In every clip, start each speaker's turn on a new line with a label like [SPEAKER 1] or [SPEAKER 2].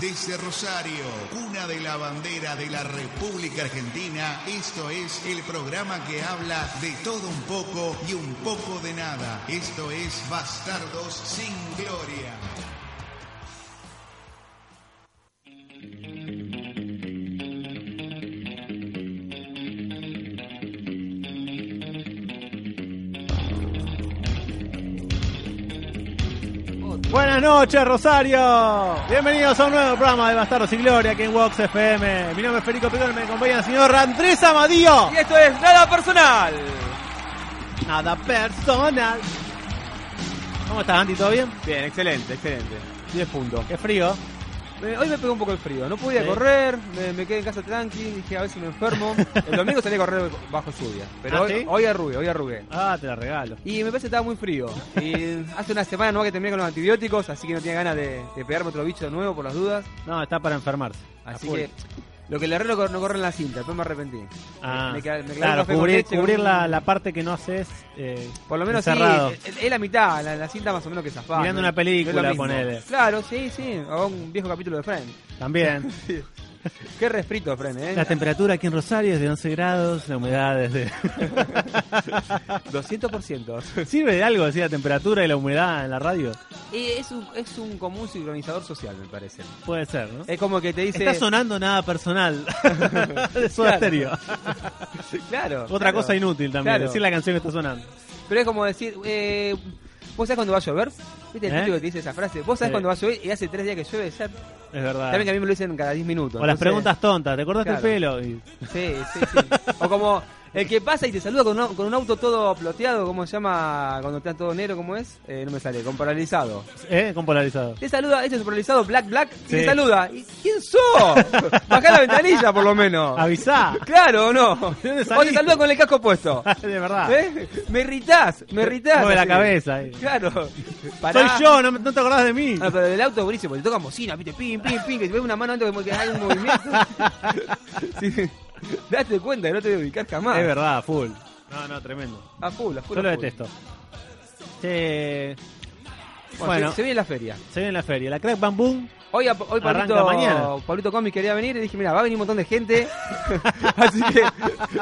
[SPEAKER 1] Desde Rosario, cuna de la bandera de la República Argentina, esto es el programa que habla de todo un poco y un poco de nada. Esto es Bastardos sin Gloria.
[SPEAKER 2] Buenas noches, Rosario. Bienvenidos a un nuevo programa de Bastardos y Gloria aquí en Vox FM. Mi nombre es Federico Pigón, me acompaña el señor Andrés Amadío.
[SPEAKER 3] Y esto es nada personal.
[SPEAKER 2] Nada personal. ¿Cómo estás, Andy? ¿Todo bien?
[SPEAKER 3] Bien, excelente, excelente.
[SPEAKER 2] 10 puntos. Qué frío.
[SPEAKER 3] Eh, Hoy me pegó un poco el frío, no podía
[SPEAKER 2] Sí.
[SPEAKER 3] correr, me, me quedé en casa tranqui, dije a ver si me enfermo. El domingo salí a correr bajo lluvia, pero
[SPEAKER 2] ¿Ah,
[SPEAKER 3] hoy,
[SPEAKER 2] sí?
[SPEAKER 3] hoy arrugué, hoy arrugué.
[SPEAKER 2] Ah, te la regalo.
[SPEAKER 3] Y me parece que estaba muy frío. Y hace una semana no que terminé con los antibióticos, así que no tenía ganas de, de pegarme otro bicho de nuevo por las dudas.
[SPEAKER 2] No, está para enfermarse.
[SPEAKER 3] Así
[SPEAKER 2] A full.
[SPEAKER 3] que lo que le erré no cor- no corre en la cinta, después me arrepentí.
[SPEAKER 2] Ah,
[SPEAKER 3] me queda- me queda un
[SPEAKER 2] claro,
[SPEAKER 3] café con
[SPEAKER 2] cubrir,
[SPEAKER 3] leche, con
[SPEAKER 2] cubrir
[SPEAKER 3] un-
[SPEAKER 2] la, la parte que no haces. Eh,
[SPEAKER 3] Por lo menos sí,
[SPEAKER 2] encerrado.
[SPEAKER 3] es- es la mitad, la, la cinta más o menos que zafaba.
[SPEAKER 2] Mirando una película, ponele.
[SPEAKER 3] Claro, sí, sí, o un viejo capítulo de Friend.
[SPEAKER 2] También.
[SPEAKER 3] Qué resfrito, Friend, ¿eh?
[SPEAKER 2] La temperatura aquí en Rosario es de 11 grados, la humedad es de...
[SPEAKER 3] 200%.
[SPEAKER 2] ¿Sirve de algo así la temperatura y la humedad en la radio?
[SPEAKER 3] Y Eh, es un, es un común sincronizador social, me parece.
[SPEAKER 2] Puede ser, ¿no?
[SPEAKER 3] Es como que te Eh, dice.
[SPEAKER 2] Está sonando nada personal de Soda
[SPEAKER 3] Claro.
[SPEAKER 2] Stereo.
[SPEAKER 3] Claro.
[SPEAKER 2] Otra
[SPEAKER 3] claro.
[SPEAKER 2] cosa inútil también,
[SPEAKER 3] Claro.
[SPEAKER 2] decir la canción que está sonando.
[SPEAKER 3] Pero es como decir. Eh, ¿Vos sabés cuándo va a llover? ¿Viste el
[SPEAKER 2] ¿Eh?
[SPEAKER 3] típico que te dice esa frase? ¿Vos sabés
[SPEAKER 2] Sí.
[SPEAKER 3] cuándo va a llover? Y hace tres días que llueve. ya-
[SPEAKER 2] Es verdad.
[SPEAKER 3] También que a mí me lo dicen cada 10 minutos.
[SPEAKER 2] o las
[SPEAKER 3] entonces-
[SPEAKER 2] preguntas tontas, ¿te cortaste
[SPEAKER 3] Claro.
[SPEAKER 2] el pelo? Y-
[SPEAKER 3] Sí, sí, sí. O como el que pasa y te saluda con un, con un auto todo ploteado, ¿cómo se llama? Cuando está todo negro, ¿cómo es? Eh, no me sale, con paralizado.
[SPEAKER 2] ¿Eh? Con polarizado.
[SPEAKER 3] Te saluda, este es paralizado Black Black, y
[SPEAKER 2] Sí.
[SPEAKER 3] te saluda. ¿Y quién sos? Bajá la ventanilla, por lo menos.
[SPEAKER 2] Avisá.
[SPEAKER 3] Claro, ¿o no?
[SPEAKER 2] dónde
[SPEAKER 3] O
[SPEAKER 2] salís?
[SPEAKER 3] te saluda con el casco puesto.
[SPEAKER 2] de verdad.
[SPEAKER 3] ¿Eh? Me irritás, me irritás.
[SPEAKER 2] Mueve la
[SPEAKER 3] así.
[SPEAKER 2] cabeza ahí.
[SPEAKER 3] Claro.
[SPEAKER 2] Soy yo, no, me- no te acordás de mí.
[SPEAKER 3] Ah, pero del auto es buenísimo, te tocan bocina, viste, pim, pim, pim, que te ve una mano antes de que hay un movimiento. Sí. Date cuenta que no te voy a ubicar jamás.
[SPEAKER 2] Es verdad, full. No, no, tremendo.
[SPEAKER 3] A full, a full.
[SPEAKER 2] Yo lo
[SPEAKER 3] a full.
[SPEAKER 2] detesto. Che,
[SPEAKER 3] Bueno,
[SPEAKER 2] Bueno.
[SPEAKER 3] Se, se viene la feria.
[SPEAKER 2] se viene la feria. La crack bam boom.
[SPEAKER 3] Hoy, a- hoy
[SPEAKER 2] Arranca
[SPEAKER 3] Pablito,
[SPEAKER 2] mañana.
[SPEAKER 3] Pablito Comics quería venir y dije, mira, va a venir un montón de gente. Así que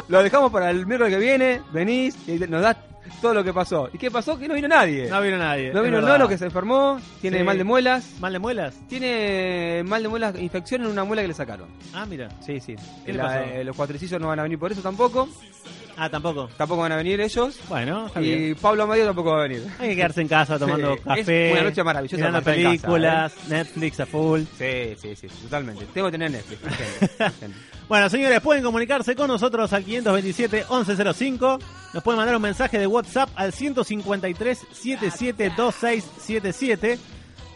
[SPEAKER 3] lo dejamos para el miércoles que viene. Venís y nos das todo lo que pasó. ¿Y qué pasó? Que no vino nadie.
[SPEAKER 2] No vino nadie.
[SPEAKER 3] No
[SPEAKER 2] es
[SPEAKER 3] vino
[SPEAKER 2] verdad.
[SPEAKER 3] Lolo que se enfermó, tiene
[SPEAKER 2] Sí.
[SPEAKER 3] mal de muelas.
[SPEAKER 2] ¿Mal de muelas?
[SPEAKER 3] Tiene mal de muelas, infección en una muela que le sacaron.
[SPEAKER 2] Ah, mira.
[SPEAKER 3] Sí, sí.
[SPEAKER 2] ¿Qué le
[SPEAKER 3] La-
[SPEAKER 2] pasó?
[SPEAKER 3] eh, los cuatricillos no van a venir por eso tampoco.
[SPEAKER 2] Ah, tampoco.
[SPEAKER 3] Tampoco van a venir ellos.
[SPEAKER 2] Bueno, está bien.
[SPEAKER 3] Y Pablo Amadio tampoco va a venir.
[SPEAKER 2] Hay que quedarse en casa tomando
[SPEAKER 3] Sí, es
[SPEAKER 2] café.
[SPEAKER 3] una noche maravillosa
[SPEAKER 2] Mirando
[SPEAKER 3] para estar en casa, ¿eh?
[SPEAKER 2] películas, Netflix a full.
[SPEAKER 3] Sí, sí, sí, totalmente. Tengo que tener Netflix. urgente, urgente.
[SPEAKER 2] Bueno, señores, pueden comunicarse con nosotros al 527-1105. Nos pueden mandar un mensaje de WhatsApp al 153-772677.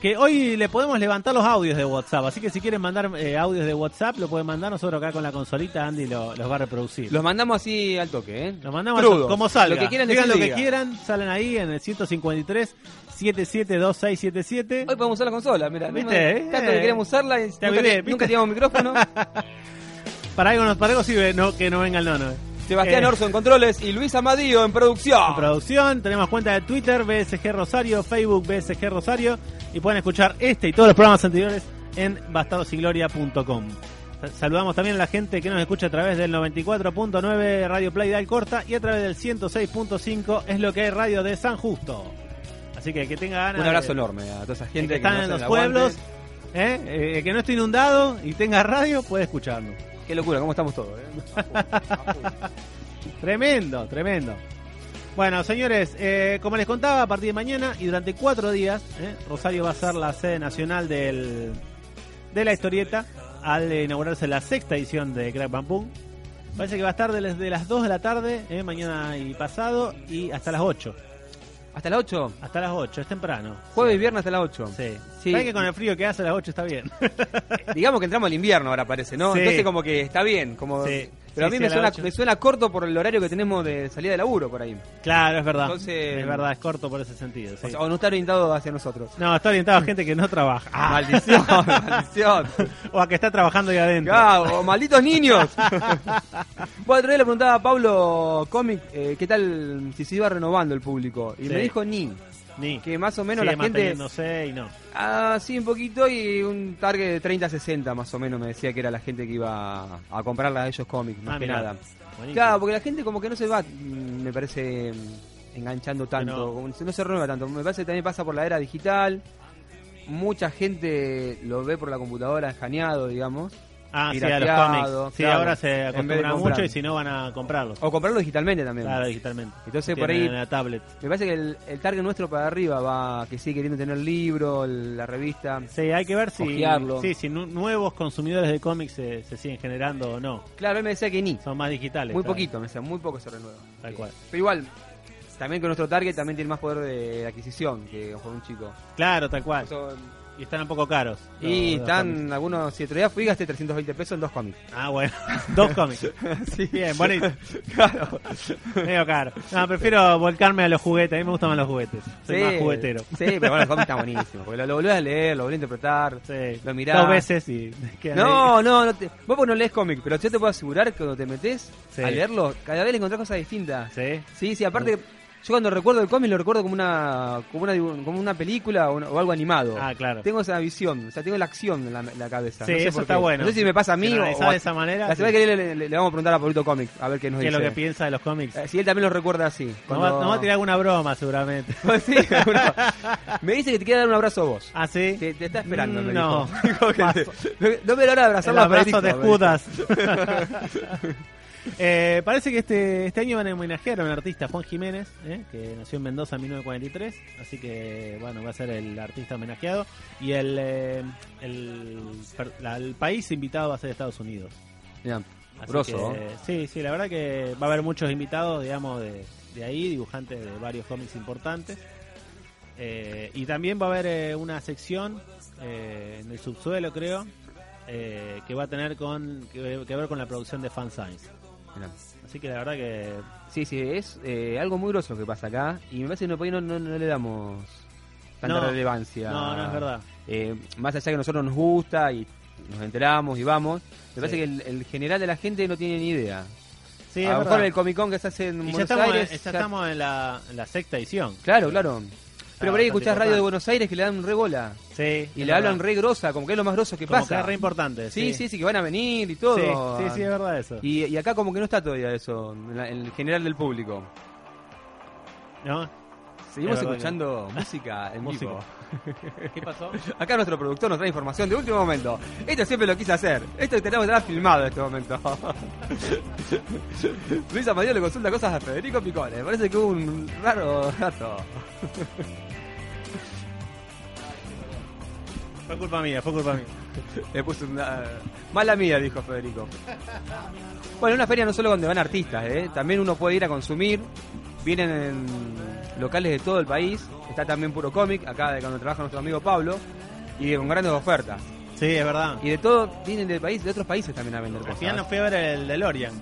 [SPEAKER 2] Que hoy le podemos levantar los audios de WhatsApp. Así que si quieren mandar eh, audios de WhatsApp, lo pueden mandar. Nosotros acá con la consolita, Andy lo- los va a reproducir.
[SPEAKER 3] Los mandamos así al toque, ¿eh?
[SPEAKER 2] Los mandamos
[SPEAKER 3] Crudos.
[SPEAKER 2] como salga.
[SPEAKER 3] Lo que quieran
[SPEAKER 2] Digan
[SPEAKER 3] decir,
[SPEAKER 2] lo que
[SPEAKER 3] diga.
[SPEAKER 2] quieran, salen ahí en el 153-772677.
[SPEAKER 3] Hoy podemos usar la consola, mira.
[SPEAKER 2] ¿Viste?
[SPEAKER 3] Tanto
[SPEAKER 2] Eh.
[SPEAKER 3] que queremos usarla, y
[SPEAKER 2] Te
[SPEAKER 3] nunca,
[SPEAKER 2] avisé,
[SPEAKER 3] te-
[SPEAKER 2] ¿viste?
[SPEAKER 3] nunca teníamos micrófono.
[SPEAKER 2] Para algo, nos- para algo sirve no, que no venga el nono. eh.
[SPEAKER 3] Sebastián
[SPEAKER 2] Eh.
[SPEAKER 3] Orso en controles y Luis Amadío en producción.
[SPEAKER 2] En producción. Tenemos cuenta de Twitter, BSG Rosario, Facebook, BSG Rosario. Y pueden escuchar este y todos los programas anteriores en bastardosigloria.com. Sa- Saludamos también a la gente que nos escucha a través del 94.9 Radio Play de Alcorta y a través del 106.5 es lo que hay Radio de San Justo. Así que el que tenga ganas
[SPEAKER 3] Un abrazo
[SPEAKER 2] de-
[SPEAKER 3] enorme a toda esa
[SPEAKER 2] de
[SPEAKER 3] gente
[SPEAKER 2] que
[SPEAKER 3] que
[SPEAKER 2] están
[SPEAKER 3] nos
[SPEAKER 2] en
[SPEAKER 3] hace
[SPEAKER 2] los
[SPEAKER 3] el
[SPEAKER 2] pueblos,
[SPEAKER 3] aguante.
[SPEAKER 2] ¿eh? Eh, el que no esté inundado y tenga radio puede escucharnos.
[SPEAKER 3] Qué locura, cómo estamos todos, ¿eh?
[SPEAKER 2] Tremendo, tremendo. Bueno, señores, eh, como les contaba, a partir de mañana y durante cuatro días, eh, Rosario va a ser la sede nacional del, de la historieta al inaugurarse la sexta edición de Crack Bam Boom. Parece que va a estar desde las 2 de la tarde, eh, mañana y pasado, y hasta las 8.
[SPEAKER 3] Hasta las 8.
[SPEAKER 2] Hasta las 8, es temprano.
[SPEAKER 3] Jueves y viernes hasta las 8.
[SPEAKER 2] Sí.
[SPEAKER 3] Sí.
[SPEAKER 2] ¿Saben que con el frío que hace a las 8 está bien?
[SPEAKER 3] Digamos que entramos al invierno ahora parece, ¿no?
[SPEAKER 2] Sí.
[SPEAKER 3] Entonces como que está bien, como
[SPEAKER 2] Sí.
[SPEAKER 3] pero a
[SPEAKER 2] Sí, sí,
[SPEAKER 3] mí
[SPEAKER 2] a
[SPEAKER 3] me,
[SPEAKER 2] la
[SPEAKER 3] suena,
[SPEAKER 2] ocho.
[SPEAKER 3] me suena corto por el horario que tenemos de salida de laburo por ahí.
[SPEAKER 2] claro, es verdad.
[SPEAKER 3] Entonces-
[SPEAKER 2] es verdad, es corto por ese sentido. sí.
[SPEAKER 3] O, sea, o no está orientado hacia nosotros.
[SPEAKER 2] No, está orientado a gente que no trabaja. Ah,
[SPEAKER 3] Maldición, maldición.
[SPEAKER 2] o a que está trabajando ahí adentro.
[SPEAKER 3] Claro, malditos niños. Vos otro día le preguntaba a Pablo Comic eh, qué tal si se iba renovando el público. Y
[SPEAKER 2] Sí.
[SPEAKER 3] me dijo ni.
[SPEAKER 2] Ni.
[SPEAKER 3] Que más o menos
[SPEAKER 2] Sigue
[SPEAKER 3] la gente.
[SPEAKER 2] manteniéndose y no.
[SPEAKER 3] Ah, sí, un poquito y un target de 30 a 60 más o menos me decía que era la gente que iba a comprarla a ellos cómics, más
[SPEAKER 2] Ah,
[SPEAKER 3] que
[SPEAKER 2] mirá.
[SPEAKER 3] nada.
[SPEAKER 2] Buenísimo.
[SPEAKER 3] Claro, porque la gente como que no se va, mm, me parece, mm, enganchando tanto,
[SPEAKER 2] Pero-
[SPEAKER 3] como se- no se renueva tanto. Me parece que también pasa por la era digital. Mucha gente lo ve por la computadora escaneado, digamos.
[SPEAKER 2] Ah, sí, a los
[SPEAKER 3] pirateado,
[SPEAKER 2] cómics. Sí,
[SPEAKER 3] claro,
[SPEAKER 2] ahora se
[SPEAKER 3] en vez de
[SPEAKER 2] acostumbran mucho
[SPEAKER 3] comprar.
[SPEAKER 2] y si no van a comprarlos.
[SPEAKER 3] O comprarlo digitalmente también.
[SPEAKER 2] Claro, digitalmente.
[SPEAKER 3] Entonces,
[SPEAKER 2] Tienen
[SPEAKER 3] por ahí-
[SPEAKER 2] En la tablet.
[SPEAKER 3] Me parece que el, el target nuestro para arriba va, que sigue queriendo tener libro, el- la revista.
[SPEAKER 2] Sí, hay que ver si,
[SPEAKER 3] Ojearlo.
[SPEAKER 2] sí, si nu- nuevos consumidores de cómics se, se siguen generando o no.
[SPEAKER 3] Claro, él me decía que ni.
[SPEAKER 2] Son más digitales.
[SPEAKER 3] Muy
[SPEAKER 2] tal.
[SPEAKER 3] poquito, me decía, muy poco se renueva.
[SPEAKER 2] Tal
[SPEAKER 3] Sí.
[SPEAKER 2] cual.
[SPEAKER 3] Pero igual, también con nuestro target también tiene más poder de adquisición que con un chico.
[SPEAKER 2] Claro, tal cual.
[SPEAKER 3] Eso-
[SPEAKER 2] Y están un poco caros. los-
[SPEAKER 3] y
[SPEAKER 2] los
[SPEAKER 3] están
[SPEAKER 2] cómics.
[SPEAKER 3] algunos, si otro día fui gasté 320 pesos en dos cómics.
[SPEAKER 2] Ah, bueno. Dos cómics.
[SPEAKER 3] sí,
[SPEAKER 2] Bien, bonito.
[SPEAKER 3] claro.
[SPEAKER 2] Medio caro. No, prefiero volcarme a los juguetes. A mí me gustan más los juguetes. Soy más juguetero.
[SPEAKER 3] Sí, pero bueno, los cómics están buenísimos. Porque lo, lo volvés a leer, lo volvés a interpretar.
[SPEAKER 2] Sí.
[SPEAKER 3] Lo mirás.
[SPEAKER 2] Dos veces y queda ahí.
[SPEAKER 3] No, no, no te- vos porque no lees cómics, pero yo te puedo asegurar que cuando te metes
[SPEAKER 2] Sí.
[SPEAKER 3] a leerlo, cada vez le encontrás cosas distintas.
[SPEAKER 2] Sí.
[SPEAKER 3] Sí, sí, aparte, yo cuando recuerdo el cómic lo recuerdo como una como una, dibu- como una película o, una- o algo animado.
[SPEAKER 2] Ah, claro.
[SPEAKER 3] Tengo esa visión, o sea, tengo la acción en la, en la cabeza.
[SPEAKER 2] Sí,
[SPEAKER 3] no sé
[SPEAKER 2] eso
[SPEAKER 3] por
[SPEAKER 2] está
[SPEAKER 3] qué.
[SPEAKER 2] bueno.
[SPEAKER 3] No sé si me pasa a mí
[SPEAKER 2] Si lo
[SPEAKER 3] o,
[SPEAKER 2] analizás
[SPEAKER 3] o a-
[SPEAKER 2] de esa manera,
[SPEAKER 3] La semana
[SPEAKER 2] sí.
[SPEAKER 3] que viene le, le- le vamos a preguntar a Pablito Comics a ver qué nos
[SPEAKER 2] ¿Qué es
[SPEAKER 3] dice.
[SPEAKER 2] lo que piensa de los cómics?
[SPEAKER 3] Eh, si él también lo recuerda así.
[SPEAKER 2] Nos va,
[SPEAKER 3] cuando-
[SPEAKER 2] nos va a tirar alguna broma, seguramente.
[SPEAKER 3] Sí, no. Me dice que te quiere dar un abrazo a vos.
[SPEAKER 2] ¿Ah, sí?
[SPEAKER 3] Te, te está esperando, me
[SPEAKER 2] No.
[SPEAKER 3] dijo. Dijo que te- No me da la hora de
[SPEAKER 2] El
[SPEAKER 3] abrazarlo.
[SPEAKER 2] abrazo de
[SPEAKER 3] Federico, me dijo.
[SPEAKER 2] Judas. Eh, parece que este, este año van a homenajear a un artista, Juan Jiménez, ¿eh? que nació en Mendoza en 1943. Así que, bueno, va a ser el artista homenajeado. Y el, eh, el, per- la- el país invitado va a ser Estados Unidos.
[SPEAKER 3] Mirá,
[SPEAKER 2] Así
[SPEAKER 3] grosso.
[SPEAKER 2] que, sí, sí, la verdad que va a haber muchos invitados, digamos, de, de ahí, dibujantes de varios cómics importantes. Eh, y también va a haber eh, una sección eh, en el subsuelo, creo, eh, que va a tener con que, que ver con la producción de Fan Science.
[SPEAKER 3] Mirá.
[SPEAKER 2] Así que la verdad que
[SPEAKER 3] Sí, sí, es eh, algo muy grosso que pasa acá y me parece que no, por ahí no, no- no le damos tanta
[SPEAKER 2] No.
[SPEAKER 3] relevancia.
[SPEAKER 2] no, no es verdad.
[SPEAKER 3] Eh, más allá que a nosotros nos gusta y nos enteramos y vamos, me parece que el, el general de la gente no tiene ni idea.
[SPEAKER 2] Sí,
[SPEAKER 3] a
[SPEAKER 2] es
[SPEAKER 3] lo mejor
[SPEAKER 2] verdad.
[SPEAKER 3] el Comic Con que se hace en
[SPEAKER 2] Y ya
[SPEAKER 3] Buenos
[SPEAKER 2] estamos,
[SPEAKER 3] Aires.
[SPEAKER 2] en, ya
[SPEAKER 3] ya-
[SPEAKER 2] estamos en la, en la sexta edición. Ah,
[SPEAKER 3] Claro, claro. Pero por
[SPEAKER 2] bastante
[SPEAKER 3] ahí escuchás
[SPEAKER 2] importante.
[SPEAKER 3] radio de Buenos Aires que le dan re bola
[SPEAKER 2] Sí, es
[SPEAKER 3] y le
[SPEAKER 2] verdad.
[SPEAKER 3] hablan re grosa, como que es lo más grosso que
[SPEAKER 2] Como
[SPEAKER 3] pasa.
[SPEAKER 2] que es re importante.
[SPEAKER 3] sí, sí,
[SPEAKER 2] sí,
[SPEAKER 3] sí, que van a venir y
[SPEAKER 2] Sí,
[SPEAKER 3] todo.
[SPEAKER 2] sí, sí, es verdad eso.
[SPEAKER 3] Y, y acá como que no está todavía eso, en la- en el general del público.
[SPEAKER 2] ¿No?
[SPEAKER 3] Seguimos
[SPEAKER 2] Es verdad
[SPEAKER 3] escuchando música en
[SPEAKER 2] Música.
[SPEAKER 3] vivo.
[SPEAKER 2] ¿Qué pasó?
[SPEAKER 3] Acá nuestro productor nos trae información de último momento. Esto siempre lo quise hacer. Esto tenemos que estar filmado en este momento. Luis Amadeo le consulta cosas a Federico Picone. Parece que hubo un raro rato.
[SPEAKER 2] Fue culpa mía, fue culpa mía.
[SPEAKER 3] Le puso una... Mala mía, dijo Federico. Bueno, una feria no solo donde van artistas, ¿eh? también uno puede ir a consumir. Vienen en locales de todo el país. Está también Puro Cómic, acá de cuando trabaja nuestro amigo Pablo. Y con grandes ofertas.
[SPEAKER 2] Sí, es verdad.
[SPEAKER 3] Y de todo, vienen del país, de otros países también a vender
[SPEAKER 2] Al
[SPEAKER 3] cosas.
[SPEAKER 2] final no fui a ver el DeLorean.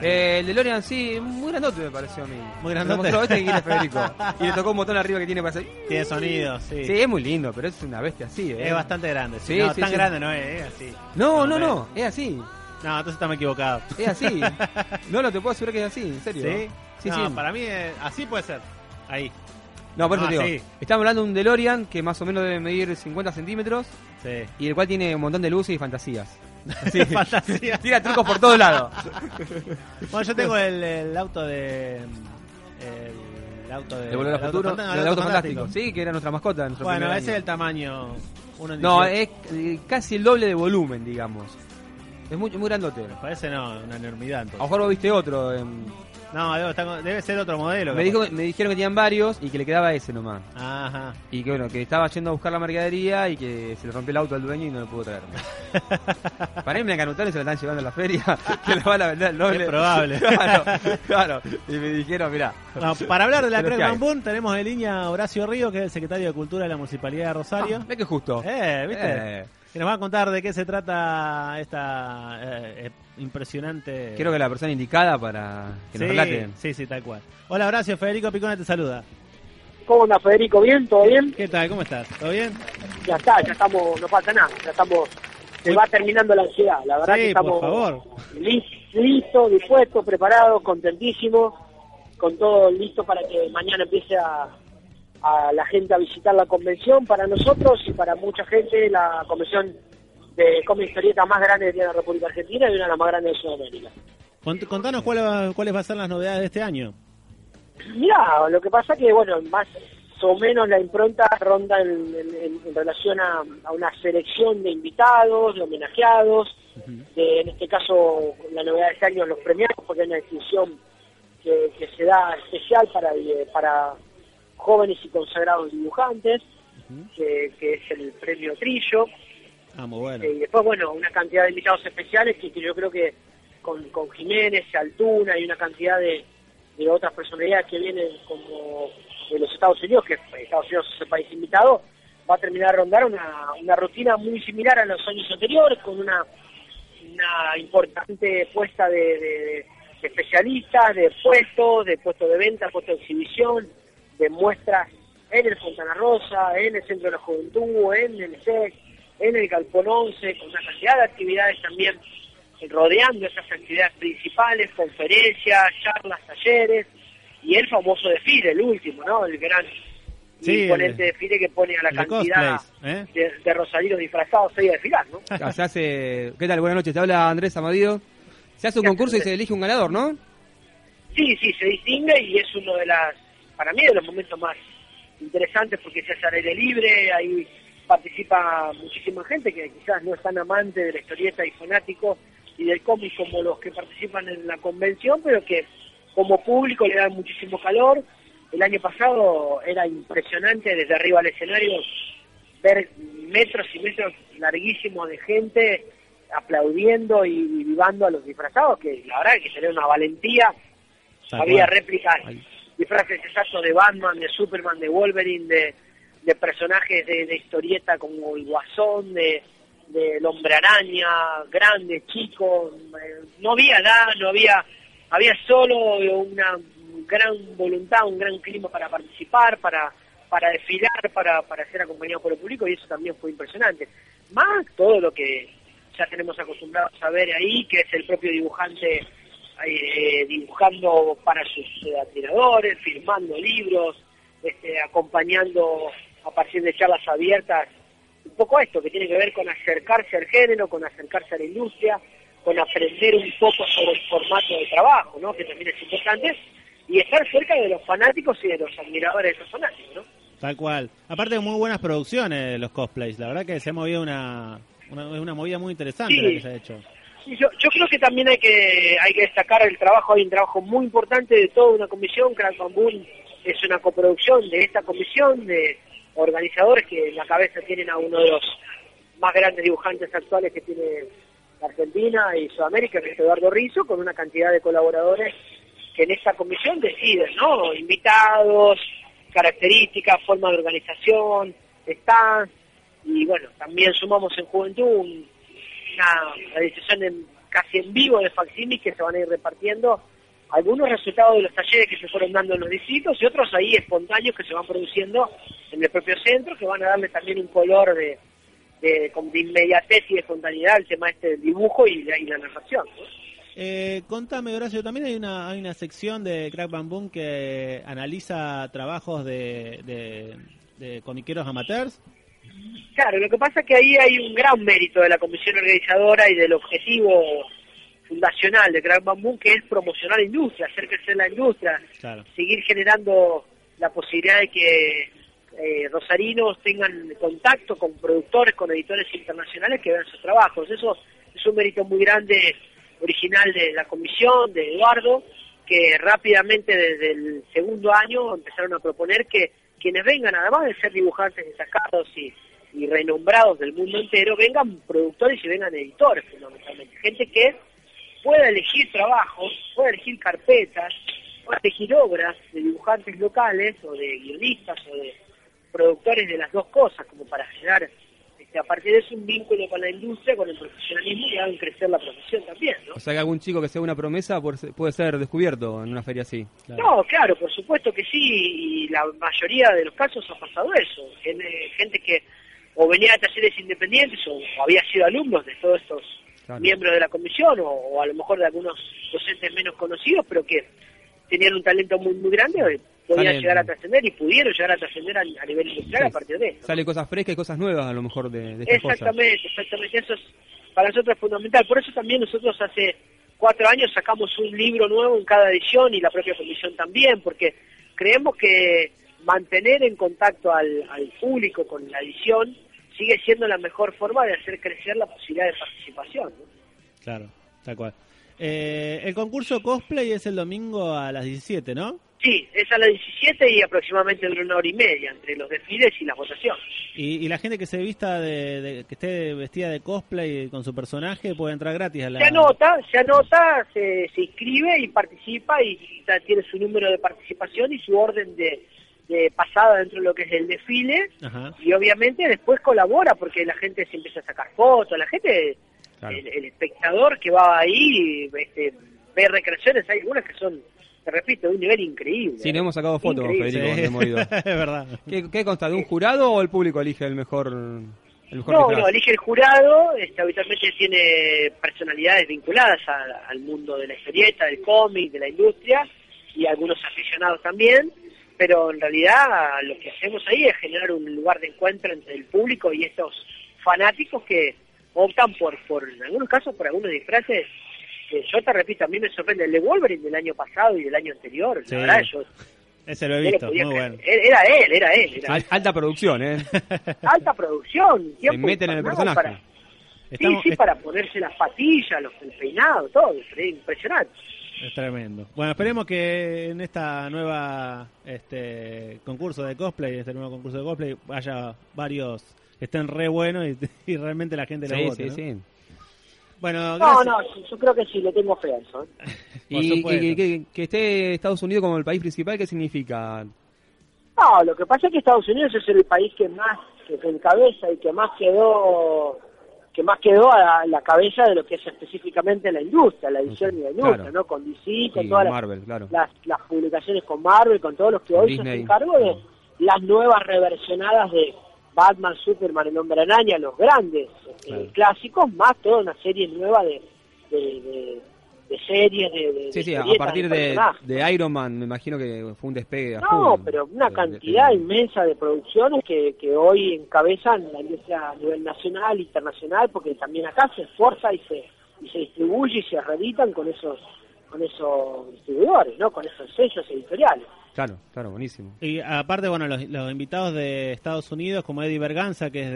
[SPEAKER 3] Eh, el DeLorean sí, muy grandote me pareció a mí.
[SPEAKER 2] Muy grandote.
[SPEAKER 3] Me mostró este que quiere Federico. Y le tocó un botón arriba que tiene para hacer.
[SPEAKER 2] Tiene sonido, sí.
[SPEAKER 3] Sí, es muy lindo, pero es una bestia así, ¿eh?
[SPEAKER 2] Es bastante grande. Sí,
[SPEAKER 3] Sí,
[SPEAKER 2] no,
[SPEAKER 3] sí,
[SPEAKER 2] tan
[SPEAKER 3] sí.
[SPEAKER 2] grande no es, es así.
[SPEAKER 3] No, no,
[SPEAKER 2] Como
[SPEAKER 3] no, es así.
[SPEAKER 2] ves. No, entonces estamos equivocados.
[SPEAKER 3] Es así. No, no te puedo asegurar que es así, en
[SPEAKER 2] ¿Sí?
[SPEAKER 3] serio. Sí,
[SPEAKER 2] no,
[SPEAKER 3] sí.
[SPEAKER 2] para mí eh, así puede ser. Ahí.
[SPEAKER 3] No, por eso
[SPEAKER 2] Ah,
[SPEAKER 3] te digo.
[SPEAKER 2] sí.
[SPEAKER 3] Estamos hablando de un DeLorean que más o menos debe medir 50 centímetros
[SPEAKER 2] Sí.
[SPEAKER 3] y el cual tiene un montón de luces y fantasías.
[SPEAKER 2] Sí. Fantasía.
[SPEAKER 3] Tira trucos por todos lados.
[SPEAKER 2] Bueno, yo tengo el, el auto de. El, auto de.
[SPEAKER 3] De volver al
[SPEAKER 2] el auto
[SPEAKER 3] futuro,
[SPEAKER 2] fantástico,
[SPEAKER 3] del auto fantástico. Sí, que era nuestra mascota. nuestro
[SPEAKER 2] Bueno,
[SPEAKER 3] primer
[SPEAKER 2] ese es
[SPEAKER 3] año.
[SPEAKER 2] el tamaño. uno en
[SPEAKER 3] No,
[SPEAKER 2] 18.
[SPEAKER 3] es eh, casi el doble de volumen, digamos. Es muy, muy grandote. A
[SPEAKER 2] Parece no, una enormidad. entonces.
[SPEAKER 3] lo mejor vos viste otro. em,
[SPEAKER 2] No, debe, estar- debe ser otro modelo.
[SPEAKER 3] me,
[SPEAKER 2] capaz.
[SPEAKER 3] dijo, me dijeron que tenían varios y que le quedaba ese nomás.
[SPEAKER 2] Ajá.
[SPEAKER 3] Y que bueno, que estaba yendo a buscar la mercadería y que se le rompió el auto al dueño y no lo pudo traer. Para mí me encanutaron y se lo están llevando a la feria, que la van a vender al doble.
[SPEAKER 2] Es probable.
[SPEAKER 3] Claro, claro. Y me dijeron, mirá.
[SPEAKER 2] No, para hablar de la
[SPEAKER 3] Pero
[SPEAKER 2] Crack
[SPEAKER 3] ¿qué hay?
[SPEAKER 2] Bambún tenemos en línea a Horacio Río, que es el secretario de Cultura de la Municipalidad de Rosario.
[SPEAKER 3] Ve que Ah, justo.
[SPEAKER 2] Eh, ¿viste?
[SPEAKER 3] Eh,
[SPEAKER 2] Que nos va a contar de qué se trata esta eh, eh, impresionante...
[SPEAKER 3] creo que la persona indicada para que nos
[SPEAKER 2] Sí,
[SPEAKER 3] relaten.
[SPEAKER 2] Sí, sí, tal cual. Hola Horacio, Federico Picona te saluda.
[SPEAKER 4] ¿Cómo anda Federico? ¿Bien? ¿Todo bien?
[SPEAKER 2] ¿Qué tal? ¿Cómo estás? ¿Todo bien?
[SPEAKER 4] Ya está, ya estamos, no falta nada, ya estamos, se va terminando la ansiedad, la verdad
[SPEAKER 2] Sí,
[SPEAKER 4] que estamos
[SPEAKER 2] por favor.
[SPEAKER 4] lis- listos, dispuestos, preparados, contentísimos, con todo listo para que mañana empiece a, a la gente a visitar la convención. Para nosotros y para mucha gente, la convención de cómic historieta más grande que tiene la República Argentina y una de las más grandes de Sudamérica.
[SPEAKER 2] Cont- Contanos cuál va- cuáles van a ser las novedades de este año.
[SPEAKER 4] Mirá, lo que pasa que, bueno, más o menos la impronta ronda en, en- en- en relación a, a una selección de invitados, de homenajeados, de, en este caso la novedad de este año los premiados, porque hay una distinción que, que se da especial para, eh, para jóvenes y consagrados dibujantes, que, que es el premio Trillo.
[SPEAKER 2] Ah, muy bueno.
[SPEAKER 4] Eh, y después, bueno, una cantidad de invitados especiales que, que yo creo que con, con Jiménez, Altuna y una cantidad de, de otras personalidades que vienen como de los Estados Unidos, que Estados Unidos es el país invitado, va a terminar a rondar una, una rutina muy similar a los años anteriores, con una, una importante puesta de, de- de especialistas, de puestos, de puestos de venta, puestos de exhibición, de muestras en el Fontana Rosa, en el Centro de la Juventud, en el SEC, en el Galpón 11, con una cantidad de actividades también rodeando esas actividades principales, conferencias, charlas, talleres, y el famoso desfile, el último, ¿no? El gran
[SPEAKER 2] Sí,
[SPEAKER 4] imponente
[SPEAKER 2] el-
[SPEAKER 4] desfile que pone a la
[SPEAKER 2] el
[SPEAKER 4] cantidad
[SPEAKER 2] cosplays, ¿eh?
[SPEAKER 4] de, de rosarinos disfrazados ahí a desfilar, ¿no?
[SPEAKER 3] Ah, se hace... ¿Qué tal? Buenas noches, te habla Andrés Amadío. Se hace un concurso y se elige un ganador, ¿no?
[SPEAKER 4] Sí, sí, se distingue y es uno de las, para mí, de los momentos más interesantes porque se hace al aire libre, ahí participa muchísima gente que quizás no es tan amante de la historieta y fanático y del cómic como los que participan en la convención, pero que como público le dan muchísimo calor. El año pasado era impresionante desde arriba al escenario ver metros y metros larguísimos de gente aplaudiendo y, y vivando a los disfrazados, que la verdad es que tenía una valentía
[SPEAKER 2] Tal
[SPEAKER 4] había
[SPEAKER 2] cual.
[SPEAKER 4] réplicas
[SPEAKER 3] Ahí.
[SPEAKER 4] disfraces exactos de Batman, de Superman, de Wolverine, de, de personajes de, de historieta como el Guasón, de, de el Hombre Araña, grande, chico. eh, No había edad, no había... Había solo una gran voluntad, un gran clima para participar, para para desfilar, para, para ser acompañado por el público y eso también fue impresionante. Más todo lo que ya tenemos acostumbrados a ver ahí, que es el propio dibujante eh, dibujando para sus eh, admiradores, firmando libros, este, acompañando a partir de charlas abiertas, un poco esto que tiene que ver con acercarse al género, con acercarse a la industria, con aprender un poco sobre el formato de trabajo, ¿no? que también es importante, y estar cerca de los fanáticos y de los admiradores de esos fanáticos. ¿no?
[SPEAKER 2] Tal cual. Aparte de muy buenas producciones de los cosplays. La verdad que se ha movido una, una, es una movida muy interesante
[SPEAKER 4] Sí.
[SPEAKER 2] la que se ha hecho.
[SPEAKER 4] Sí, yo, yo creo que también hay que hay que destacar el trabajo, hay un trabajo muy importante de toda una comisión, Crack Bamboo es una coproducción de esta comisión, de organizadores que en la cabeza tienen a uno de los más grandes dibujantes actuales que tiene la Argentina y Sudamérica, que es Eduardo Rizzo, con una cantidad de colaboradores que en esta comisión deciden, ¿no? Invitados, características, forma de organización, stands, y bueno, también sumamos en Juventud un una realización en- casi en vivo de facsímiles que se van a ir repartiendo algunos resultados de los talleres que se fueron dando en los distritos y otros ahí espontáneos que se van produciendo en el propio centro que van a darle también un color de, de, como de inmediatez y de espontaneidad al tema este del dibujo y, la- y la narración. ¿no?
[SPEAKER 2] Eh, contame, Horacio, también hay una, hay una sección de Crack Bam Boom que analiza trabajos de, de, de comiqueros amateurs.
[SPEAKER 4] Claro, lo que pasa es que ahí hay un gran mérito de la comisión organizadora y del objetivo fundacional de Gran Bambú, que es promocionar la industria, hacer crecer la industria,
[SPEAKER 2] Claro.
[SPEAKER 4] seguir generando la posibilidad de que eh, rosarinos tengan contacto con productores, con editores internacionales que vean sus trabajos. Eso es un mérito muy grande original de la comisión, de Eduardo, que rápidamente desde el segundo año empezaron a proponer que quienes vengan, además de ser dibujantes destacados y, y renombrados del mundo entero, vengan productores y vengan editores fundamentalmente. Gente que pueda elegir trabajos, pueda elegir carpetas, pueda elegir obras de dibujantes locales o de guionistas o de productores de las dos cosas, como para generar este, a partir de eso un vínculo con la industria, con el profesionalismo y hagan crecer la profesión también, ¿no?
[SPEAKER 3] O sea que algún chico que sea una promesa por- puede ser descubierto en una feria así.
[SPEAKER 2] Claro.
[SPEAKER 4] No, claro, por supuesto que sí, y la mayoría de los casos ha pasado eso. Gen- eh, Gente que o venía de talleres independientes o, o había sido alumnos de todos estos
[SPEAKER 3] Claro.
[SPEAKER 4] miembros de la comisión o, o a lo mejor de algunos docentes menos conocidos, pero que tenían un talento muy, muy grande, eh, podían
[SPEAKER 3] Sale-
[SPEAKER 4] llegar a trascender y pudieron llegar a trascender a, a nivel industrial
[SPEAKER 3] Sí.
[SPEAKER 4] a partir de eso.
[SPEAKER 3] Sale cosas frescas y cosas nuevas a lo mejor de, de estas cosas.
[SPEAKER 4] Exactamente, exactamente. Eso es, para nosotros es fundamental. Por eso también nosotros hace cuatro años sacamos un libro nuevo en cada edición y la propia comisión también, porque creemos que mantener en contacto al, al público con la edición sigue siendo la mejor forma de hacer crecer la posibilidad de participación. ¿no?
[SPEAKER 2] Claro, tal cual. Eh, el concurso cosplay es el domingo a las 17, ¿no?
[SPEAKER 4] Sí, es a las 17 y aproximadamente dura una hora y media entre los desfiles y las votaciones.
[SPEAKER 2] Y, y la gente que se vista de, de- que esté vestida de cosplay con su personaje puede entrar gratis a la.
[SPEAKER 4] Se anota, se anota, se, se inscribe y participa y, y ta- tiene su número de participación y su orden de, de pasada dentro de lo que es el desfile.
[SPEAKER 2] Ajá.
[SPEAKER 4] Y obviamente después colabora porque la gente se empieza a sacar fotos, la gente,
[SPEAKER 3] Claro.
[SPEAKER 4] el, el espectador que va ahí, este, ve recreaciones, hay algunas que son, te repito, de un nivel increíble. ¿eh?
[SPEAKER 3] Sí, le hemos sacado fotos,
[SPEAKER 4] Increíble.
[SPEAKER 2] Sí.
[SPEAKER 3] Federico,
[SPEAKER 2] es
[SPEAKER 3] de Movido.
[SPEAKER 2] verdad.
[SPEAKER 3] ¿Qué, qué consta? ¿De un jurado o el público elige el mejor, el mejor
[SPEAKER 4] No,
[SPEAKER 3] disfraz?
[SPEAKER 4] no, elige el jurado, este, habitualmente tiene personalidades vinculadas a- al mundo de la historieta, del cómic, de la industria y algunos aficionados también, pero en realidad lo que hacemos ahí es generar un lugar de encuentro entre el público y estos fanáticos que optan por, por en algunos casos, por algunos disfraces. que yo te repito, a mí me sorprende el de Wolverine del año pasado y del año anterior.
[SPEAKER 2] Sí,
[SPEAKER 4] la verdad, yo,
[SPEAKER 2] Ese lo he
[SPEAKER 4] no lo
[SPEAKER 2] visto, muy
[SPEAKER 4] podía creer.
[SPEAKER 2] bueno.
[SPEAKER 4] Era él, era él. Era
[SPEAKER 3] Al-
[SPEAKER 4] él.
[SPEAKER 3] alta producción, ¿eh?
[SPEAKER 4] Alta producción.
[SPEAKER 3] Se
[SPEAKER 4] tiempo
[SPEAKER 3] meten en el
[SPEAKER 4] infernal
[SPEAKER 3] personaje.
[SPEAKER 4] para-
[SPEAKER 2] Estamos-
[SPEAKER 4] sí, sí,
[SPEAKER 2] es-
[SPEAKER 4] para ponerse las patillas, los, el peinado, todo, es impresionante.
[SPEAKER 2] Es tremendo. Bueno, esperemos que en esta nueva este concurso de cosplay, este nuevo concurso de cosplay, haya varios que estén re buenos y, y realmente la gente la
[SPEAKER 3] Sí,
[SPEAKER 2] vote.
[SPEAKER 3] sí,
[SPEAKER 2] ¿no?
[SPEAKER 3] sí.
[SPEAKER 2] Bueno,
[SPEAKER 4] No,
[SPEAKER 2] gracias.
[SPEAKER 4] no, yo- yo creo que sí, le tengo fe a eso. ¿eh?
[SPEAKER 2] Por
[SPEAKER 3] Y,
[SPEAKER 2] supuesto.
[SPEAKER 3] y que, que esté Estados Unidos como el país principal, ¿qué significa?
[SPEAKER 4] No, lo que pasa es que Estados Unidos es el país que más, que que encabeza y que más quedó que más quedó a la, la cabeza de lo que es específicamente la industria, la edición y la industria,
[SPEAKER 3] Claro.
[SPEAKER 4] ¿no? Con DC, con
[SPEAKER 3] Y
[SPEAKER 4] todas las-
[SPEAKER 3] Marvel, claro.
[SPEAKER 4] las, las publicaciones con Marvel, con todos los que hoy se
[SPEAKER 3] Disney.
[SPEAKER 4] hacen cargo de las nuevas reversionadas de Batman, Superman, El Hombre Araña, los grandes este,
[SPEAKER 3] Claro.
[SPEAKER 4] clásicos, más toda una serie nueva de, de, de- de series, de, de-
[SPEAKER 3] Sí,
[SPEAKER 4] de
[SPEAKER 3] sí, a
[SPEAKER 4] historietas,
[SPEAKER 3] partir de,
[SPEAKER 4] personajes.
[SPEAKER 3] de Iron Man, me imagino que fue un despegue. a
[SPEAKER 4] No,
[SPEAKER 3] full. Eh,
[SPEAKER 4] pero una
[SPEAKER 3] De- de-
[SPEAKER 4] cantidad
[SPEAKER 3] de-
[SPEAKER 4] inmensa de producciones que, que hoy encabezan la industria a nivel nacional, internacional, porque también acá se esfuerza y se, y se distribuye y se reeditan con esos con esos distribuidores, ¿no? Con esos sellos editoriales.
[SPEAKER 3] Claro, claro, buenísimo.
[SPEAKER 2] Y aparte, bueno, los, los invitados de Estados Unidos, como Eddie Berganza, que es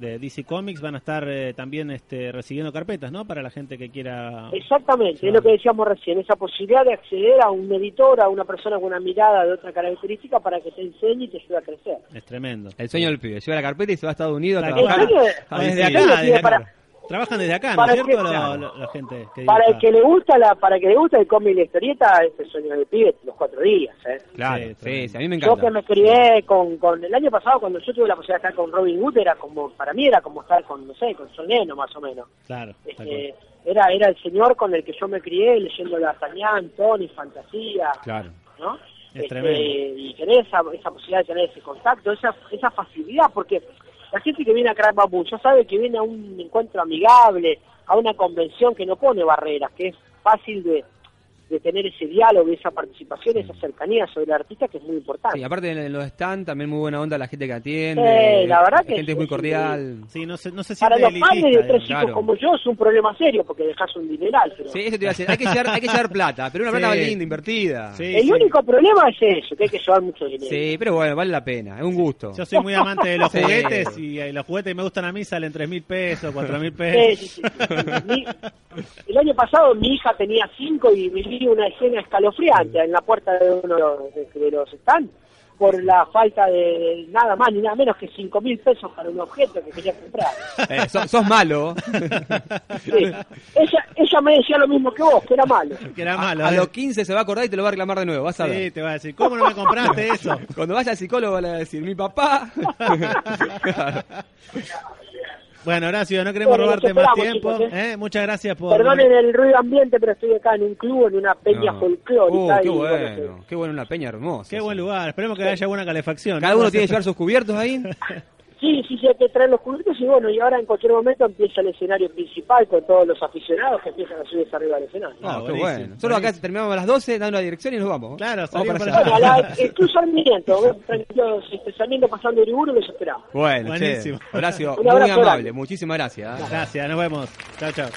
[SPEAKER 2] de, de DC Comics, van a estar eh, también este, recibiendo carpetas, ¿no? Para la gente que
[SPEAKER 3] Ah,
[SPEAKER 2] quiera...
[SPEAKER 4] Exactamente, es lo que decíamos recién, esa posibilidad de acceder a un editor, a una persona con una mirada de otra característica para que te enseñe y te ayude a crecer.
[SPEAKER 2] Es tremendo.
[SPEAKER 3] El sueño del pibe, lleva la carpeta y se va a Estados Unidos a
[SPEAKER 2] Tal
[SPEAKER 3] trabajar.
[SPEAKER 4] cual.
[SPEAKER 2] Ah,
[SPEAKER 3] a
[SPEAKER 2] desde
[SPEAKER 3] DC.
[SPEAKER 2] acá,
[SPEAKER 4] Sí,
[SPEAKER 2] desde acá.
[SPEAKER 4] para-
[SPEAKER 2] Trabajan desde acá, ¿no es
[SPEAKER 4] para
[SPEAKER 2] cierto?
[SPEAKER 4] que-
[SPEAKER 2] Lo- lo- la gente que
[SPEAKER 4] Para el
[SPEAKER 2] dibuja.
[SPEAKER 4] que le gusta la, para el que le gusta el cómic y la historieta, este sueño del pibe, los cuatro días, ¿eh?
[SPEAKER 3] Claro,
[SPEAKER 2] Sí,
[SPEAKER 3] sí,
[SPEAKER 2] tremendo.
[SPEAKER 3] sí, a mí me
[SPEAKER 4] Yo que me
[SPEAKER 3] encanta.
[SPEAKER 4] crié con, con el año pasado cuando yo tuve la posibilidad de estar con Robin Hood era como para mí era como estar con no sé con John Lennon más o menos
[SPEAKER 2] Claro,
[SPEAKER 4] Este,
[SPEAKER 2] tal cual.
[SPEAKER 4] era era el señor con el que yo me crié leyendo D'Artagnan, Tony, Fantasía,
[SPEAKER 3] Claro.
[SPEAKER 4] ¿no? Este,
[SPEAKER 2] Es tremendo.
[SPEAKER 4] Y tener esa, esa posibilidad de tener ese contacto, esa, esa facilidad, porque la gente que viene a Crack Bamboo ya sabe que viene a un encuentro amigable, a una convención que no pone barreras, que es fácil de, de tener ese diálogo y esa participación, esa cercanía sobre el artista que es muy importante.
[SPEAKER 3] Sí, aparte en los stands, también muy buena onda la gente que atiende.
[SPEAKER 4] Sí, la verdad que
[SPEAKER 3] gente
[SPEAKER 4] sí,
[SPEAKER 3] muy
[SPEAKER 4] sí.
[SPEAKER 3] cordial.
[SPEAKER 2] Sí, no se, no se siente
[SPEAKER 4] Para los
[SPEAKER 2] elitista,
[SPEAKER 4] padres de tres
[SPEAKER 2] digamos.
[SPEAKER 4] chicos
[SPEAKER 3] eh, claro.
[SPEAKER 4] como yo es un problema serio porque dejas un dineral. Pero
[SPEAKER 3] Sí, eso te iba a decir. Hay que llevar, hay que llevar plata, pero una
[SPEAKER 2] Sí.
[SPEAKER 3] plata linda, invertida.
[SPEAKER 2] Sí,
[SPEAKER 4] el
[SPEAKER 2] sí.
[SPEAKER 4] único problema es eso, que hay que llevar mucho dinero.
[SPEAKER 3] Sí, pero bueno, vale la pena, es un gusto.
[SPEAKER 2] Yo soy muy amante de los
[SPEAKER 3] Sí.
[SPEAKER 2] juguetes y eh, los juguetes que me gustan a mí salen tres mil pesos, cuatro mil
[SPEAKER 4] Sí,
[SPEAKER 2] pesos.
[SPEAKER 4] sí, sí. Mi- el año pasado mi hija tenía cinco y viví una escena escalofriante en la puerta de uno de los, de los stands por la falta de nada más ni nada menos que cinco mil pesos para un objeto que quería comprar.
[SPEAKER 3] Eh, sos, sos malo.
[SPEAKER 4] Sí. Ella, ella me decía lo mismo que vos, que era malo.
[SPEAKER 2] Que era
[SPEAKER 3] A-
[SPEAKER 2] malo.
[SPEAKER 3] a,
[SPEAKER 2] ¿eh?
[SPEAKER 3] los 15 se va a acordar y te lo va a reclamar de nuevo, vas a
[SPEAKER 2] Sí,
[SPEAKER 3] ver.
[SPEAKER 2] te va a decir, ¿cómo no me compraste eso?
[SPEAKER 3] Cuando vaya al psicólogo le va a decir, mi papá.
[SPEAKER 2] Bueno, Horacio, no queremos
[SPEAKER 4] Bueno, los
[SPEAKER 2] robarte más
[SPEAKER 4] esperamos,
[SPEAKER 2] tiempo.
[SPEAKER 4] chicos,
[SPEAKER 2] ¿eh? Muchas gracias por...
[SPEAKER 4] Perdonen el ruido ambiente, pero estoy acá en un club, en una peña
[SPEAKER 3] No.
[SPEAKER 4] folclórica.
[SPEAKER 3] Uh, qué
[SPEAKER 4] y, bueno,
[SPEAKER 3] bueno, qué bueno, una peña hermosa.
[SPEAKER 2] Qué buen lugar. Esperemos que haya buena calefacción.
[SPEAKER 3] Cada
[SPEAKER 2] ¿no?
[SPEAKER 3] uno tiene que llevar sus cubiertos ahí.
[SPEAKER 4] Sí, sí, sí, hay que traer los juguetes y bueno, y ahora en cualquier momento empieza el escenario principal con todos los aficionados que empiezan a subirse arriba del escenario.
[SPEAKER 3] No,
[SPEAKER 2] Ah,
[SPEAKER 3] qué
[SPEAKER 2] buenísimo,
[SPEAKER 3] bueno. Nosotros acá
[SPEAKER 2] buenísimo.
[SPEAKER 3] terminamos a las 12, dando la dirección y nos vamos.
[SPEAKER 2] Claro,
[SPEAKER 3] vamos
[SPEAKER 2] salimos
[SPEAKER 3] para
[SPEAKER 2] para
[SPEAKER 3] allá.
[SPEAKER 4] Bueno, a la excluso Sarmiento, ven, tranquilos, este, Sarmiento pasando Uriburu los esperamos.
[SPEAKER 3] Bueno, che,
[SPEAKER 2] Buenísimo.
[SPEAKER 3] Horacio,
[SPEAKER 4] Un
[SPEAKER 3] muy
[SPEAKER 4] abrazo
[SPEAKER 3] amable,
[SPEAKER 4] grande.
[SPEAKER 3] muchísimas gracias. ¿eh?
[SPEAKER 2] Gracias, nos vemos. Chao, chao.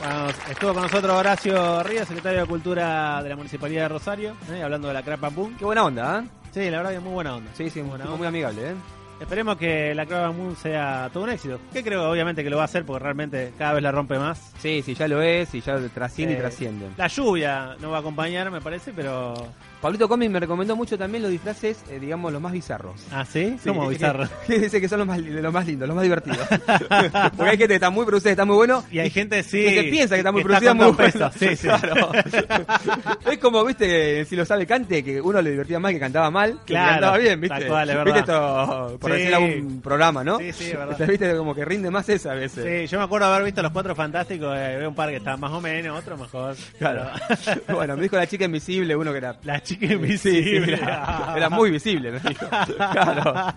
[SPEAKER 2] Vamos, estuvo con nosotros Horacio Ríos, secretario de Cultura de la Municipalidad de Rosario, ¿eh? hablando de la Crapa Boom.
[SPEAKER 3] Qué buena onda, ¿eh?
[SPEAKER 2] Sí, la verdad que muy buena onda.
[SPEAKER 3] Sí, sí,
[SPEAKER 2] Muy
[SPEAKER 3] un
[SPEAKER 2] buena
[SPEAKER 3] tipo
[SPEAKER 2] onda.
[SPEAKER 3] muy amigable, ¿eh?
[SPEAKER 2] Esperemos que la Crapa Boom sea todo un éxito. Que creo, obviamente, que lo va a hacer porque realmente cada vez la rompe más.
[SPEAKER 3] Sí, sí, ya lo es y ya trasciende
[SPEAKER 2] Eh,
[SPEAKER 3] y trasciende.
[SPEAKER 2] La lluvia no va a acompañar, me parece, pero.
[SPEAKER 3] Pablito Comi me recomendó mucho también los disfraces, eh, digamos, los más bizarros.
[SPEAKER 2] ¿Ah, sí?
[SPEAKER 3] Sí,
[SPEAKER 2] Como
[SPEAKER 3] dice
[SPEAKER 2] bizarro.
[SPEAKER 3] que- dice que son los más, li- los más lindos, los más divertidos. Porque hay gente que está muy producida, está muy bueno.
[SPEAKER 2] Y hay gente, sí.
[SPEAKER 3] que se piensa que está muy
[SPEAKER 2] que
[SPEAKER 3] producida,
[SPEAKER 2] con
[SPEAKER 3] muy
[SPEAKER 2] dos
[SPEAKER 3] bueno.
[SPEAKER 2] pesos. Sí, sí.
[SPEAKER 3] Claro. es como, viste, si lo sabe Cante, que uno le divertía más que cantaba mal. que
[SPEAKER 2] Claro,
[SPEAKER 3] cantaba bien, viste.
[SPEAKER 2] tal cual, es verdad.
[SPEAKER 3] Viste esto, por
[SPEAKER 2] Sí.
[SPEAKER 3] decir algún programa, ¿no?
[SPEAKER 2] Sí, sí, es verdad.
[SPEAKER 3] Viste, como que rinde más esa a veces.
[SPEAKER 2] Sí, yo me acuerdo haber visto los cuatro fantásticos. eh, veo un par que está más o menos, otro mejor.
[SPEAKER 3] Claro. bueno, me dijo la chica invisible, uno que era.
[SPEAKER 2] La chica
[SPEAKER 3] Sí, sí,
[SPEAKER 2] invisible.
[SPEAKER 3] era, era muy visible, me dijo. Claro.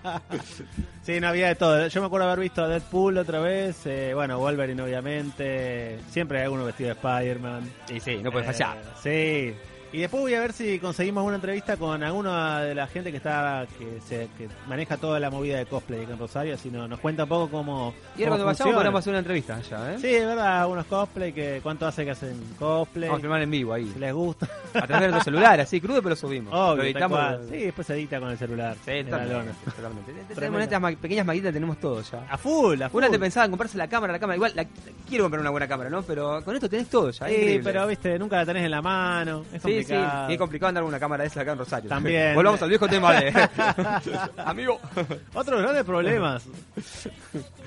[SPEAKER 2] Sí, no había de todo. Yo me acuerdo haber visto a Deadpool otra vez. eh, bueno, Wolverine, obviamente. Siempre hay alguno vestido de Spider-Man.
[SPEAKER 3] Y sí, no puede
[SPEAKER 2] Eh,
[SPEAKER 3] fallar.
[SPEAKER 2] Sí. Y después voy a ver si conseguimos una entrevista con alguno de la gente que está que, se, que maneja toda la movida de cosplay acá en Rosario. Así no, nos cuenta un poco cómo.
[SPEAKER 3] Y
[SPEAKER 2] cómo
[SPEAKER 3] ahora cuando vayamos
[SPEAKER 2] funciona.
[SPEAKER 3] podemos hacer una entrevista allá, ¿eh?
[SPEAKER 2] Sí, es verdad, unos cosplay. que ¿Cuánto hace que hacen cosplay?
[SPEAKER 3] Vamos a filmar en vivo ahí.
[SPEAKER 2] Si les gusta.
[SPEAKER 3] A través de nuestro celular, así crudo, pero lo subimos. lo
[SPEAKER 2] Obvio, tal
[SPEAKER 3] editamos.
[SPEAKER 2] cual. Sí, después se edita con el celular.
[SPEAKER 3] Sí,
[SPEAKER 2] en la lona.
[SPEAKER 3] totalmente. totalmente. Tenemos
[SPEAKER 2] Tremendo. Ah,
[SPEAKER 3] estas ma- pequeñas maquinitas, tenemos todo ya.
[SPEAKER 2] A full, a full.
[SPEAKER 3] Una te pensaba en comprarse la cámara, la cámara. Igual la, quiero comprar una buena cámara, ¿no? Pero con esto tenés todo ya. es
[SPEAKER 2] Sí,
[SPEAKER 3] increíble.
[SPEAKER 2] pero viste, nunca la tenés en la mano. Es
[SPEAKER 3] Sí, sí,
[SPEAKER 2] complicado.
[SPEAKER 3] y es complicado andar con una cámara de esa acá en Rosario.
[SPEAKER 2] También.
[SPEAKER 3] Volvamos al viejo tema de. Amigo.
[SPEAKER 2] Otro gran de problemas.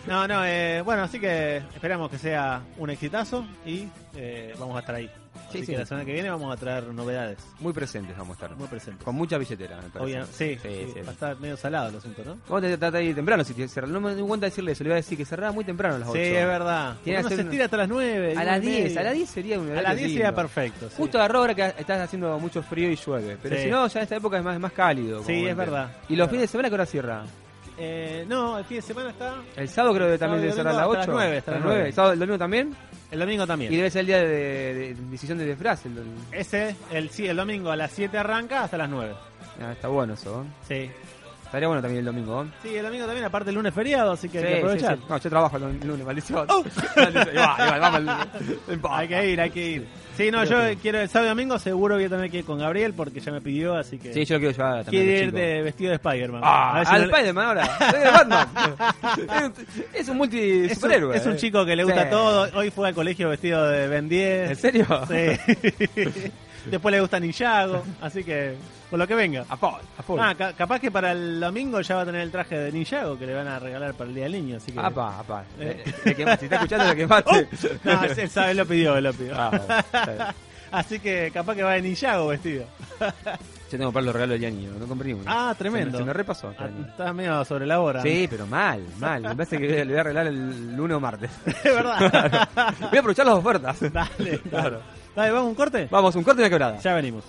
[SPEAKER 2] No, no, eh, bueno, así que esperamos que sea un exitazo y eh, vamos a estar ahí. Así
[SPEAKER 3] Sí,
[SPEAKER 2] que
[SPEAKER 3] sí.
[SPEAKER 2] la semana que viene vamos a traer novedades
[SPEAKER 3] Muy presentes vamos a estar.
[SPEAKER 2] muy presentes.
[SPEAKER 3] Con mucha billetera, me parece.
[SPEAKER 2] Obvia- sí,
[SPEAKER 3] sí.
[SPEAKER 2] sí,
[SPEAKER 3] sí.
[SPEAKER 2] va a estar medio salado el asunto, ¿no?
[SPEAKER 3] Vos te tratás de ir temprano si te cerrar. No me di cuenta de decirle eso. Le iba a decir que cerraba muy temprano a las 8.
[SPEAKER 2] Sí, es verdad.
[SPEAKER 3] Tiene que
[SPEAKER 2] Uno
[SPEAKER 3] hacer
[SPEAKER 2] se
[SPEAKER 3] un-
[SPEAKER 2] estira hasta las 9.
[SPEAKER 3] A las 10, a las 10 sería un
[SPEAKER 2] A
[SPEAKER 3] horario
[SPEAKER 2] las 10 sería
[SPEAKER 3] lindo.
[SPEAKER 2] perfecto. sí.
[SPEAKER 3] Justo agarró ahora que estás haciendo mucho frío y llueve. Pero
[SPEAKER 2] Sí.
[SPEAKER 3] si no, ya en esta época es más, más cálido. como
[SPEAKER 2] Sí, es
[SPEAKER 3] momento.
[SPEAKER 2] verdad.
[SPEAKER 3] ¿Y los fines de semana qué hora cierra?
[SPEAKER 2] Eh, no, el fin de semana está.
[SPEAKER 3] El sábado creo que
[SPEAKER 2] Sábado
[SPEAKER 3] también
[SPEAKER 2] y
[SPEAKER 3] debe cerrar a las
[SPEAKER 2] domingo
[SPEAKER 3] 8.
[SPEAKER 2] hasta las nueve, hasta las nueve.
[SPEAKER 3] ¿El sábado, el domingo también?
[SPEAKER 2] El domingo también.
[SPEAKER 3] Y debe ser el día de, de- de decisión de disfraz. el domingo.
[SPEAKER 2] Ese, el, sí, el domingo a las 7 arranca hasta las 9.
[SPEAKER 3] Ah, está bueno eso. ¿eh?
[SPEAKER 2] Sí.
[SPEAKER 3] Estaría bueno también el domingo. ¿eh?
[SPEAKER 2] Sí, el domingo también, aparte el lunes feriado, así que hay que
[SPEAKER 3] Sí, sí,
[SPEAKER 2] aprovechar. ¡Oh!
[SPEAKER 3] sí. No, yo trabajo el lun- lunes, maldición. Maldición. Y va, y va, vamos el lunes.
[SPEAKER 2] Hay que ir, hay que ir. Sí, no, yo quiero el sábado y domingo, seguro voy a tener que ir con Gabriel porque ya me pidió, así que.
[SPEAKER 3] Sí, yo lo quiero llevar también.
[SPEAKER 2] quiere
[SPEAKER 3] los
[SPEAKER 2] ir
[SPEAKER 3] chicos.
[SPEAKER 2] de vestido de Spider-Man. A
[SPEAKER 3] Ah,
[SPEAKER 2] ver si
[SPEAKER 3] al
[SPEAKER 2] no le-
[SPEAKER 3] Spider-Man ahora. Soy de Batman. Es- es un multi
[SPEAKER 2] es, un,
[SPEAKER 3] superhéroe.
[SPEAKER 2] es un
[SPEAKER 3] eh.
[SPEAKER 2] chico que le gusta
[SPEAKER 3] Sí.
[SPEAKER 2] todo. Hoy fue al colegio vestido de Ben 10.
[SPEAKER 3] ¿En serio?
[SPEAKER 2] Sí. Después le gusta Ninjago, así que por lo que venga.
[SPEAKER 3] A full, a full.
[SPEAKER 2] Ah, ca- capaz que para el domingo ya va a tener el traje de Ninjago que le van a regalar para el Día del Niño, así que...
[SPEAKER 3] Apa, apa.
[SPEAKER 2] Eh.
[SPEAKER 3] Eh, le quemaste, si está escuchando, le
[SPEAKER 2] Ah,
[SPEAKER 3] quemaste.
[SPEAKER 2] No, él sabe, lo pidió, lo pidió.
[SPEAKER 3] Ah, está bien.
[SPEAKER 2] Así que capaz que va de Ninjago vestido.
[SPEAKER 3] Yo tengo que comprar los regalos del año, no compré uno.
[SPEAKER 2] Ah, tremendo.
[SPEAKER 3] Se me, se me repasó. este
[SPEAKER 2] Ah, Estás medio sobre la hora.
[SPEAKER 3] Sí, pero mal, mal. Me parece que le voy a regalar el 1 de martes.
[SPEAKER 2] Es verdad.
[SPEAKER 3] Voy a aprovechar las ofertas.
[SPEAKER 2] Dale, claro.
[SPEAKER 3] Claro.
[SPEAKER 2] Dale, vamos a un corte.
[SPEAKER 3] Vamos, un corte y una quebrada.
[SPEAKER 2] Ya venimos.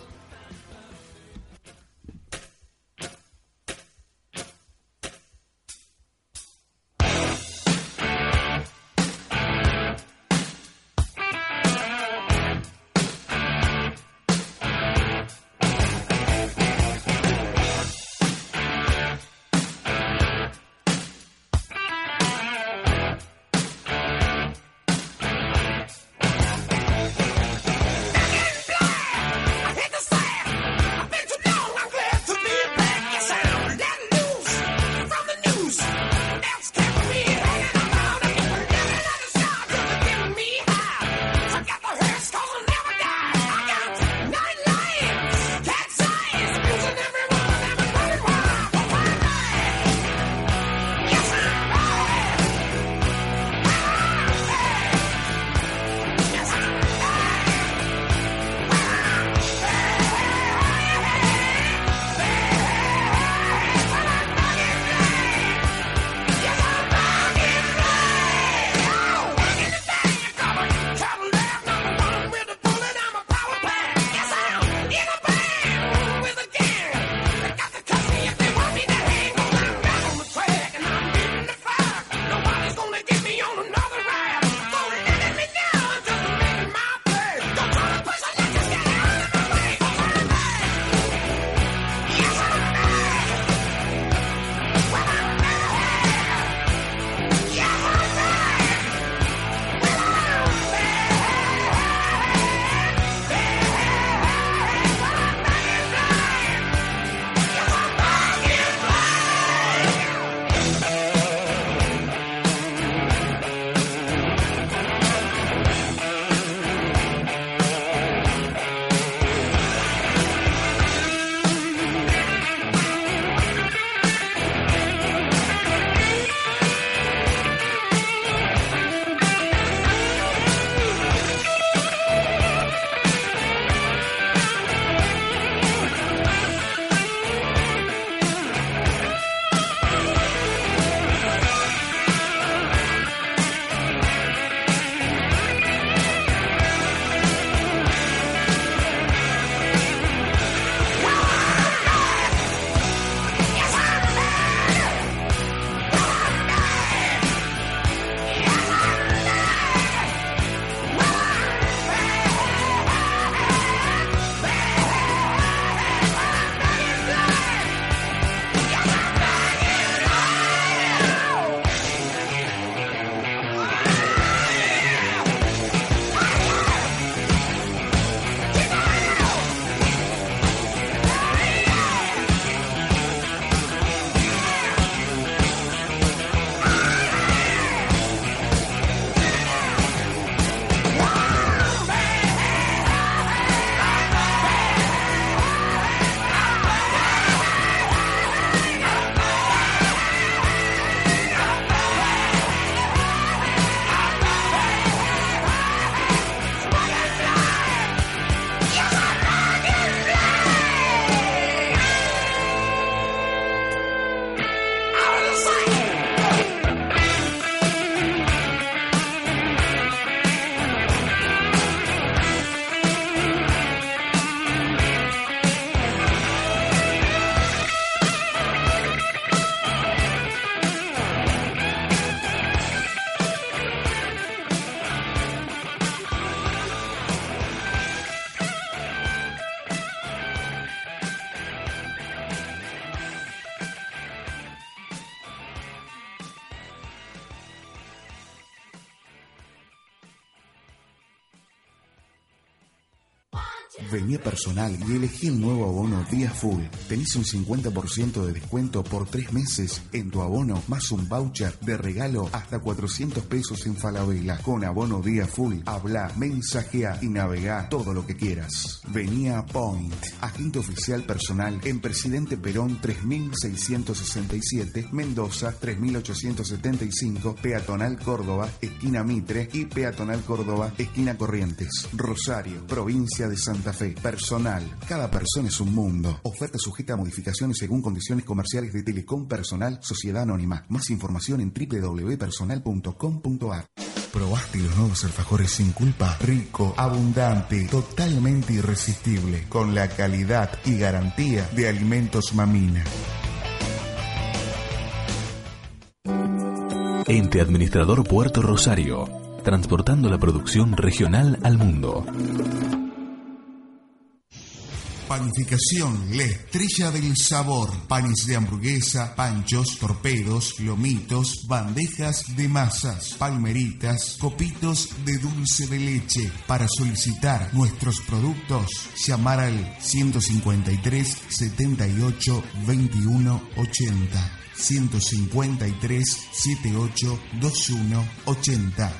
[SPEAKER 5] hit the
[SPEAKER 1] Vení a personal y elegí el nuevo abono Día Full. Tenés un 50% de descuento por tres meses en tu abono, más un voucher de regalo hasta 400 pesos en Falabella. Con abono Día Full, habla, mensajea y navega todo lo que quieras. Vení a Point, agente oficial personal en Presidente Perón 3667, Mendoza 3875, Peatonal Córdoba, esquina Mitre y Peatonal Córdoba, esquina Corrientes. Rosario, provincia de Santa Fe. Personal. Cada persona es un mundo. Oferta sujeta a modificaciones según condiciones comerciales de Telecom Personal Sociedad Anónima. Más información en www.personal.com.ar. ¿Probaste los nuevos alfajores sin culpa? Rico, abundante, totalmente irresistible, con la calidad y garantía de Alimentos Mamina.
[SPEAKER 5] Ente Administrador Puerto Rosario, transportando la producción regional al mundo.
[SPEAKER 1] Panificación, la estrella del sabor. Panes de hamburguesa, panchos, torpedos, lomitos, bandejas de masas, palmeritas, copitos de dulce de leche. Para solicitar nuestros productos, llamar al 153 78 21 80. 153 78 21 80.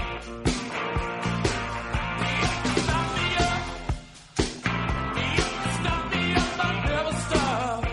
[SPEAKER 6] Stop me up, I'll never stop.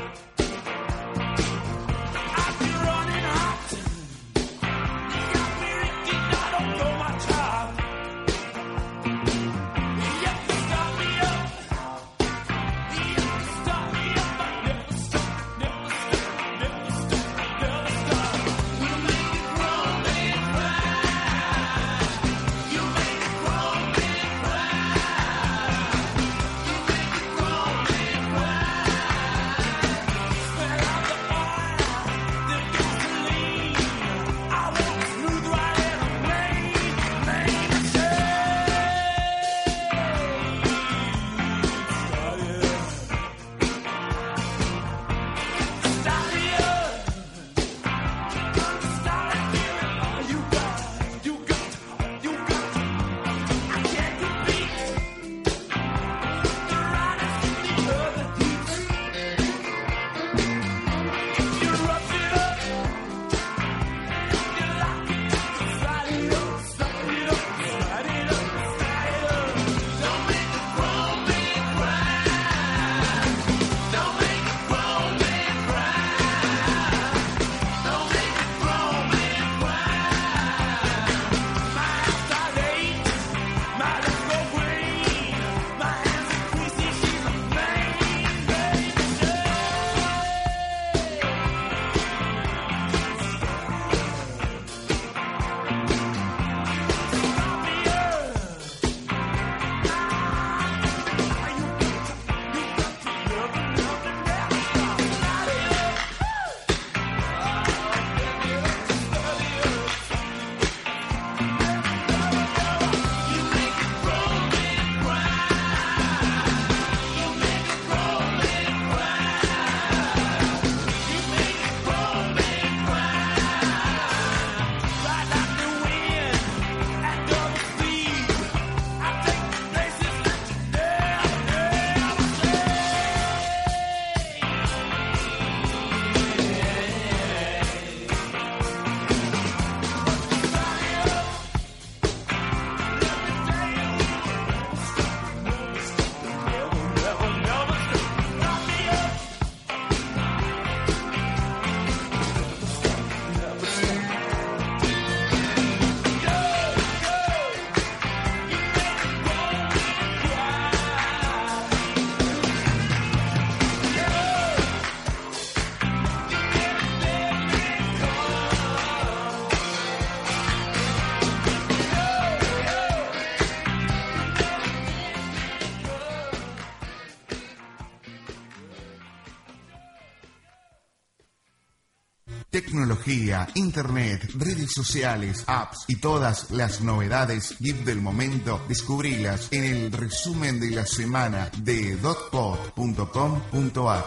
[SPEAKER 1] tecnología, internet, redes sociales, apps y todas las novedades GIF del momento, descubrílas en el resumen de la semana de dotpod.com.ar.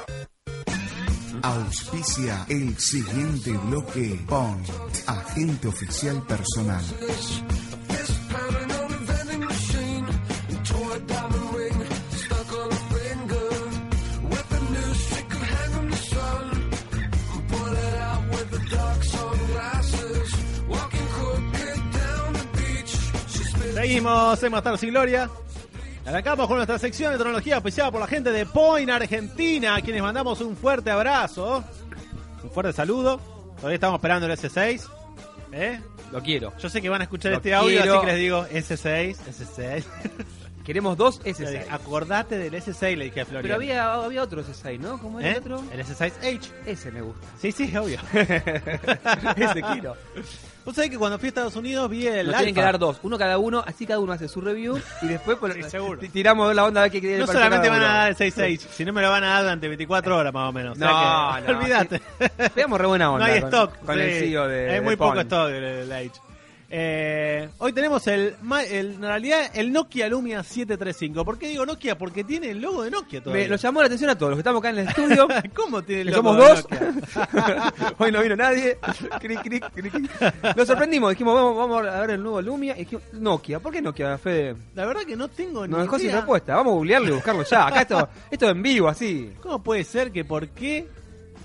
[SPEAKER 1] Auspicia el siguiente bloque con Agente Oficial Personal.
[SPEAKER 2] Seguimos en Bastardos sin Gloria. Arrancamos con nuestra sección de tecnología oficial por la gente de Point Argentina, a quienes mandamos un fuerte abrazo, un fuerte saludo. Todavía estamos esperando el S6. ¿eh?
[SPEAKER 3] Lo quiero.
[SPEAKER 2] Yo sé que van a escuchar
[SPEAKER 3] Lo
[SPEAKER 2] este audio,
[SPEAKER 3] quiero.
[SPEAKER 2] así que les digo S6, S6.
[SPEAKER 3] Queremos dos
[SPEAKER 2] Le dije, ah,
[SPEAKER 3] S6.
[SPEAKER 2] Acordate del S6, le dije a Florian.
[SPEAKER 3] Pero había, había otro S6, ¿no? ¿Cómo era
[SPEAKER 2] ¿Eh?
[SPEAKER 3] el otro?
[SPEAKER 2] El S6H.
[SPEAKER 3] Ese me gusta.
[SPEAKER 2] Sí, sí, obvio.
[SPEAKER 3] Ese quiero.
[SPEAKER 2] Vos sabés que cuando fui a Estados Unidos vi el
[SPEAKER 3] Nos tienen
[SPEAKER 2] Alfa.
[SPEAKER 3] que dar dos. Uno cada uno, así cada uno hace su review y después pues,
[SPEAKER 2] Sí, seguro.
[SPEAKER 3] t- tiramos la onda a ver qué quiere
[SPEAKER 2] No
[SPEAKER 3] para cada
[SPEAKER 2] solamente van a
[SPEAKER 3] uno.
[SPEAKER 2] dar el 6-6, sino me lo van a dar durante 24 horas más o menos. O sea
[SPEAKER 3] No,
[SPEAKER 2] que,
[SPEAKER 3] no,
[SPEAKER 2] olvídate.
[SPEAKER 3] Veamos re buena
[SPEAKER 2] No
[SPEAKER 3] onda.
[SPEAKER 2] hay
[SPEAKER 3] con-
[SPEAKER 2] stock.
[SPEAKER 3] Con el
[SPEAKER 2] sí.
[SPEAKER 3] CEO de.
[SPEAKER 2] Hay
[SPEAKER 3] de
[SPEAKER 2] muy
[SPEAKER 3] Pon.
[SPEAKER 2] poco stock de de la H. Eh, hoy tenemos el, ma- el- en realidad el Nokia Lumia 735. ¿Por qué digo Nokia? Porque tiene el logo de Nokia
[SPEAKER 3] Me,
[SPEAKER 2] todavía.
[SPEAKER 3] nos llamó la atención a todos los que estamos acá en el estudio.
[SPEAKER 2] ¿Cómo tiene el
[SPEAKER 3] que
[SPEAKER 2] logo
[SPEAKER 3] somos
[SPEAKER 2] de
[SPEAKER 3] dos.
[SPEAKER 2] Nokia?
[SPEAKER 3] Hoy no vino nadie. Cric, cric, cric, cric. Nos sorprendimos. Dijimos, vamos, vamos a ver el nuevo Lumia. Y dijimos, Nokia. ¿Por qué Nokia, Fede?
[SPEAKER 2] La verdad que no tengo ni
[SPEAKER 3] Nos dejó sin
[SPEAKER 2] idea.
[SPEAKER 3] respuesta. Vamos a googlearlo y buscarlo ya. Acá esto, esto en vivo, así.
[SPEAKER 2] ¿Cómo puede ser que por qué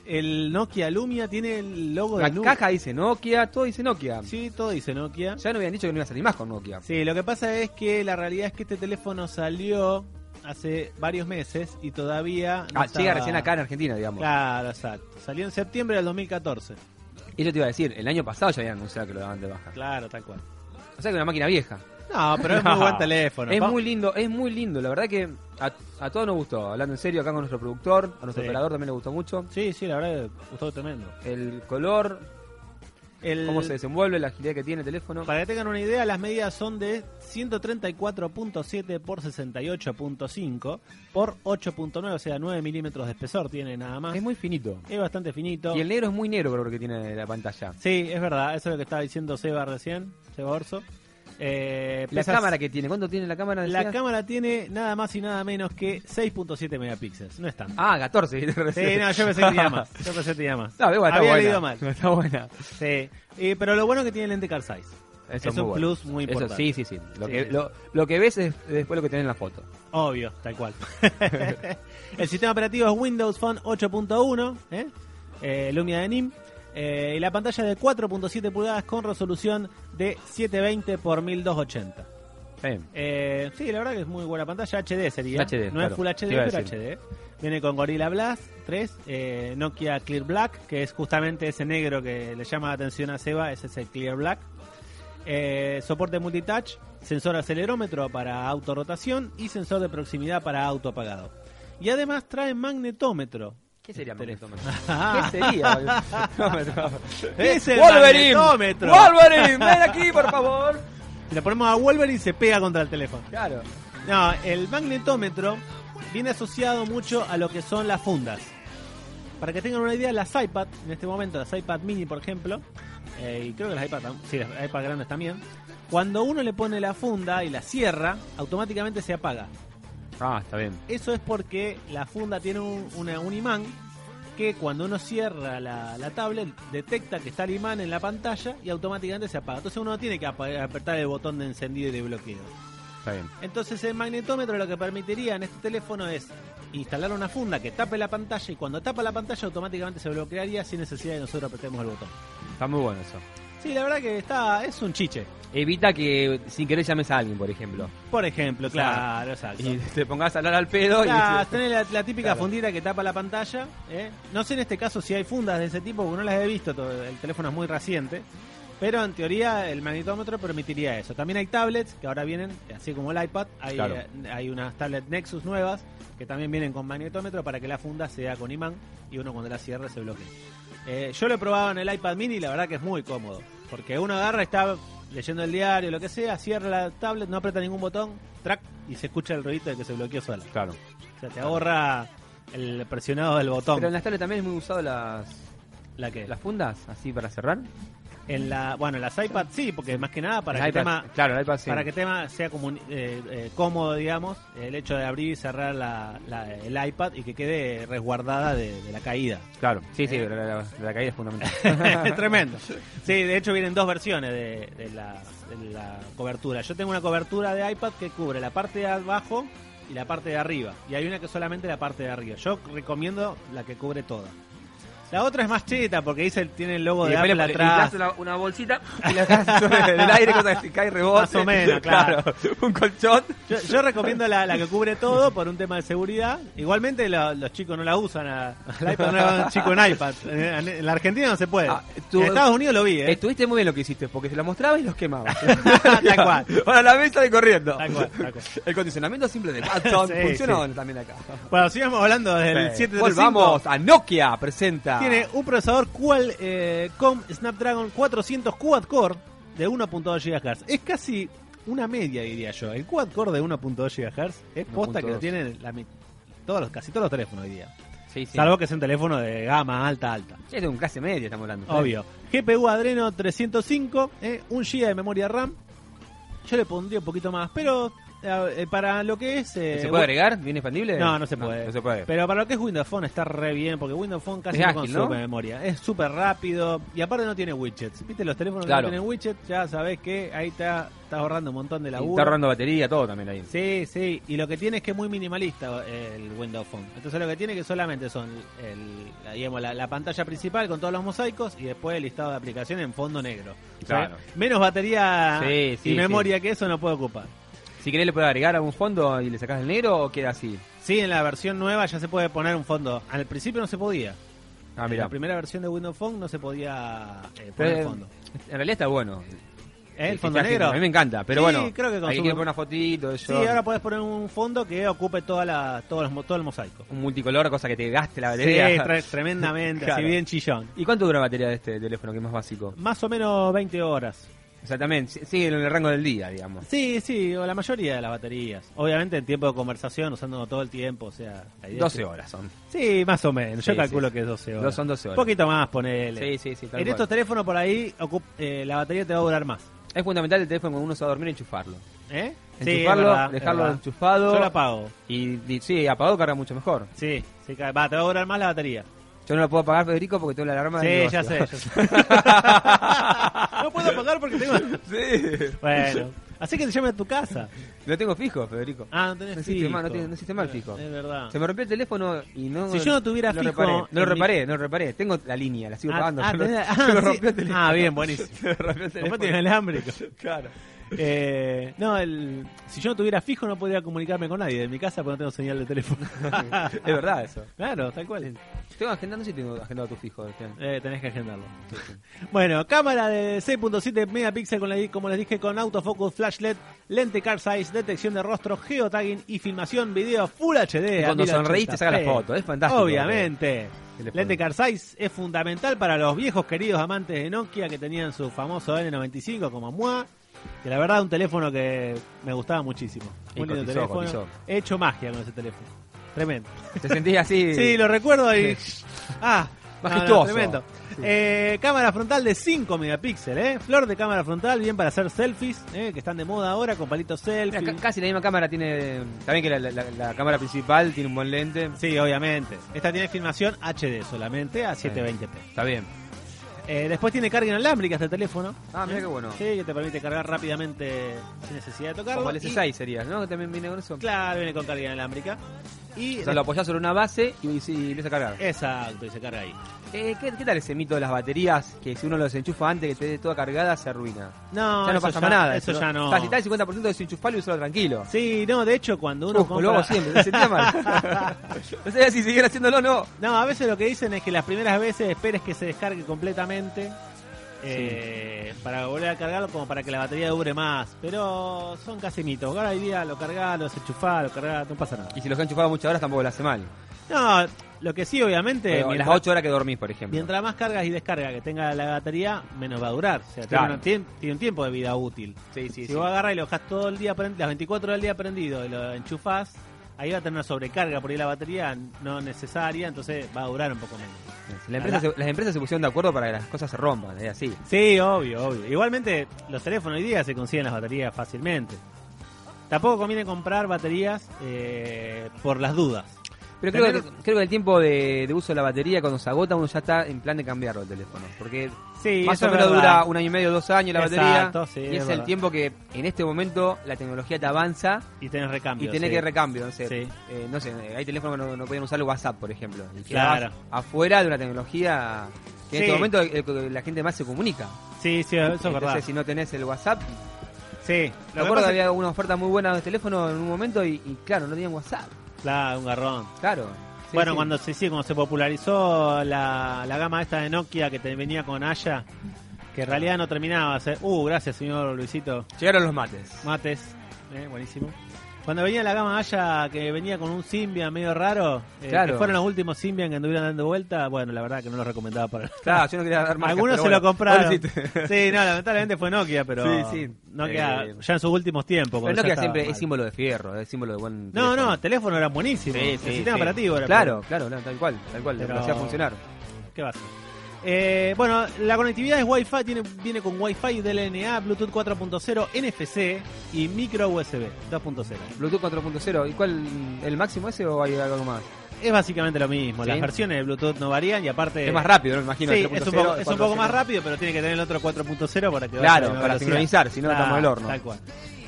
[SPEAKER 2] el Nokia Lumia tiene el logo
[SPEAKER 3] La
[SPEAKER 2] de Nokia?
[SPEAKER 3] caja dice Nokia, todo dice Nokia.
[SPEAKER 2] Sí, todo dice Nokia.
[SPEAKER 3] Ya no habían dicho que no iba a salir más con Nokia.
[SPEAKER 2] Sí, lo que pasa es que la realidad es que este teléfono salió hace varios meses y todavía no
[SPEAKER 3] Ah, llega
[SPEAKER 2] estaba-
[SPEAKER 3] recién acá en Argentina, digamos.
[SPEAKER 2] Claro, exacto. Salió en septiembre del 2014.
[SPEAKER 3] Y yo te iba a decir, el año pasado ya habían anunciado que lo daban de baja.
[SPEAKER 2] Claro, tal cual.
[SPEAKER 3] O sea que una máquina vieja.
[SPEAKER 2] No, pero es muy
[SPEAKER 3] No.
[SPEAKER 2] buen teléfono.
[SPEAKER 3] es
[SPEAKER 2] Pa-
[SPEAKER 3] muy lindo, es muy lindo. La verdad que a, a todos nos gustó. Hablando en serio, acá con nuestro productor, a nuestro
[SPEAKER 2] Sí.
[SPEAKER 3] operador también le gustó mucho.
[SPEAKER 2] Sí, sí, la verdad que gustó tremendo.
[SPEAKER 3] El color,
[SPEAKER 2] El-
[SPEAKER 3] cómo se desenvuelve, la agilidad que tiene el teléfono.
[SPEAKER 2] Para que tengan una idea, las medidas son de 134.7 por 68.5 por 8.9, o sea, 9 milímetros de espesor tiene nada más.
[SPEAKER 3] Es muy finito.
[SPEAKER 2] Es bastante finito.
[SPEAKER 3] Y el negro es muy negro, creo que tiene la pantalla.
[SPEAKER 2] Sí, es verdad, eso es lo que estaba diciendo Seba recién, Seba Orso. Eh,
[SPEAKER 3] La
[SPEAKER 2] pesa-
[SPEAKER 3] cámara que tiene, ¿cuánto tiene la cámara?
[SPEAKER 2] la
[SPEAKER 3] decías?
[SPEAKER 2] cámara tiene nada más y nada menos que 6.7 megapíxeles, no es tanto.
[SPEAKER 3] Ah, 14. Sí,
[SPEAKER 2] Sí, no, yo pensé que tenía más. Yo pensé que tenía más.
[SPEAKER 3] No, igual, está
[SPEAKER 2] Había
[SPEAKER 3] buena.
[SPEAKER 2] leído mal.
[SPEAKER 3] Está buena.
[SPEAKER 2] Sí. Eh, pero lo bueno es que tiene lente car size.
[SPEAKER 3] Eso
[SPEAKER 2] es un
[SPEAKER 3] bueno.
[SPEAKER 2] plus muy
[SPEAKER 3] Eso
[SPEAKER 2] importante.
[SPEAKER 3] sí, sí, sí. Lo,
[SPEAKER 2] Sí,
[SPEAKER 3] que,
[SPEAKER 2] sí.
[SPEAKER 3] Lo, lo que ves es después lo que tenés en la foto.
[SPEAKER 2] Obvio, tal cual. el sistema operativo es Windows Phone 8.1, ¿eh? Eh, Lumia de NIM. eh, y la pantalla de 4.7 pulgadas con resolución de 720 x 1280.
[SPEAKER 3] Sí.
[SPEAKER 2] Eh, sí, la verdad que es muy buena pantalla. HD sería.
[SPEAKER 3] HD,
[SPEAKER 2] no
[SPEAKER 3] claro.
[SPEAKER 2] es Full
[SPEAKER 3] Te iba a
[SPEAKER 2] HD, pero HD. Viene con Gorilla Blast 3, eh, Nokia Clear Black, que es justamente ese negro que le llama la atención a Seba, ese es el Clear Black. Eh, soporte multitouch, sensor acelerómetro para autorrotación y sensor de proximidad para autoapagado. Y además trae magnetómetro.
[SPEAKER 3] ¿Qué sería
[SPEAKER 2] Este
[SPEAKER 3] magnetómetro?
[SPEAKER 2] Ah.
[SPEAKER 3] ¿Qué sería? magnetómetro?
[SPEAKER 2] Es el magnetómetro.
[SPEAKER 3] Wolverine, ven aquí, por favor.
[SPEAKER 2] Le ponemos a Wolverine y se pega contra el teléfono.
[SPEAKER 3] Claro.
[SPEAKER 2] No, el magnetómetro viene asociado mucho a lo que son las fundas. Para que tengan una idea, las iPad, en este momento, las iPad mini, por ejemplo, eh, y creo que las iPad, tam- sí, las iPad grandes también, cuando uno le pone la funda y la cierra, automáticamente se apaga.
[SPEAKER 3] Ah, está bien.
[SPEAKER 2] Eso es porque la funda tiene un, una- un imán que cuando uno cierra la, la tablet detecta que está el imán en la pantalla y automáticamente se apaga. Entonces uno no tiene que apa- apretar el botón de encendido y de bloqueo.
[SPEAKER 3] Está bien.
[SPEAKER 2] Entonces el magnetómetro lo que permitiría en este teléfono es instalar una funda que tape la pantalla y cuando tapa la pantalla automáticamente se bloquearía sin necesidad de que nosotros apretemos el botón.
[SPEAKER 3] Está muy bueno eso.
[SPEAKER 2] Sí, la verdad que está es un chiche.
[SPEAKER 3] Evita que sin querer llames a alguien, por ejemplo.
[SPEAKER 2] Por ejemplo, claro, exacto.
[SPEAKER 3] Y te pongas a hablar al pedo
[SPEAKER 2] Claro,
[SPEAKER 3] y...
[SPEAKER 2] tenés la, la típica
[SPEAKER 3] Claro.
[SPEAKER 2] fundita que tapa la pantalla. ¿eh? No sé en este caso si hay fundas de ese tipo, porque no las he visto, todo- el teléfono es muy reciente. Pero en teoría el magnetómetro permitiría eso. También hay tablets que ahora vienen, así como el iPad, hay,
[SPEAKER 3] Claro.
[SPEAKER 2] eh, hay unas tablets Nexus nuevas que también vienen con magnetómetro para que la funda sea con imán y uno cuando la cierre se bloquee. Eh, yo lo he probado en el iPad mini y la verdad que es muy cómodo. Porque uno agarra, está leyendo el diario, lo que sea, cierra la tablet, no aprieta ningún botón, track, y se escucha el ruido de que se bloqueó sola.
[SPEAKER 3] Claro.
[SPEAKER 2] O sea, te ahorra el presionado del botón.
[SPEAKER 3] Pero en las tablets también es muy usado las...
[SPEAKER 2] ¿La qué?
[SPEAKER 3] ¿Las fundas? Así para cerrar.
[SPEAKER 2] En la, bueno, en las iPads sí, porque más que nada para
[SPEAKER 3] El
[SPEAKER 2] que el
[SPEAKER 3] iPad,
[SPEAKER 2] tema,
[SPEAKER 3] claro, el iPad sí.
[SPEAKER 2] para que el tema sea comuni- eh, eh, cómodo, digamos, el hecho de abrir y cerrar la- la- el iPad y que quede resguardada de, de la caída.
[SPEAKER 3] Claro, sí, sí, la, la- la caída es fundamental.
[SPEAKER 2] Tremendo. Sí, de hecho vienen dos versiones de, de la, de la cobertura. Yo tengo una cobertura de iPad que cubre la parte de abajo y la parte de arriba. Y hay una que solamente la parte de arriba. Yo recomiendo la que cubre toda. La otra es más cheta porque dice tiene el logo
[SPEAKER 3] Y
[SPEAKER 2] de
[SPEAKER 3] después
[SPEAKER 2] Apple
[SPEAKER 3] le pone-
[SPEAKER 2] atrás.
[SPEAKER 3] inflas una, una bolsita y la dejas sobre el aire, cosa que se cae y rebote.
[SPEAKER 2] Más o menos, claro.
[SPEAKER 3] Un colchón.
[SPEAKER 2] Yo, yo recomiendo la, la que cubre todo por un tema de seguridad. Igualmente lo- los chicos no la usan. A, al iPad no la usan chico en iPad. En, en la Argentina no se puede.
[SPEAKER 3] Ah, tú-
[SPEAKER 2] en Estados Unidos lo vi, ¿eh?
[SPEAKER 3] Estuviste muy bien lo que hiciste, porque se la mostraba y los quemaba.
[SPEAKER 2] Tal cual.
[SPEAKER 3] Para la mesa de corriendo.
[SPEAKER 2] Tal cual, tal cual.
[SPEAKER 3] El condicionamiento simple de Watson
[SPEAKER 2] Sí,
[SPEAKER 3] funciona también acá.
[SPEAKER 2] Bueno, sigamos hablando del
[SPEAKER 3] Sí.
[SPEAKER 2] 735.
[SPEAKER 3] Volvamos a Nokia, presenta.
[SPEAKER 2] Tiene un procesador Qual, eh, Com Snapdragon 400 quad-core de 1.2 GHz. Es casi una media, diría yo. El quad-core de 1.2 GHz es posta que lo
[SPEAKER 3] 1.2.
[SPEAKER 2] tienen la mi- todos los, casi todos los teléfonos hoy día.
[SPEAKER 3] Sí, sí.
[SPEAKER 2] Salvo que sea un teléfono de gama alta, alta.
[SPEAKER 3] Sí, es de un clase media, estamos hablando.
[SPEAKER 2] Obvio. GPU Adreno 305, eh, 1 GB de memoria RAM. Yo le pondría un poquito más, pero eh, para lo que es... eh,
[SPEAKER 3] ¿Se puede agregar? ¿Viene expandible?
[SPEAKER 2] no, no se puede.
[SPEAKER 3] No, se puede.
[SPEAKER 2] Pero para lo que es Windows Phone está re bien, porque Windows Phone casi
[SPEAKER 3] Es
[SPEAKER 2] no
[SPEAKER 3] ágil,
[SPEAKER 2] consume
[SPEAKER 3] ¿no?
[SPEAKER 2] memoria. Es súper rápido y aparte no tiene widgets. ¿Viste? Los teléfonos
[SPEAKER 3] Claro.
[SPEAKER 2] que no tienen widgets, ya sabés que ahí está, está ahorrando un montón de
[SPEAKER 3] Y
[SPEAKER 2] laburo.
[SPEAKER 3] está ahorrando batería, todo también ahí.
[SPEAKER 2] Sí, sí. Y lo que tiene es que es muy minimalista eh, el Windows Phone. Entonces lo que tiene que solamente son el, la- digamos, la, la pantalla principal con todos los mosaicos y después el listado de aplicaciones en fondo negro. O sea,
[SPEAKER 3] Claro.
[SPEAKER 2] menos batería
[SPEAKER 3] Sí,
[SPEAKER 2] y
[SPEAKER 3] sí,
[SPEAKER 2] memoria que eso no puede ocupar.
[SPEAKER 3] Si querés le puedes agregar algún fondo y le sacás el negro o queda así.
[SPEAKER 2] Sí, en la versión nueva ya se puede poner un fondo. Al principio no se podía.
[SPEAKER 3] Ah,
[SPEAKER 2] En
[SPEAKER 3] mira.
[SPEAKER 2] la primera versión de Windows Phone no se podía eh, poner
[SPEAKER 3] Pero,
[SPEAKER 2] fondo.
[SPEAKER 3] En realidad está bueno.
[SPEAKER 2] ¿Eh? El
[SPEAKER 3] Sí,
[SPEAKER 2] fondo
[SPEAKER 3] está
[SPEAKER 2] negro.
[SPEAKER 3] A mí me encanta, pero
[SPEAKER 2] Sí,
[SPEAKER 3] bueno.
[SPEAKER 2] creo que
[SPEAKER 3] Hay
[SPEAKER 2] consume-
[SPEAKER 3] que poner una fotito,
[SPEAKER 2] Sí,
[SPEAKER 3] eso.
[SPEAKER 2] ahora podés poner un fondo que ocupe toda la, todos los mo- todo el mosaico.
[SPEAKER 3] Un multicolor, cosa que te gaste la
[SPEAKER 2] Sí,
[SPEAKER 3] batería.
[SPEAKER 2] tre- tremendamente,
[SPEAKER 3] Claro.
[SPEAKER 2] así bien chillón.
[SPEAKER 3] ¿Y cuánto dura la batería de este teléfono que es más básico?
[SPEAKER 2] Más o menos 20 horas.
[SPEAKER 3] Exactamente, sí- sigue en el rango del día, digamos.
[SPEAKER 2] Sí, sí, o la mayoría de las baterías. Obviamente en tiempo de conversación, usando todo el tiempo, o sea... la idea es
[SPEAKER 3] 12
[SPEAKER 2] que-
[SPEAKER 3] horas son.
[SPEAKER 2] Sí, más o menos. Yo
[SPEAKER 3] Sí,
[SPEAKER 2] calculo
[SPEAKER 3] sí, sí.
[SPEAKER 2] que es 12 horas.
[SPEAKER 3] Dos- son 12 horas.
[SPEAKER 2] Poquito más, ponele.
[SPEAKER 3] Sí, sí, sí, tal
[SPEAKER 2] En
[SPEAKER 3] cual.
[SPEAKER 2] estos teléfonos por ahí, ocup- eh, la batería te va a durar más.
[SPEAKER 3] Es fundamental el teléfono cuando uno se va a dormir enchufarlo.
[SPEAKER 2] ¿Eh? Sí, es
[SPEAKER 3] Enchufarlo,
[SPEAKER 2] verdad, es
[SPEAKER 3] dejarlo
[SPEAKER 2] verdad.
[SPEAKER 3] enchufado.
[SPEAKER 2] Yo la apago.
[SPEAKER 3] Y, y sí, apagado carga mucho mejor.
[SPEAKER 2] Sí, sí, ca- va, te va a durar más la batería.
[SPEAKER 3] Yo no lo puedo apagar, Federico, porque tengo la alarma
[SPEAKER 2] Sí,
[SPEAKER 3] del negocio.
[SPEAKER 2] ya sé, ya sé. no puedo apagar porque tengo.
[SPEAKER 3] sí.
[SPEAKER 2] Bueno, así que te llame a tu casa.
[SPEAKER 3] Lo tengo fijo, Federico.
[SPEAKER 2] Ah, no tenés
[SPEAKER 3] no
[SPEAKER 2] fijo.
[SPEAKER 3] existe más, no, tiene- no existe más el fijo.
[SPEAKER 2] Es verdad.
[SPEAKER 3] Se me rompió el teléfono y no.
[SPEAKER 2] Si yo no tuviera
[SPEAKER 3] lo
[SPEAKER 2] fijo
[SPEAKER 3] reparé. No lo
[SPEAKER 2] en mi-
[SPEAKER 3] reparé, no lo reparé. Tengo la línea, la sigo
[SPEAKER 2] Ah,
[SPEAKER 3] pagando.
[SPEAKER 2] ah,
[SPEAKER 3] Se me-
[SPEAKER 2] tenés-
[SPEAKER 3] se me
[SPEAKER 2] ah, sí.
[SPEAKER 3] rompió el teléfono.
[SPEAKER 2] Ah, bien, buenísimo.
[SPEAKER 3] Se me rompió el teléfono.
[SPEAKER 2] Después tiene alámbrico.
[SPEAKER 3] Claro.
[SPEAKER 2] Eh, no, el, si yo no tuviera fijo no podría comunicarme con nadie de mi casa porque no tengo señal de teléfono.
[SPEAKER 3] es verdad eso.
[SPEAKER 2] Claro, tal cual.
[SPEAKER 3] Tengo agendado, no sé si tengo agendado tu fijo. Este.
[SPEAKER 2] Eh, tenés que agendarlo. Bueno, cámara de 6.7 megapíxeles, con la- como les dije, con autofocus, flash LED, lente car size, detección de rostro, geotagging y filmación video Full HD.
[SPEAKER 3] Y
[SPEAKER 2] a
[SPEAKER 3] cuando
[SPEAKER 2] 1080p.
[SPEAKER 3] sonreíste, saca la foto, es fantástico. eh,
[SPEAKER 2] Obviamente.
[SPEAKER 3] Teléfono.
[SPEAKER 2] Lente car size es fundamental para los viejos queridos amantes de Nokia que tenían su famoso N95 como MUA. Que la verdad, un teléfono que me gustaba muchísimo.
[SPEAKER 3] Y
[SPEAKER 2] Un lindo
[SPEAKER 3] cotizó,
[SPEAKER 2] teléfono.
[SPEAKER 3] cotizó.
[SPEAKER 2] He hecho magia con ese teléfono. Tremendo.
[SPEAKER 3] Te sentís así.
[SPEAKER 2] Sí, lo recuerdo y. Ah, no, no,
[SPEAKER 3] Majestuoso.
[SPEAKER 2] tremendo. Eh, cámara frontal de 5 megapíxeles, ¿eh? Flor de cámara frontal, bien para hacer selfies, ¿eh? que están de moda ahora con palitos
[SPEAKER 3] Mira,
[SPEAKER 2] selfie.
[SPEAKER 3] ca- casi la misma cámara tiene. También que la, la- la- la cámara principal tiene un buen lente.
[SPEAKER 2] Sí, obviamente. Esta tiene filmación HD solamente a 720p.
[SPEAKER 3] Está bien.
[SPEAKER 2] Eh, después tiene carga inalámbrica este teléfono.
[SPEAKER 3] Ah, mira qué bueno.
[SPEAKER 2] Sí, que te permite cargar rápidamente sin necesidad de tocarlo.
[SPEAKER 3] Como el
[SPEAKER 2] Y-
[SPEAKER 3] S6 sería, ¿no? Que también viene con eso.
[SPEAKER 2] claro, viene con carga inalámbrica. Y Eh.
[SPEAKER 3] O sea, lo apoyás sobre una base y, y, sí, lo vas a cargar.
[SPEAKER 2] Exacto, y se carga ahí.
[SPEAKER 3] Eh, ¿qué, qué tal ese mito de las baterías? Que si uno los enchufa antes que te dé toda cargada, se arruina.
[SPEAKER 2] No,
[SPEAKER 3] ya no
[SPEAKER 2] eso
[SPEAKER 3] pasa más nada.
[SPEAKER 2] Eso
[SPEAKER 3] ¿no?
[SPEAKER 2] ya no.
[SPEAKER 3] O sea, si está el 50% de desenchufarlo y usarlo tranquilo.
[SPEAKER 2] Sí, no, de hecho, cuando uno
[SPEAKER 3] Uf,
[SPEAKER 2] compra...
[SPEAKER 3] lo hago siempre, me sentía mal. no sabía si siguiera haciéndolo o no.
[SPEAKER 2] No, a veces lo que dicen es que las primeras veces esperes que se descargue completamente eh, para volver a cargarlo, como para que la batería dure más. Pero son casi mitos. Ahora hoy día lo cargás, lo desenchufás, lo cargás, no pasa nada.
[SPEAKER 3] Y si los has enchufado muchas horas tampoco lo hace mal.
[SPEAKER 2] No, lo que sí, obviamente,
[SPEAKER 3] Pero
[SPEAKER 2] mientras,
[SPEAKER 3] las 8 horas que dormís, por ejemplo.
[SPEAKER 2] mientras más cargas y descargas que tenga la batería, menos va a durar. O sea,
[SPEAKER 3] Claro.
[SPEAKER 2] tiene, un, tien- tiene un tiempo de vida útil.
[SPEAKER 3] Sí, sí,
[SPEAKER 2] si
[SPEAKER 3] sí.
[SPEAKER 2] vos agarras y lo dejás todo el día, prend- las 24 horas del día prendido y lo enchufás, ahí va a tener una sobrecarga por ahí la batería no necesaria, entonces va a durar un poco menos.
[SPEAKER 3] La empresa se- las empresas se pusieron de acuerdo para que las cosas se rompan, es así.
[SPEAKER 2] Sí, obvio, obvio. Igualmente, los teléfonos hoy día se consiguen las baterías fácilmente. Tampoco conviene comprar baterías eh, por las dudas.
[SPEAKER 3] Pero creo,
[SPEAKER 2] Tener-
[SPEAKER 3] que, creo que el tiempo de, de uso de la batería, cuando se agota, uno ya está en plan de cambiarlo el teléfono. Porque
[SPEAKER 2] Sí,
[SPEAKER 3] más
[SPEAKER 2] eso
[SPEAKER 3] o
[SPEAKER 2] es
[SPEAKER 3] menos
[SPEAKER 2] verdad.
[SPEAKER 3] dura un año y medio, dos años la
[SPEAKER 2] Exacto,
[SPEAKER 3] batería.
[SPEAKER 2] sí,
[SPEAKER 3] y
[SPEAKER 2] es
[SPEAKER 3] es, el
[SPEAKER 2] verdad.
[SPEAKER 3] tiempo que en este momento la tecnología te avanza
[SPEAKER 2] Y tenés
[SPEAKER 3] y
[SPEAKER 2] recambio.
[SPEAKER 3] tiene
[SPEAKER 2] sí.
[SPEAKER 3] que recambio. No sé,
[SPEAKER 2] Sí.
[SPEAKER 3] eh, no sé eh, hay teléfonos que no, no podían usar el WhatsApp, por ejemplo. Y
[SPEAKER 2] Claro.
[SPEAKER 3] quedabas Afuera de una tecnología que en
[SPEAKER 2] Sí.
[SPEAKER 3] este momento eh, la gente más se comunica.
[SPEAKER 2] Sí, sí, eso es
[SPEAKER 3] Entonces,
[SPEAKER 2] verdad.
[SPEAKER 3] si no tenés el WhatsApp,
[SPEAKER 2] Sí,
[SPEAKER 3] me
[SPEAKER 2] lo que
[SPEAKER 3] acuerdo que
[SPEAKER 2] pasa es
[SPEAKER 3] había una oferta muy buena de teléfono en un momento y, y claro, no tenían WhatsApp.
[SPEAKER 2] que- Claro, un garrón.
[SPEAKER 3] Claro. Sí,
[SPEAKER 2] bueno,
[SPEAKER 3] sí.
[SPEAKER 2] cuando se sí, cuando se popularizó la, la gama esta de Nokia que te venía con Haya, que en realidad no terminaba. se- Uh, gracias, señor Luisito.
[SPEAKER 3] Llegaron los mates.
[SPEAKER 2] Mates, eh, buenísimo. Cuando venía la gama Haya que venía con un Symbian medio raro, eh,
[SPEAKER 3] Claro.
[SPEAKER 2] que fueron los últimos Symbian que anduvieron dando vuelta, bueno, la verdad que no los recomendaba para
[SPEAKER 3] Claro, yo no quería dar más.
[SPEAKER 2] Algunos se lo compraron. Sí, no, lamentablemente fue Nokia, pero
[SPEAKER 3] Sí, sí.
[SPEAKER 2] Nokia
[SPEAKER 3] Eh,
[SPEAKER 2] ya en sus últimos tiempos.
[SPEAKER 3] Pero
[SPEAKER 2] cuando ya
[SPEAKER 3] Nokia
[SPEAKER 2] estaba
[SPEAKER 3] siempre
[SPEAKER 2] mal.
[SPEAKER 3] es símbolo de fierro, es símbolo de buen.
[SPEAKER 2] No,
[SPEAKER 3] teléfono.
[SPEAKER 2] no, teléfono era buenísimo.
[SPEAKER 3] Sí, sí,
[SPEAKER 2] el sistema
[SPEAKER 3] sí.
[SPEAKER 2] operativo era
[SPEAKER 3] Claro, claro, claro, tal cual, tal cual,
[SPEAKER 2] Pero-
[SPEAKER 3] lo hacía funcionar.
[SPEAKER 2] ¿Qué pasa? Eh, bueno, la conectividad es Wi-Fi, tiene, viene con Wi-Fi, DLNA, Bluetooth 4.0, NFC y micro USB 2.0.
[SPEAKER 3] Bluetooth 4.0, ¿y cuál? ¿El máximo ese o hay algo más?
[SPEAKER 2] Es básicamente lo mismo,
[SPEAKER 3] Sí.
[SPEAKER 2] las versiones de Bluetooth no varían y aparte...
[SPEAKER 3] es más rápido, ¿no? Me
[SPEAKER 2] Sí,
[SPEAKER 3] imagino. el
[SPEAKER 2] es un,
[SPEAKER 3] 3.0,
[SPEAKER 2] poco, es un poco más
[SPEAKER 3] 4.0.
[SPEAKER 2] rápido, pero tiene que tener el otro 4.0 para que vaya
[SPEAKER 3] Claro,
[SPEAKER 2] a la misma
[SPEAKER 3] para
[SPEAKER 2] velocidad.
[SPEAKER 3] sincronizar, si no,
[SPEAKER 2] Claro,
[SPEAKER 3] estamos al horno.
[SPEAKER 2] Tal cual.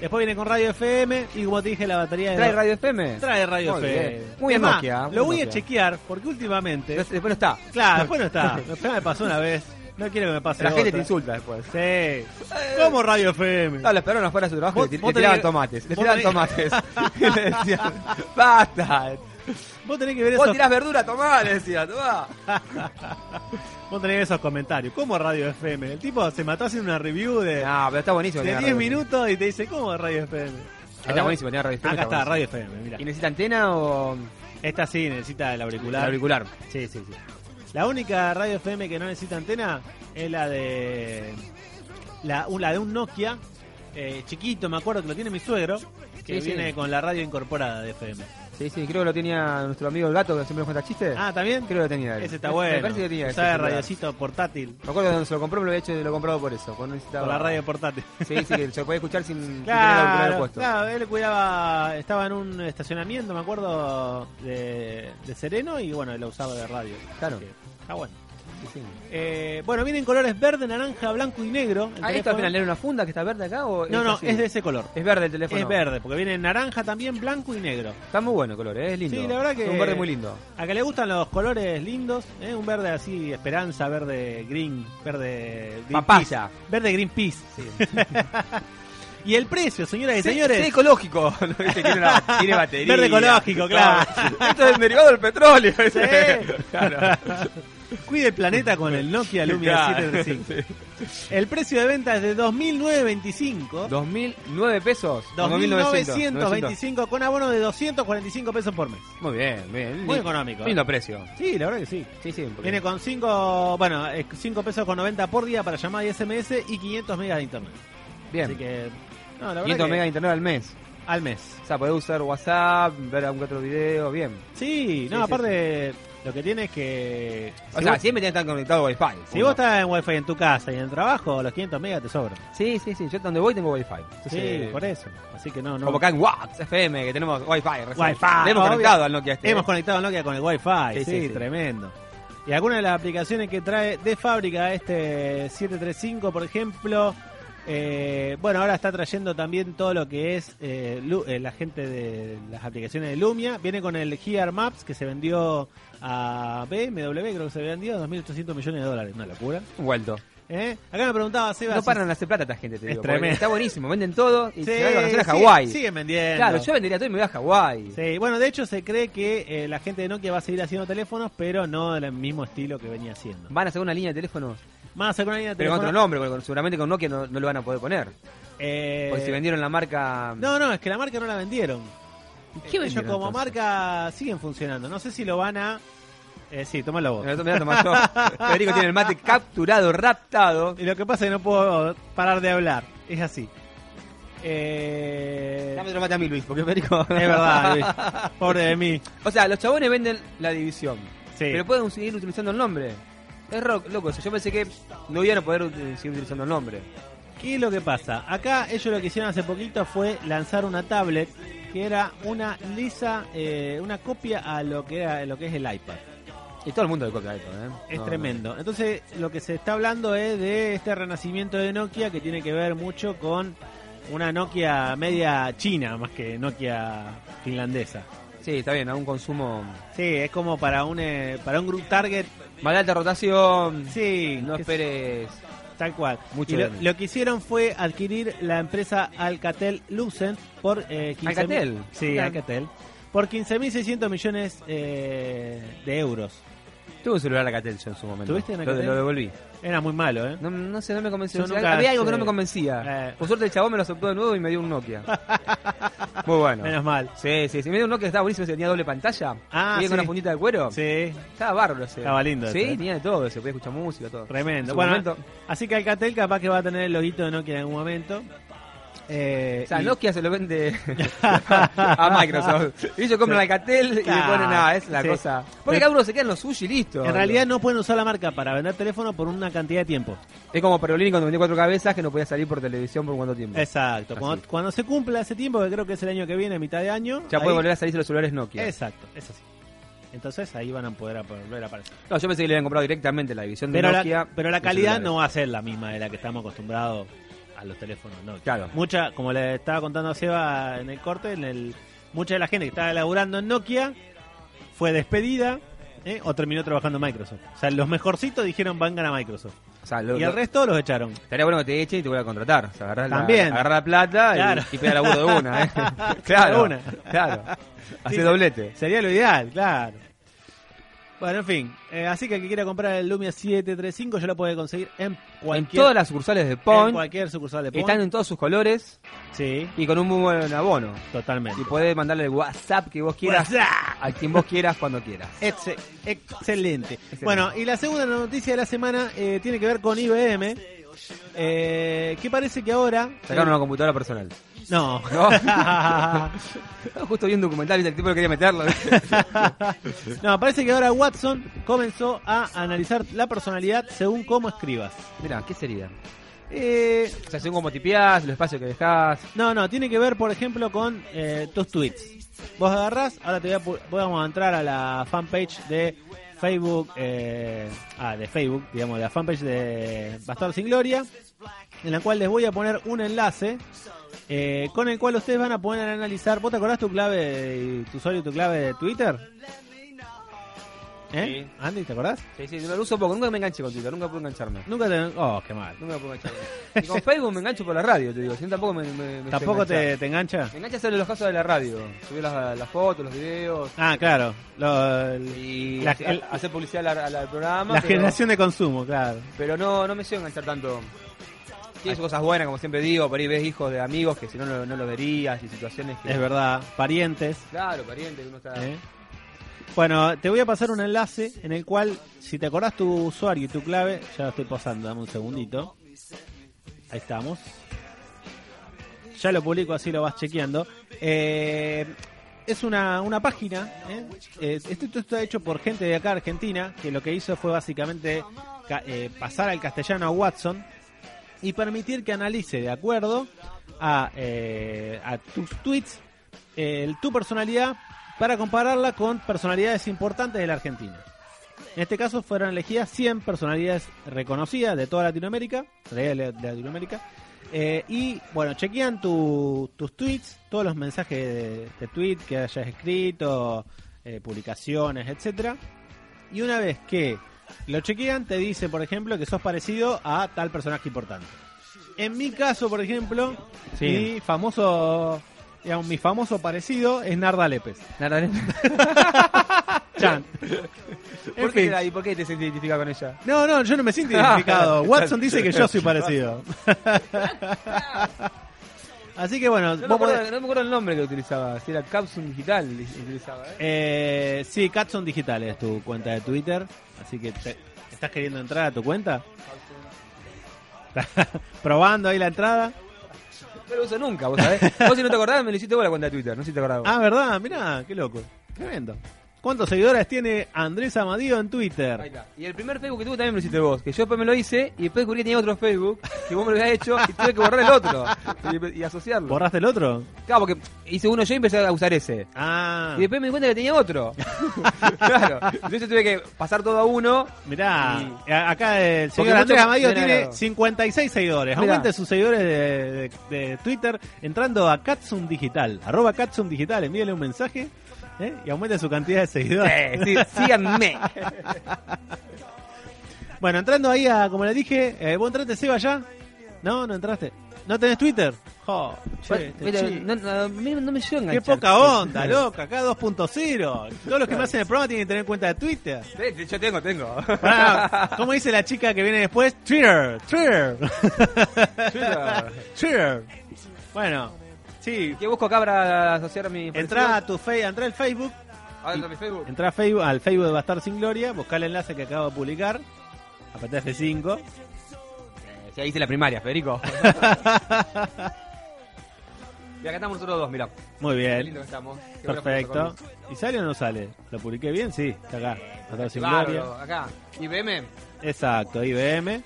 [SPEAKER 2] Después viene con radio FM y como te dije, la batería... es
[SPEAKER 3] ¿Trae
[SPEAKER 2] de-
[SPEAKER 3] radio FM?
[SPEAKER 2] Trae radio
[SPEAKER 3] Muy
[SPEAKER 2] FM.
[SPEAKER 3] bien. Muy
[SPEAKER 2] Es
[SPEAKER 3] bien,
[SPEAKER 2] más,
[SPEAKER 3] Nokia. muy
[SPEAKER 2] Lo voy a
[SPEAKER 3] Nokia.
[SPEAKER 2] chequear porque últimamente...
[SPEAKER 3] Después después no está.
[SPEAKER 2] Claro, después no está. Ya me pasó una vez. No quiero que me pase
[SPEAKER 3] La gente te
[SPEAKER 2] otra.
[SPEAKER 3] insulta después.
[SPEAKER 2] Sí. ¿Cómo Radio FM?
[SPEAKER 3] No, lo esperaron afuera de su trabajo
[SPEAKER 2] Vos-
[SPEAKER 3] y le-
[SPEAKER 2] vos
[SPEAKER 3] le tiraban
[SPEAKER 2] tenés-
[SPEAKER 3] tomates. Le
[SPEAKER 2] vos
[SPEAKER 3] tiraban tomates. Y le decían, basta.
[SPEAKER 2] Vos tenés que ver
[SPEAKER 3] Vos
[SPEAKER 2] esos,
[SPEAKER 3] tirás verdura, tomá, le decía, tomá.
[SPEAKER 2] vos tenés que ver esos comentarios. ¿Cómo Radio FM? El tipo se mató haciendo una review de,
[SPEAKER 3] No, pero está buenísimo.
[SPEAKER 2] de
[SPEAKER 3] tener
[SPEAKER 2] 10
[SPEAKER 3] radio.
[SPEAKER 2] minutos y te dice, ¿cómo Radio FM? A
[SPEAKER 3] Está
[SPEAKER 2] ver.
[SPEAKER 3] buenísimo, tenía radio. FM,
[SPEAKER 2] Acá está,
[SPEAKER 3] buenísimo.
[SPEAKER 2] Radio FM, mira.
[SPEAKER 3] ¿Y necesita antena o
[SPEAKER 2] Esta sí necesita el auricular.
[SPEAKER 3] auricular?
[SPEAKER 2] Sí, sí, sí. La única radio FM que no necesita antena es la de la, un- la de un Nokia eh, chiquito, me acuerdo que lo tiene mi suegro, que
[SPEAKER 3] Sí, sí.
[SPEAKER 2] viene con la radio incorporada de FM.
[SPEAKER 3] Sí, sí, creo que lo tenía nuestro amigo el gato que siempre nos cuenta chistes.
[SPEAKER 2] Ah, también.
[SPEAKER 3] creo que lo tenía él.
[SPEAKER 2] Ese está
[SPEAKER 3] Me-
[SPEAKER 2] bueno.
[SPEAKER 3] Me parece que tenía ese
[SPEAKER 2] Sabe
[SPEAKER 3] celular.
[SPEAKER 2] radiocito portátil,
[SPEAKER 3] Me acuerdo que cuando se lo compró, me lo había hecho, lo he comprado por eso. Por
[SPEAKER 2] por la radio portátil.
[SPEAKER 3] Sí, sí, que se lo podía escuchar sin, sin tener el auricular
[SPEAKER 2] Claro,
[SPEAKER 3] puesto.
[SPEAKER 2] claro, él cuidaba, estaba en un estacionamiento, me acuerdo, de, de Sereno y bueno, lo usaba de radio.
[SPEAKER 3] Claro.
[SPEAKER 2] Ah, bueno.
[SPEAKER 3] Sí, sí.
[SPEAKER 2] Eh, bueno, vienen colores verde, naranja, blanco y negro. el
[SPEAKER 3] Ah, ¿Esto al
[SPEAKER 2] teléfono.
[SPEAKER 3] final era una funda que está verde acá o
[SPEAKER 2] No, no,
[SPEAKER 3] así?
[SPEAKER 2] es de ese color.
[SPEAKER 3] Es verde el teléfono.
[SPEAKER 2] Es verde, porque viene naranja también, blanco y negro.
[SPEAKER 3] Está muy bueno el color, ¿eh? es lindo.
[SPEAKER 2] Sí, la verdad que-
[SPEAKER 3] Es un verde muy lindo.
[SPEAKER 2] A que le gustan los colores lindos, ¿eh? un verde así, esperanza, verde green, verde green
[SPEAKER 3] Papaya.
[SPEAKER 2] peace. Verde green peace. y el precio, señoras y
[SPEAKER 3] Sí,
[SPEAKER 2] señores.
[SPEAKER 3] sí, ecológico. ¿no? Viste, tiene, una- tiene batería.
[SPEAKER 2] Verde ecológico, claro.
[SPEAKER 3] Esto es derivado del petróleo.
[SPEAKER 2] Sí.
[SPEAKER 3] Claro.
[SPEAKER 2] Cuide el planeta con el Nokia Lumia
[SPEAKER 3] Claro.
[SPEAKER 2] 735. El precio de venta es de 2.925.
[SPEAKER 3] 2009 pesos. o 2.900.
[SPEAKER 2] 2.925 con abono de 245 pesos por mes.
[SPEAKER 3] Muy bien, bien.
[SPEAKER 2] Muy
[SPEAKER 3] Lindo-
[SPEAKER 2] económico,
[SPEAKER 3] Lindo precio.
[SPEAKER 2] Sí, la verdad que sí.
[SPEAKER 3] Sí, sí. porque-
[SPEAKER 2] Viene con 5, bueno, 5 pesos con 90 por día para llamada y SMS y 500 megas de internet.
[SPEAKER 3] bien.
[SPEAKER 2] Así que, no, la verdad
[SPEAKER 3] 500
[SPEAKER 2] que
[SPEAKER 3] megas de internet al mes.
[SPEAKER 2] al mes.
[SPEAKER 3] O sea, podés usar WhatsApp, ver algún otro video, bien.
[SPEAKER 2] Sí, no,
[SPEAKER 3] Sí, sí,
[SPEAKER 2] aparte lo que tiene es que
[SPEAKER 3] O
[SPEAKER 2] si
[SPEAKER 3] sea,
[SPEAKER 2] vos,
[SPEAKER 3] siempre tenés que estar conectado a Wi-Fi.
[SPEAKER 2] si vos estás en Wi-Fi en tu casa y en el trabajo, los 500 megas te sobran.
[SPEAKER 3] Sí, sí, sí. Yo donde voy tengo Wi-Fi.
[SPEAKER 2] Sí,
[SPEAKER 3] Entonces,
[SPEAKER 2] por eso. Así que no, no.
[SPEAKER 3] Como acá en WhatsApp FM, que tenemos Wi-Fi. recién.
[SPEAKER 2] Wi-Fi,
[SPEAKER 3] Pues Le hemos
[SPEAKER 2] obvio.
[SPEAKER 3] conectado al Nokia este.
[SPEAKER 2] Hemos
[SPEAKER 3] ¿eh?
[SPEAKER 2] conectado a Nokia con el Wi-Fi, sí,
[SPEAKER 3] Sí, sí, sí.
[SPEAKER 2] tremendo. Y algunas de las aplicaciones que trae de fábrica este 735, por ejemplo, eh, bueno, ahora está trayendo también todo lo que es eh, Lu- eh, la gente de las aplicaciones de Lumia. Viene con el Gear Maps que se vendió a BMW, creo que se vendió, 2.800 millones de dólares, una locura.
[SPEAKER 3] Vuelto.
[SPEAKER 2] ¿eh. Acá me preguntaba Seba
[SPEAKER 3] No
[SPEAKER 2] si-
[SPEAKER 3] paran de hacer plata esta gente, te
[SPEAKER 2] Es
[SPEAKER 3] digo.
[SPEAKER 2] tremendo.
[SPEAKER 3] porque Está buenísimo, venden todo y
[SPEAKER 2] Sí,
[SPEAKER 3] se van de vacaciones a
[SPEAKER 2] sí,
[SPEAKER 3] Hawái.
[SPEAKER 2] siguen vendiendo.
[SPEAKER 3] Claro, yo vendería todo y me voy a Hawái.
[SPEAKER 2] Sí, bueno, de hecho se cree que eh, la gente de Nokia va a seguir haciendo teléfonos, pero no del mismo estilo que venía haciendo.
[SPEAKER 3] Van a hacer una línea de teléfonos,
[SPEAKER 2] Más con una línea de
[SPEAKER 3] pero con
[SPEAKER 2] teléfono.
[SPEAKER 3] otro nombre, porque con- seguramente con Nokia no, no lo van a poder poner.
[SPEAKER 2] eh,
[SPEAKER 3] Porque si vendieron la marca.
[SPEAKER 2] No, no, es que la marca no la vendieron. Eh,
[SPEAKER 3] ¿Qué
[SPEAKER 2] Ellos
[SPEAKER 3] vendieron,
[SPEAKER 2] como
[SPEAKER 3] entonces?
[SPEAKER 2] marca siguen funcionando. No sé si lo van a... Eh, sí, tómalo vos.
[SPEAKER 3] Me lo- me lo tomás yo. Federico tiene el mate capturado, raptado.
[SPEAKER 2] Y lo que pasa es que no puedo parar de hablar. Es así. Eh,
[SPEAKER 3] Dame otro mate a mí, Luis, porque Federico. Es
[SPEAKER 2] verdad, Luis. Pobre de mí.
[SPEAKER 3] o sea, los chabones venden la división.
[SPEAKER 2] Sí.
[SPEAKER 3] Pero pueden seguir utilizando el nombre. Es rock, loco. O sea, yo pensé que no iban a poder eh, seguir utilizando el nombre.
[SPEAKER 2] ¿Qué es lo que pasa? Acá ellos lo que hicieron hace poquito fue lanzar una tablet que era una lisa, eh, una copia a lo que era lo que es el iPad.
[SPEAKER 3] Y todo el mundo le copia esto, ¿eh?
[SPEAKER 2] Es
[SPEAKER 3] No,
[SPEAKER 2] tremendo. Entonces, lo que se está hablando es de este renacimiento de Nokia que tiene que ver mucho con una Nokia media china más que Nokia finlandesa.
[SPEAKER 3] no. Sí, está bien, a un consumo.
[SPEAKER 2] Sí, es como para un eh, para un group target.
[SPEAKER 3] Más alta rotación.
[SPEAKER 2] Sí,
[SPEAKER 3] No
[SPEAKER 2] que es-
[SPEAKER 3] esperes.
[SPEAKER 2] Tal cual.
[SPEAKER 3] Mucho
[SPEAKER 2] Y lo,
[SPEAKER 3] grande.
[SPEAKER 2] lo que hicieron fue adquirir la empresa Alcatel Lucent por eh, 15.000
[SPEAKER 3] Alcatel.
[SPEAKER 2] Sí,
[SPEAKER 3] Mirá.
[SPEAKER 2] Alcatel. Por 15.600 millones eh, de euros.
[SPEAKER 3] Tuve un celular Alcatel yo en su momento.
[SPEAKER 2] ¿Tuviste un
[SPEAKER 3] Lo-
[SPEAKER 2] Alcatel?
[SPEAKER 3] Lo, devolví.
[SPEAKER 2] Era muy malo, ¿eh?
[SPEAKER 3] No, no sé, no me convenció.
[SPEAKER 2] Yo
[SPEAKER 3] O sea,
[SPEAKER 2] nunca
[SPEAKER 3] Había algo que
[SPEAKER 2] sé.
[SPEAKER 3] no me convencía.
[SPEAKER 2] Eh.
[SPEAKER 3] Por suerte el chabón me lo aceptó de nuevo y me dio un Nokia. Muy bueno.
[SPEAKER 2] Menos mal.
[SPEAKER 3] Sí, sí, sí. Me dio un Nokia que estaba buenísimo, ese tenía doble pantalla.
[SPEAKER 2] Ah,
[SPEAKER 3] Tenía
[SPEAKER 2] sí.
[SPEAKER 3] con una puntita de cuero.
[SPEAKER 2] Sí,
[SPEAKER 3] Estaba bárbaro ese.
[SPEAKER 2] Estaba lindo
[SPEAKER 3] Sí,
[SPEAKER 2] ese, eh.
[SPEAKER 3] tenía de todo, se podía escuchar música, todo. En
[SPEAKER 2] tremendo.
[SPEAKER 3] su
[SPEAKER 2] Bueno,
[SPEAKER 3] momento-
[SPEAKER 2] así que Alcatel capaz que va a tener el loguito de Nokia en algún momento. Eh,
[SPEAKER 3] o sea,
[SPEAKER 2] y-
[SPEAKER 3] Nokia se lo vende a Microsoft. Y ellos compran
[SPEAKER 2] Sí.
[SPEAKER 3] Alcatel y le
[SPEAKER 2] Claro.
[SPEAKER 3] ponen nada, es la
[SPEAKER 2] Sí.
[SPEAKER 3] cosa. Porque
[SPEAKER 2] Pero-
[SPEAKER 3] cada uno se queda en lo suyo y listo.
[SPEAKER 2] En realidad no pueden usar la marca para vender teléfono por una cantidad de tiempo.
[SPEAKER 3] Es como Perolini cuando vendió cuatro cabezas que no podía salir por televisión por cuánto tiempo.
[SPEAKER 2] Exacto. Cuando,
[SPEAKER 3] Así.
[SPEAKER 2] cuando se cumpla ese tiempo, que creo que es el año que viene, mitad de año.
[SPEAKER 3] Ya puede
[SPEAKER 2] ahí-
[SPEAKER 3] volver a salirse los celulares Nokia.
[SPEAKER 2] Exacto, es así. Entonces ahí van a poder ap- volver a aparecer.
[SPEAKER 3] No, yo pensé que le habían comprado directamente la división de
[SPEAKER 2] Pero
[SPEAKER 3] Nokia.
[SPEAKER 2] la, pero la
[SPEAKER 3] de
[SPEAKER 2] calidad no
[SPEAKER 3] celulares.
[SPEAKER 2] va a ser la misma de la que estamos acostumbrados a los teléfonos Nokia.
[SPEAKER 3] Claro.
[SPEAKER 2] Mucha, como le estaba contando a Seba en el corte, en el, mucha de la gente que estaba laburando en Nokia fue despedida ¿eh? o terminó trabajando en Microsoft. O sea, los mejorcitos dijeron van a Microsoft.
[SPEAKER 3] O sea, lo-
[SPEAKER 2] Y el
[SPEAKER 3] lo-
[SPEAKER 2] resto los echaron.
[SPEAKER 3] Estaría bueno que te echen y te vuelvan a contratar. O sea, agarrás
[SPEAKER 2] También.
[SPEAKER 3] La, agarrás la plata
[SPEAKER 2] Claro.
[SPEAKER 3] y, y pega laburo de una. ¿eh?
[SPEAKER 2] De
[SPEAKER 3] claro.
[SPEAKER 2] una.
[SPEAKER 3] Claro. Hace
[SPEAKER 2] Sí, sí.
[SPEAKER 3] doblete.
[SPEAKER 2] Sería lo ideal, claro. Bueno, en fin. eh, así que el que quiera comprar el Lumia 735 ya lo puede conseguir en
[SPEAKER 3] En
[SPEAKER 2] cualquier,
[SPEAKER 3] todas las sucursales de
[SPEAKER 2] en
[SPEAKER 3] Pon.
[SPEAKER 2] cualquier sucursal de Pon.
[SPEAKER 3] Están en todos sus colores
[SPEAKER 2] Sí,
[SPEAKER 3] y con un muy buen abono.
[SPEAKER 2] totalmente.
[SPEAKER 3] Y podés mandarle el WhatsApp que vos quieras
[SPEAKER 2] WhatsApp.
[SPEAKER 3] a quien vos quieras cuando quieras.
[SPEAKER 2] Ex- excelente. Bueno, y la segunda noticia de la semana eh, tiene que ver con IBM. Eh, que parece que ahora. eh,
[SPEAKER 3] Sacaron una computadora personal.
[SPEAKER 2] No.
[SPEAKER 3] No. Justo vi un documental y el tipo que quería meterlo. ¿viste?
[SPEAKER 2] no, parece que ahora Watson comenzó a analizar la personalidad según cómo escribas.
[SPEAKER 3] Mirá, ¿qué sería?
[SPEAKER 2] Eh,
[SPEAKER 3] O sea, según cómo tipeás, los espacios que dejás.
[SPEAKER 2] No, no, tiene que ver, por ejemplo, con eh, tus tweets. Vos agarrás, ahora te voy a, pu- vamos a entrar a la fanpage de Facebook, eh, ah, de Facebook, digamos, la fanpage de Bastardo sin Gloria, en la cual les voy a poner un enlace eh, con el cual ustedes van a poder analizar. ¿Vos te acordás tu clave, y tu usuario, y tu clave de Twitter? ¿Eh?
[SPEAKER 3] Sí.
[SPEAKER 2] Andy, ¿te acordás?
[SPEAKER 3] Sí, sí, lo uso poco. Nunca me enganché con Twitter, nunca pude engancharme.
[SPEAKER 2] Nunca te... Oh, qué mal.
[SPEAKER 3] Nunca me pude enganchar. Y con Facebook me engancho por la radio, te digo. Si no, tampoco me, me- me
[SPEAKER 2] ¿Tampoco
[SPEAKER 3] llegué a
[SPEAKER 2] te, te
[SPEAKER 3] enganchar.
[SPEAKER 2] engancha?
[SPEAKER 3] Me engancha solo los casos de la radio. Subir las, las fotos, los videos.
[SPEAKER 2] Ah, claro. Lo-
[SPEAKER 3] Y
[SPEAKER 2] La-
[SPEAKER 3] hacer,
[SPEAKER 2] el-
[SPEAKER 3] hacer publicidad a la- a la- al programa.
[SPEAKER 2] la
[SPEAKER 3] pero-
[SPEAKER 2] generación de consumo, claro.
[SPEAKER 3] Pero no, no me llevo a enganchar tanto. Tiene sus cosas buenas, como siempre digo, por ahí ves hijos de amigos que si no no, no lo verías y situaciones que...
[SPEAKER 2] Es verdad, parientes.
[SPEAKER 3] Claro, pariente, que uno está...
[SPEAKER 2] ¿eh? Bueno, te voy a pasar un enlace en el cual, si te acordás tu usuario y tu clave, ya lo estoy pasando, dame un segundito. Ahí estamos. Ya lo publico, así lo vas chequeando. Eh, es una, una página. ¿eh? Eh, esto, esto está hecho por gente de acá, Argentina, que lo que hizo fue básicamente ca- eh, pasar al castellano a Watson y permitir que analice de acuerdo a, eh, a tus tweets eh, tu personalidad para compararla con personalidades importantes de la Argentina. En este caso fueron elegidas 100 personalidades reconocidas de toda Latinoamérica, de de Latinoamérica, eh, y bueno, chequean tu- tus tweets, todos los mensajes de, de tweet que hayas escrito, eh, publicaciones, etcétera. Y una vez que lo chequean, te dice, por ejemplo, que sos parecido a tal personaje importante. En mi caso, por ejemplo,
[SPEAKER 3] Sí.
[SPEAKER 2] mi famoso, digamos, mi famoso parecido es Narda Lépez.
[SPEAKER 3] Nada, ¿eh?
[SPEAKER 2] Chan.
[SPEAKER 3] ¿Por,
[SPEAKER 2] En
[SPEAKER 3] qué
[SPEAKER 2] fin.
[SPEAKER 3] te la- y ¿Por qué te sentís identificado con ella?
[SPEAKER 2] No, no, yo no me
[SPEAKER 3] Ah,
[SPEAKER 2] siento identificado. Watson dice que yo soy parecido. Así que bueno,
[SPEAKER 3] No me,
[SPEAKER 2] vos
[SPEAKER 3] acuerdo,
[SPEAKER 2] podés-
[SPEAKER 3] no me acuerdo el nombre que utilizaba, si era Capsule Digital li- utilizaba, ¿eh?
[SPEAKER 2] Eh, sí, Catson Digital es tu cuenta de Twitter. Así que te- estás queriendo entrar a tu cuenta. Probando ahí la entrada.
[SPEAKER 3] No lo uso nunca, vos sabés. Vos si no te acordás, me lo hiciste vos la cuenta de Twitter, no sé si te acordás vos.
[SPEAKER 2] Ah, ¿verdad? Mirá, qué loco. Tremendo. ¿Cuántos seguidores tiene Andrés Amadío en
[SPEAKER 3] Ahí
[SPEAKER 2] Twitter?
[SPEAKER 3] está. Y el primer Facebook que tuve también me lo hiciste vos, que yo después me lo hice y después descubrí que tenía otro Facebook que vos me lo habías hecho y tuve que borrar el otro y, y asociarlo.
[SPEAKER 2] ¿Borraste el otro?
[SPEAKER 3] Claro, porque hice uno yo y empecé a usar ese.
[SPEAKER 2] Ah,
[SPEAKER 3] Y después me di cuenta que tenía otro. claro. Entonces tuve que pasar todo a uno.
[SPEAKER 2] mirá.
[SPEAKER 3] Y-
[SPEAKER 2] a- Acá el
[SPEAKER 3] Porque
[SPEAKER 2] señor
[SPEAKER 3] mucho-
[SPEAKER 2] Andrés Amadío
[SPEAKER 3] Mirá,
[SPEAKER 2] tiene
[SPEAKER 3] claro.
[SPEAKER 2] 56 seguidores.
[SPEAKER 3] Mirá.
[SPEAKER 2] Aumente sus seguidores de, de- de Twitter entrando a Katsum Digital. Arroba Katsum Digital. Envíele un mensaje ¿eh? y aumente su cantidad de seguidores.
[SPEAKER 3] Eh, sí, síganme.
[SPEAKER 2] Bueno, entrando ahí a, como le dije, eh, ¿vos entraste, Seba, ya? No, no entraste. ¿No tenés Twitter? Jo, che, este
[SPEAKER 3] Pero
[SPEAKER 2] chico.
[SPEAKER 3] no, no, a mí no me llegó a
[SPEAKER 2] Qué
[SPEAKER 3] enganchar.
[SPEAKER 2] poca onda, loca, acá 2.0. Todos los que me hacen el programa tienen que tener cuenta de Twitter.
[SPEAKER 3] Sí, Yo tengo, tengo.
[SPEAKER 2] Pará, ¿Cómo dice la chica que viene después? Twitter, Twitter.
[SPEAKER 3] Twitter.
[SPEAKER 2] Twitter. Bueno, sí,
[SPEAKER 3] ¿Qué busco acá para asociar mi
[SPEAKER 2] entrá a tu fe, entrá al Facebook,
[SPEAKER 3] Ah, entra a mi Facebook.
[SPEAKER 2] entrá a Facebook, al Facebook de Bastar Sin Gloria, buscá el enlace que acabo de publicar, apretá F5,
[SPEAKER 3] Eh, sí, ahí hice la primaria, Federico. y acá estamos nosotros dos, mirá.
[SPEAKER 2] muy
[SPEAKER 3] Qué
[SPEAKER 2] bien.
[SPEAKER 3] lindo que estamos. Qué buena
[SPEAKER 2] Perfecto.
[SPEAKER 3] foto
[SPEAKER 2] ¿Y sale o no sale? ¿Lo publiqué bien? Sí, está acá. Bastar
[SPEAKER 3] con-
[SPEAKER 2] sin
[SPEAKER 3] Bárbaro,
[SPEAKER 2] gloria.
[SPEAKER 3] acá. IBM.
[SPEAKER 2] Exacto, IBM.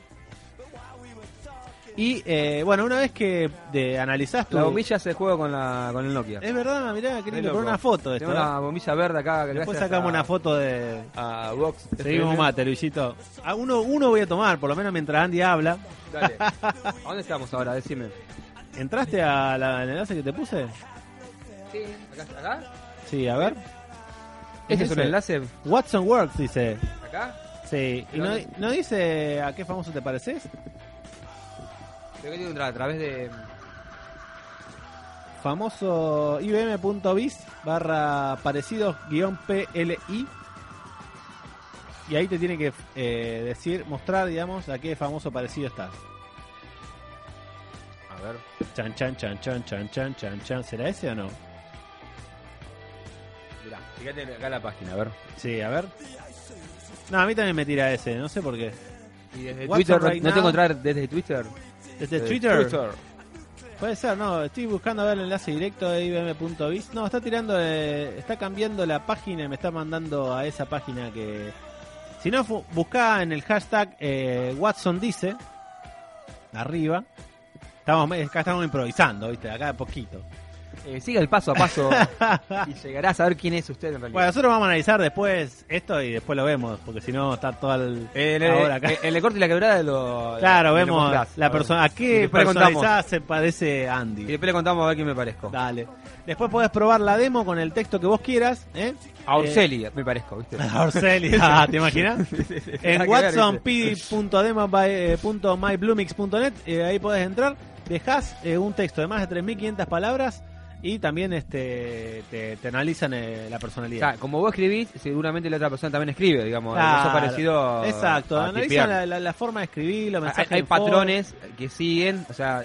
[SPEAKER 2] Y eh, bueno, una vez que de, analizás tu.
[SPEAKER 3] La bombilla se juega con, la, con el Nokia.
[SPEAKER 2] Es verdad, mirá, qué
[SPEAKER 3] Qué
[SPEAKER 2] lindo.
[SPEAKER 3] loco.
[SPEAKER 2] Con una foto de esto.
[SPEAKER 3] Tengo
[SPEAKER 2] ¿eh?
[SPEAKER 3] una bombilla verde acá. Que
[SPEAKER 2] Después
[SPEAKER 3] gracias
[SPEAKER 2] sacamos
[SPEAKER 3] a-
[SPEAKER 2] una foto de.
[SPEAKER 3] A Vox.
[SPEAKER 2] Seguimos
[SPEAKER 3] FM.
[SPEAKER 2] mate, Luisito. Ah, uno, uno voy a tomar, por lo menos mientras Andy habla.
[SPEAKER 3] Dale. ¿A dónde estamos ahora? Decime.
[SPEAKER 2] ¿Entraste a la- al enlace que te puse?
[SPEAKER 3] Sí, acá. acá.
[SPEAKER 2] Sí, a ver.
[SPEAKER 3] Este es un
[SPEAKER 2] ese?
[SPEAKER 3] enlace.
[SPEAKER 2] Watson Works dice.
[SPEAKER 3] Acá.
[SPEAKER 2] Sí. ¿Y
[SPEAKER 3] Pero
[SPEAKER 2] no,
[SPEAKER 3] no-
[SPEAKER 2] no dice a qué famoso te pareces?
[SPEAKER 3] Creo que tiene que entrar a través de.
[SPEAKER 2] famoso ibm.biz barra parecidos guión PLI y ahí te tiene que eh, decir, mostrar, digamos, a qué famoso parecido estás.
[SPEAKER 3] A ver.
[SPEAKER 2] Chan, chan, chan, chan, chan, chan, chan, chan. ¿Será ese o no?
[SPEAKER 3] Mirá. Fíjate acá la página, a ver.
[SPEAKER 2] Sí, a ver. No, a mí también me tira ese, no sé por qué.
[SPEAKER 3] Y desde
[SPEAKER 2] What's
[SPEAKER 3] Twitter.
[SPEAKER 2] up right
[SPEAKER 3] ¿No te
[SPEAKER 2] now?
[SPEAKER 3] encontrar desde Twitter? Eh,
[SPEAKER 2] ¿Desde
[SPEAKER 3] Desde
[SPEAKER 2] ¿Este Twitter? Puede ser, no. Estoy buscando ver el enlace directo de ibm.biz. No, está tirando, eh, está cambiando la página y me está mandando a esa página que... Si no, fu- buscá en el hashtag eh, Watson dice, arriba. Estamos, me- acá estamos improvisando, ¿viste? Acá de poquito.
[SPEAKER 3] Eh, siga el paso a paso y llegará a saber quién es usted en realidad.
[SPEAKER 2] Bueno, nosotros vamos a analizar después esto y después lo vemos, porque si no está todo el...
[SPEAKER 3] Eh, en, el,
[SPEAKER 2] ahora acá.
[SPEAKER 3] en- en el corte y la quebrada de lo.
[SPEAKER 2] claro,
[SPEAKER 3] de lo
[SPEAKER 2] vemos
[SPEAKER 3] mostrás,
[SPEAKER 2] la
[SPEAKER 3] ver.
[SPEAKER 2] persona... ¿A
[SPEAKER 3] Y
[SPEAKER 2] qué
[SPEAKER 3] después le contamos.
[SPEAKER 2] personalizada se parece Andy?
[SPEAKER 3] Y después le contamos a ver quién me parezco.
[SPEAKER 2] Dale. Después podés probar la demo con el texto que vos quieras. ¿eh?
[SPEAKER 3] A Orselli me parezco, ¿viste?
[SPEAKER 2] A Orselli. Ah, ¿te imaginas?
[SPEAKER 3] Nada
[SPEAKER 2] en eh,
[SPEAKER 3] que ver,
[SPEAKER 2] watsonp.demo.myblumix.net eh, ahí podés entrar. Dejás eh, un texto de más de 3.500 palabras y también este te, te analizan eh, la
[SPEAKER 3] O
[SPEAKER 2] personalidad.
[SPEAKER 3] sea, como vos escribís, seguramente la otra persona también escribe, digamos.
[SPEAKER 2] Claro.
[SPEAKER 3] Eso es parecido. a-
[SPEAKER 2] Exacto,
[SPEAKER 3] a
[SPEAKER 2] analizan
[SPEAKER 3] tipear.
[SPEAKER 2] la, la- la forma de escribir, los
[SPEAKER 3] Hay,
[SPEAKER 2] mensajes.
[SPEAKER 3] hay
[SPEAKER 2] en foros.
[SPEAKER 3] patrones que siguen, o sea.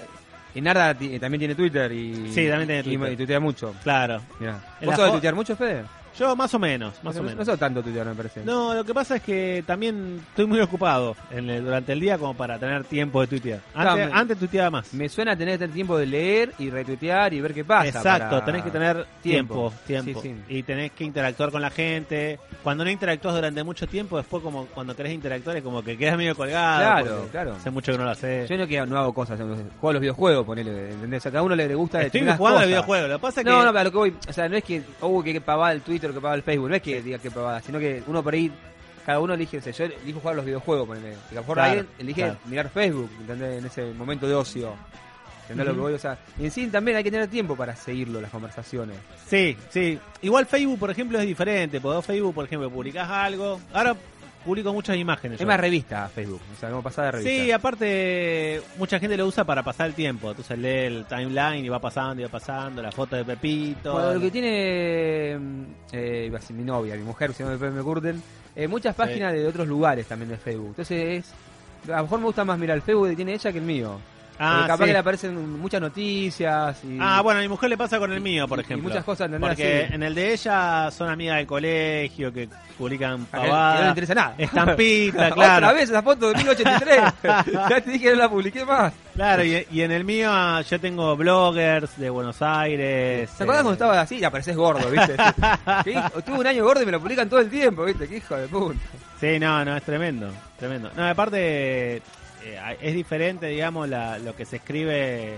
[SPEAKER 3] Y Narda ti- también tiene Twitter y.
[SPEAKER 2] Sí, también tiene
[SPEAKER 3] y-
[SPEAKER 2] Twitter.
[SPEAKER 3] Y, tuitea mucho.
[SPEAKER 2] Claro.
[SPEAKER 3] Mirá.
[SPEAKER 2] En
[SPEAKER 3] ¿Vos
[SPEAKER 2] la
[SPEAKER 3] sos de
[SPEAKER 2] fo-
[SPEAKER 3] tuitear mucho, Fede?
[SPEAKER 2] Yo más o menos, más
[SPEAKER 3] no,
[SPEAKER 2] o
[SPEAKER 3] no
[SPEAKER 2] menos.
[SPEAKER 3] sos tanto tuitear, me parece.
[SPEAKER 2] No, lo que pasa es que también estoy muy ocupado en el- durante el día como para tener tiempo de tuitear. Antes,
[SPEAKER 3] Dame.
[SPEAKER 2] antes tuiteaba más.
[SPEAKER 3] Me suena tener que tener tiempo de leer y retuitear y ver qué pasa.
[SPEAKER 2] Exacto,
[SPEAKER 3] para-
[SPEAKER 2] tenés que tener tiempo,
[SPEAKER 3] tiempo.
[SPEAKER 2] tiempo.
[SPEAKER 3] Sí, sí.
[SPEAKER 2] Y tenés que interactuar con la gente. Cuando no interactúas durante mucho tiempo, después como cuando querés interactuar es como que quedas medio colgado.
[SPEAKER 3] Claro,
[SPEAKER 2] porque
[SPEAKER 3] claro.
[SPEAKER 2] Hace mucho que no lo haces.
[SPEAKER 3] Yo no, que, no hago cosas, no sé, juego a los videojuegos, ponele, ¿entendés? O sea, cada uno le, le gusta
[SPEAKER 2] Estoy
[SPEAKER 3] determinadas
[SPEAKER 2] jugando al
[SPEAKER 3] cosas.
[SPEAKER 2] videojuego. Lo que pasa es
[SPEAKER 3] No,
[SPEAKER 2] que...
[SPEAKER 3] no, pero a lo que voy, o sea, no es que, oh, que, que pavada el Twitter, que pavada el Facebook, no es que diga que pavada, sino que uno por ahí, cada uno elige, o sea, yo elijo jugar a los videojuegos, ponele, y a lo mejor
[SPEAKER 2] Claro,
[SPEAKER 3] alguien elige
[SPEAKER 2] claro.
[SPEAKER 3] mirar Facebook, ¿entendés? En ese momento de ocio. ¿Entendés lo que voy? O sea, y en sí también hay que tener tiempo para seguirlo, las conversaciones.
[SPEAKER 2] Sí, sí. Igual Facebook, por ejemplo, es diferente. Porque vos Facebook, por ejemplo, publicás algo. Ahora publico muchas imágenes.
[SPEAKER 3] Es
[SPEAKER 2] yo.
[SPEAKER 3] más revista Facebook, o sea, como pasada de revista.
[SPEAKER 2] Sí, aparte, mucha gente lo usa para pasar el tiempo. Entonces lee el timeline y va pasando y va pasando, la foto de Pepito. Ah,
[SPEAKER 3] Bueno, lo que tiene mm, eh, iba a decir mi novia, mi mujer, se llama me Curten, eh, muchas páginas de otros lugares también de Facebook. Entonces, es, a lo mejor me gusta más mirar el Facebook que tiene ella que el mío.
[SPEAKER 2] Ah,
[SPEAKER 3] Porque capaz
[SPEAKER 2] sí.
[SPEAKER 3] que le aparecen muchas noticias. Y...
[SPEAKER 2] Ah, bueno, a mi mujer le pasa con el mío, por
[SPEAKER 3] y
[SPEAKER 2] ejemplo.
[SPEAKER 3] muchas cosas, ¿entendés?
[SPEAKER 2] Porque
[SPEAKER 3] Así.
[SPEAKER 2] en el de ella son amigas del colegio que publican
[SPEAKER 3] A que- que no le
[SPEAKER 2] pavadas.
[SPEAKER 3] interesa nada.
[SPEAKER 2] Estampita, Ah, claro.
[SPEAKER 3] Otra vez esa foto de 1083. ya te dije que no la publiqué más.
[SPEAKER 2] Claro, y, y en el mío ah, yo tengo bloggers de Buenos Aires.
[SPEAKER 3] ¿Se
[SPEAKER 2] eh,
[SPEAKER 3] acuerdan cuando estaba así? Ya pareces gordo, ¿viste? Que hijo- Tuve un año gordo y me lo publican todo el tiempo, ¿viste? Qué hijo de puta.
[SPEAKER 2] Sí, no, no, es tremendo, tremendo. No, aparte eh, es diferente, digamos, la- lo que se escribe, eh,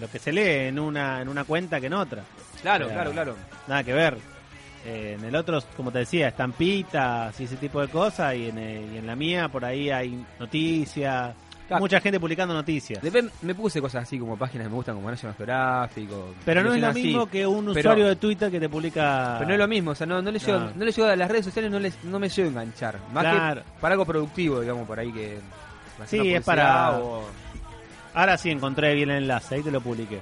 [SPEAKER 2] lo que se lee en una, en una cuenta que en otra.
[SPEAKER 3] Claro,
[SPEAKER 2] Era-
[SPEAKER 3] claro, claro.
[SPEAKER 2] Nada que ver. Eh, en el otro, como te decía, estampitas y ese tipo de cosas, y en, eh, y en la mía por ahí hay noticias,
[SPEAKER 3] Claro.
[SPEAKER 2] mucha gente publicando noticias.
[SPEAKER 3] Después me puse cosas así como páginas que me gustan, como National Geographic. o-
[SPEAKER 2] Pero no es lo
[SPEAKER 3] así.
[SPEAKER 2] mismo que un
[SPEAKER 3] Pero-
[SPEAKER 2] usuario de Twitter que te publica...
[SPEAKER 3] Pero no es lo mismo, o sea, no, no le llego,
[SPEAKER 2] No.
[SPEAKER 3] no. le llego a las redes sociales, no, les, no me llego a enganchar. Más
[SPEAKER 2] Claro.
[SPEAKER 3] que para algo productivo, digamos, por ahí que.
[SPEAKER 2] Sí,
[SPEAKER 3] hacer una
[SPEAKER 2] es para-
[SPEAKER 3] publicidad o-
[SPEAKER 2] Ahora sí encontré bien el enlace, ahí te lo publiqué.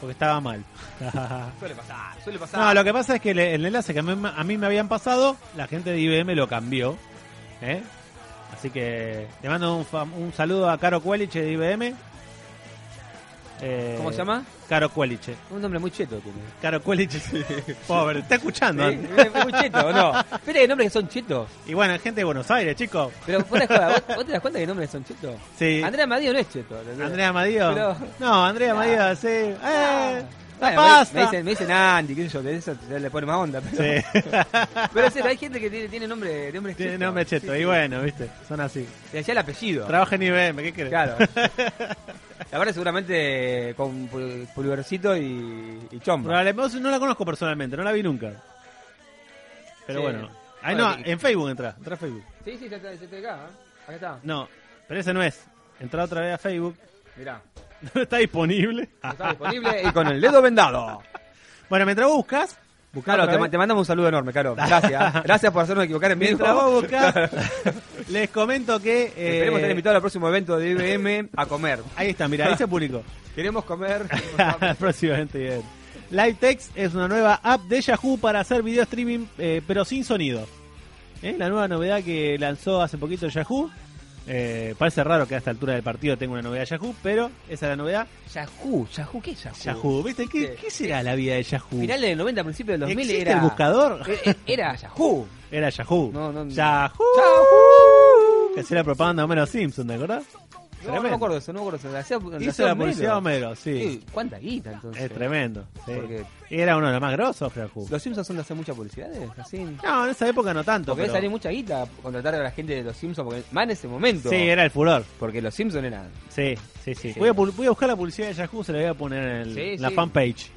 [SPEAKER 2] Porque estaba mal.
[SPEAKER 3] Suele pasar, suele pasar.
[SPEAKER 2] No, lo que pasa es que el, el enlace que a mí, a mí me habían pasado, la gente de IBM lo cambió. ¿eh? Así que le mando un, fam- un saludo a Caro Cueliche de IBM. Eh,
[SPEAKER 3] ¿Cómo se llama?
[SPEAKER 2] Caro Cueliche.
[SPEAKER 3] Un nombre muy cheto tiene.
[SPEAKER 2] Caro Cueliche. Pobre, está escuchando.
[SPEAKER 3] Sí, es muy cheto, ¿o no? Pero hay nombres que son chetos.
[SPEAKER 2] Y bueno, gente de Buenos Aires, chicos.
[SPEAKER 3] Pero fuera de joda, ¿vos, vos te das cuenta que nombres son chetos?
[SPEAKER 2] Sí.
[SPEAKER 3] Andrea Madío no es cheto. ¿entendés?
[SPEAKER 2] Andrea Amadío.
[SPEAKER 3] Pero-
[SPEAKER 2] No, Andrea
[SPEAKER 3] Nah.
[SPEAKER 2] Amadío, sí. Eh,
[SPEAKER 3] Ah.
[SPEAKER 2] la
[SPEAKER 3] Bueno, me-
[SPEAKER 2] pasta.
[SPEAKER 3] Me, dicen, me dicen Andy, qué sé yo, de eso ya le pone más onda. Pero,
[SPEAKER 2] Sí.
[SPEAKER 3] pero es cierto, hay gente que tiene, tiene nombre, nombre
[SPEAKER 2] Tiene nombre cheto. Y bueno, viste, son así.
[SPEAKER 3] Y allá el apellido.
[SPEAKER 2] Trabaja en IBM, ¿qué querés?
[SPEAKER 3] Claro. La verdad, seguramente con pul- pulvercito y, y chomba.
[SPEAKER 2] Probablemente no la conozco personalmente, no la vi nunca. Pero
[SPEAKER 3] Sí.
[SPEAKER 2] bueno. Ahí
[SPEAKER 3] Bueno,
[SPEAKER 2] no,
[SPEAKER 3] que-
[SPEAKER 2] en Facebook entra, entra a Facebook.
[SPEAKER 3] Sí, sí, ya está, ya está acá. ¿eh? Acá está.
[SPEAKER 2] No, pero ese no es. Entra otra vez a Facebook.
[SPEAKER 3] Mirá,
[SPEAKER 2] No está disponible.
[SPEAKER 3] está disponible y con el dedo vendado.
[SPEAKER 2] Bueno, mientras vos buscas,
[SPEAKER 3] Claro, te, ma- te mandamos un saludo enorme, Caro. Gracias. Gracias por hacernos equivocar en vivo.
[SPEAKER 2] mientras vos buscas, les comento que. eh,
[SPEAKER 3] Esperemos tener invitado al próximo evento de IBM a comer.
[SPEAKER 2] ahí está, mira, ahí se publicó.
[SPEAKER 3] Queremos comer.
[SPEAKER 2] Próximamente bien. LiveText es una nueva app de Yahoo para hacer video streaming, eh, pero sin sonido. ¿Eh? La nueva novedad que lanzó hace poquito Yahoo. Eh, parece raro que a esta altura del partido tenga una novedad Yahoo, pero esa es la novedad.
[SPEAKER 3] Yahoo, Yahoo, ¿qué es Yahoo?
[SPEAKER 2] Yahoo, ¿viste? ¿Qué,
[SPEAKER 3] Sí.
[SPEAKER 2] qué será la vida de Yahoo?
[SPEAKER 3] Finales del 90, principios del 2000
[SPEAKER 2] ¿Existe
[SPEAKER 3] era.
[SPEAKER 2] el buscador?
[SPEAKER 3] e- e- Era Yahoo.
[SPEAKER 2] Era Yahoo.
[SPEAKER 3] No, no, no.
[SPEAKER 2] Yahoo.
[SPEAKER 3] Yahoo.
[SPEAKER 2] Que hacía la propaganda de Homero Simpson, ¿te acordás?
[SPEAKER 3] No, no me acuerdo de eso, no me acuerdo de eso. La hacía- la
[SPEAKER 2] Hizo
[SPEAKER 3] hacía
[SPEAKER 2] la
[SPEAKER 3] Homero.
[SPEAKER 2] publicidad de Homero, sí.
[SPEAKER 3] Sí, ¿Cuánta guita entonces?
[SPEAKER 2] Es tremendo. sí.
[SPEAKER 3] Porque-
[SPEAKER 2] Era uno de los más grosos, Yahoo.
[SPEAKER 3] ¿Los Simpsons son de hacer mucha publicidad? ¿eh? ¿Así?
[SPEAKER 2] No, en esa época no tanto.
[SPEAKER 3] Porque
[SPEAKER 2] pero-
[SPEAKER 3] salía mucha guita contratar a la gente de los Simpsons, porque más en ese momento.
[SPEAKER 2] Sí, era el furor.
[SPEAKER 3] Porque los Simpsons eran.
[SPEAKER 2] Sí, sí, sí.
[SPEAKER 3] Sí.
[SPEAKER 2] Voy, a, pul- voy a buscar la publicidad de Yahoo, se la voy a poner en, el-
[SPEAKER 3] Sí,
[SPEAKER 2] en la
[SPEAKER 3] sí.
[SPEAKER 2] fanpage.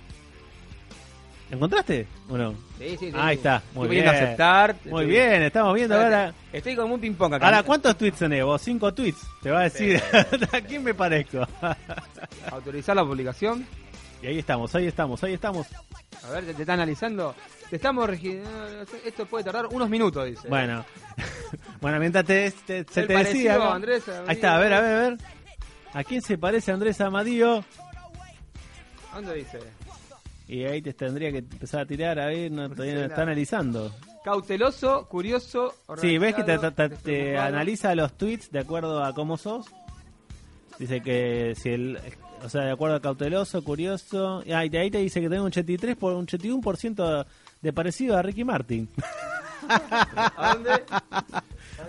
[SPEAKER 2] ¿La encontraste o no?
[SPEAKER 3] Sí, sí, sí.
[SPEAKER 2] Ahí está, muy
[SPEAKER 3] Estoy
[SPEAKER 2] bien.
[SPEAKER 3] pidiendo aceptar.
[SPEAKER 2] Muy
[SPEAKER 3] Estoy-
[SPEAKER 2] bien, estamos viendo ahora.
[SPEAKER 3] Estoy como un ping-pong acá.
[SPEAKER 2] Ahora, ¿cuántos tweets tenés vos? Cinco tweets. Te va a decir a quién me parezco.
[SPEAKER 3] Autorizar la publicación.
[SPEAKER 2] y ahí estamos, ahí estamos, ahí estamos.
[SPEAKER 3] A ver, te, te está analizando. Te estamos regi- Esto puede tardar unos minutos, dice.
[SPEAKER 2] Bueno. bueno, mientras te, te- se
[SPEAKER 3] El
[SPEAKER 2] te decía.
[SPEAKER 3] parecido
[SPEAKER 2] ¿no?
[SPEAKER 3] a Andrés
[SPEAKER 2] ahí está, a ver, a ver, a ver. ¿A quién se parece Andrés Amadío?
[SPEAKER 3] ¿Dónde dice?
[SPEAKER 2] Y ahí te tendría que empezar a tirar, a ver, no, todavía no
[SPEAKER 3] sé
[SPEAKER 2] está
[SPEAKER 3] nada.
[SPEAKER 2] analizando.
[SPEAKER 3] Cauteloso, curioso.
[SPEAKER 2] Sí, ves que te,
[SPEAKER 3] organizado,
[SPEAKER 2] te- te
[SPEAKER 3] despreocupado.
[SPEAKER 2] analiza los tweets de acuerdo a cómo sos. Dice que si el. O sea, de acuerdo a cauteloso, curioso. Ah, y de ahí te dice que tengo un 83 por un 81% de parecido a Ricky Martin.
[SPEAKER 3] ¿A dónde?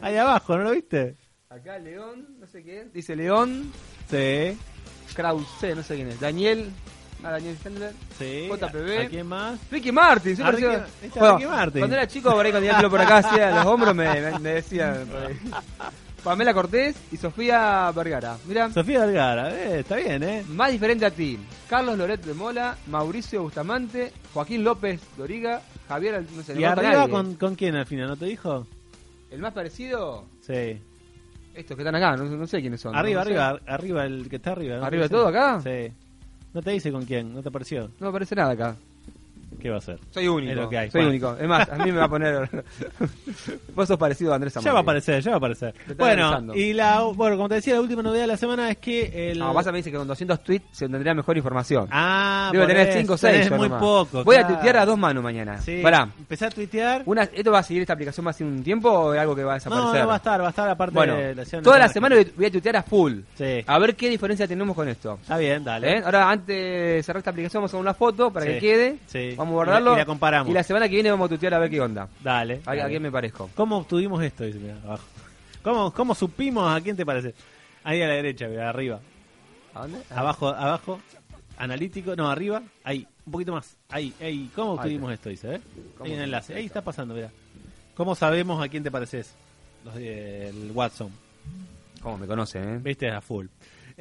[SPEAKER 2] Ahí abajo, ¿no lo viste?
[SPEAKER 3] Acá León, no sé qué. Dice León,
[SPEAKER 2] Sí.
[SPEAKER 3] Krause, no sé quién es. Daniel. Ah, Daniel Sandler.
[SPEAKER 2] Sí.
[SPEAKER 3] JPB.
[SPEAKER 2] ¿A quién más?
[SPEAKER 3] Ricky Martin, sí,
[SPEAKER 2] Ah,
[SPEAKER 3] pareció-
[SPEAKER 2] Ricky- ahí está Ricky Martin.
[SPEAKER 3] Cuando era chico, por ahí cuando tenía el pelo por acá, hacía los hombros, me, me, me decía. por ahí. Pamela Cortés y Sofía Vergara. Mira,
[SPEAKER 2] Sofía Vergara, eh, está bien, ¿eh?
[SPEAKER 3] más diferente a ti. Carlos Loret de Mola, Mauricio Bustamante, Joaquín López Doriga, Javier, Al- no sé, no
[SPEAKER 2] ¿Y
[SPEAKER 3] conozco a
[SPEAKER 2] arriba
[SPEAKER 3] nadie.
[SPEAKER 2] con, con quién al final? ¿No te dijo?
[SPEAKER 3] El más parecido,
[SPEAKER 2] Sí.
[SPEAKER 3] estos que están acá, no, no sé quiénes son.
[SPEAKER 2] Arriba,
[SPEAKER 3] no sé.
[SPEAKER 2] arriba, ar- arriba, el que está arriba. ¿no te
[SPEAKER 3] ¿Arriba
[SPEAKER 2] dice?
[SPEAKER 3] todo acá?
[SPEAKER 2] Sí. No te dice con quién, no te pareció.
[SPEAKER 3] No aparece nada acá.
[SPEAKER 2] ¿Qué va a ser?
[SPEAKER 3] Soy único.
[SPEAKER 2] Es lo que hay.
[SPEAKER 3] Soy
[SPEAKER 2] Bueno.
[SPEAKER 3] único. Es más, a mí me va a poner. Vos sos parecido a Andrés Amaro.
[SPEAKER 2] Ya va a aparecer, ya va a aparecer.
[SPEAKER 3] Te está
[SPEAKER 2] Bueno,
[SPEAKER 3] analizando.
[SPEAKER 2] y la, bueno, como te decía, la última novedad de la semana es que el...
[SPEAKER 3] No, Ah, vas a me dice que con 200 tweets se tendría mejor información.
[SPEAKER 2] Ah,
[SPEAKER 3] Debo
[SPEAKER 2] por
[SPEAKER 3] tener
[SPEAKER 2] eso,
[SPEAKER 3] 5 o 6.
[SPEAKER 2] tenés muy poco.
[SPEAKER 3] Voy
[SPEAKER 2] claro.
[SPEAKER 3] a tuitear a dos manos mañana.
[SPEAKER 2] Sí,
[SPEAKER 3] Pará.
[SPEAKER 2] empecé a tuitear.
[SPEAKER 3] Una, ¿Esto va a seguir esta aplicación más un tiempo o es algo que va a
[SPEAKER 2] No,
[SPEAKER 3] desaparecer?
[SPEAKER 2] no va a estar, va a estar aparte
[SPEAKER 3] Bueno,
[SPEAKER 2] de la ciudad
[SPEAKER 3] toda la
[SPEAKER 2] nacional.
[SPEAKER 3] semana voy a tuitear a full.
[SPEAKER 2] Sí.
[SPEAKER 3] A ver qué diferencia tenemos con esto.
[SPEAKER 2] Está bien, dale.
[SPEAKER 3] ¿Eh? Ahora, antes de cerrar esta aplicación, vamos a hacer una foto para
[SPEAKER 2] Sí,
[SPEAKER 3] que quede.
[SPEAKER 2] sí.
[SPEAKER 3] Vamos a
[SPEAKER 2] Y
[SPEAKER 3] guardarlo.
[SPEAKER 2] la- y la comparamos.
[SPEAKER 3] Y la semana que viene vamos a tuitear a ver qué onda.
[SPEAKER 2] Dale.
[SPEAKER 3] A, a
[SPEAKER 2] dale.
[SPEAKER 3] quién me parezco.
[SPEAKER 2] ¿Cómo obtuvimos esto? Dice, mirá, abajo. ¿Cómo, ¿Cómo supimos a quién te parece? Ahí a la derecha, mirá, arriba.
[SPEAKER 3] ¿A dónde? Ah,
[SPEAKER 2] Abajo, abajo. Analítico, no, arriba. Ahí, un poquito más. Ahí, ahí. ¿Cómo
[SPEAKER 3] Ahí
[SPEAKER 2] obtuvimos esto? Dice, ¿eh?
[SPEAKER 3] ¿Cómo
[SPEAKER 2] Hay un
[SPEAKER 3] obtuvimos
[SPEAKER 2] enlace. Ahí
[SPEAKER 3] esto?
[SPEAKER 2] está pasando, mira. ¿Cómo sabemos a quién te pareces? Los del Watson.
[SPEAKER 3] ¿Cómo me conocen, eh?
[SPEAKER 2] Viste, a full.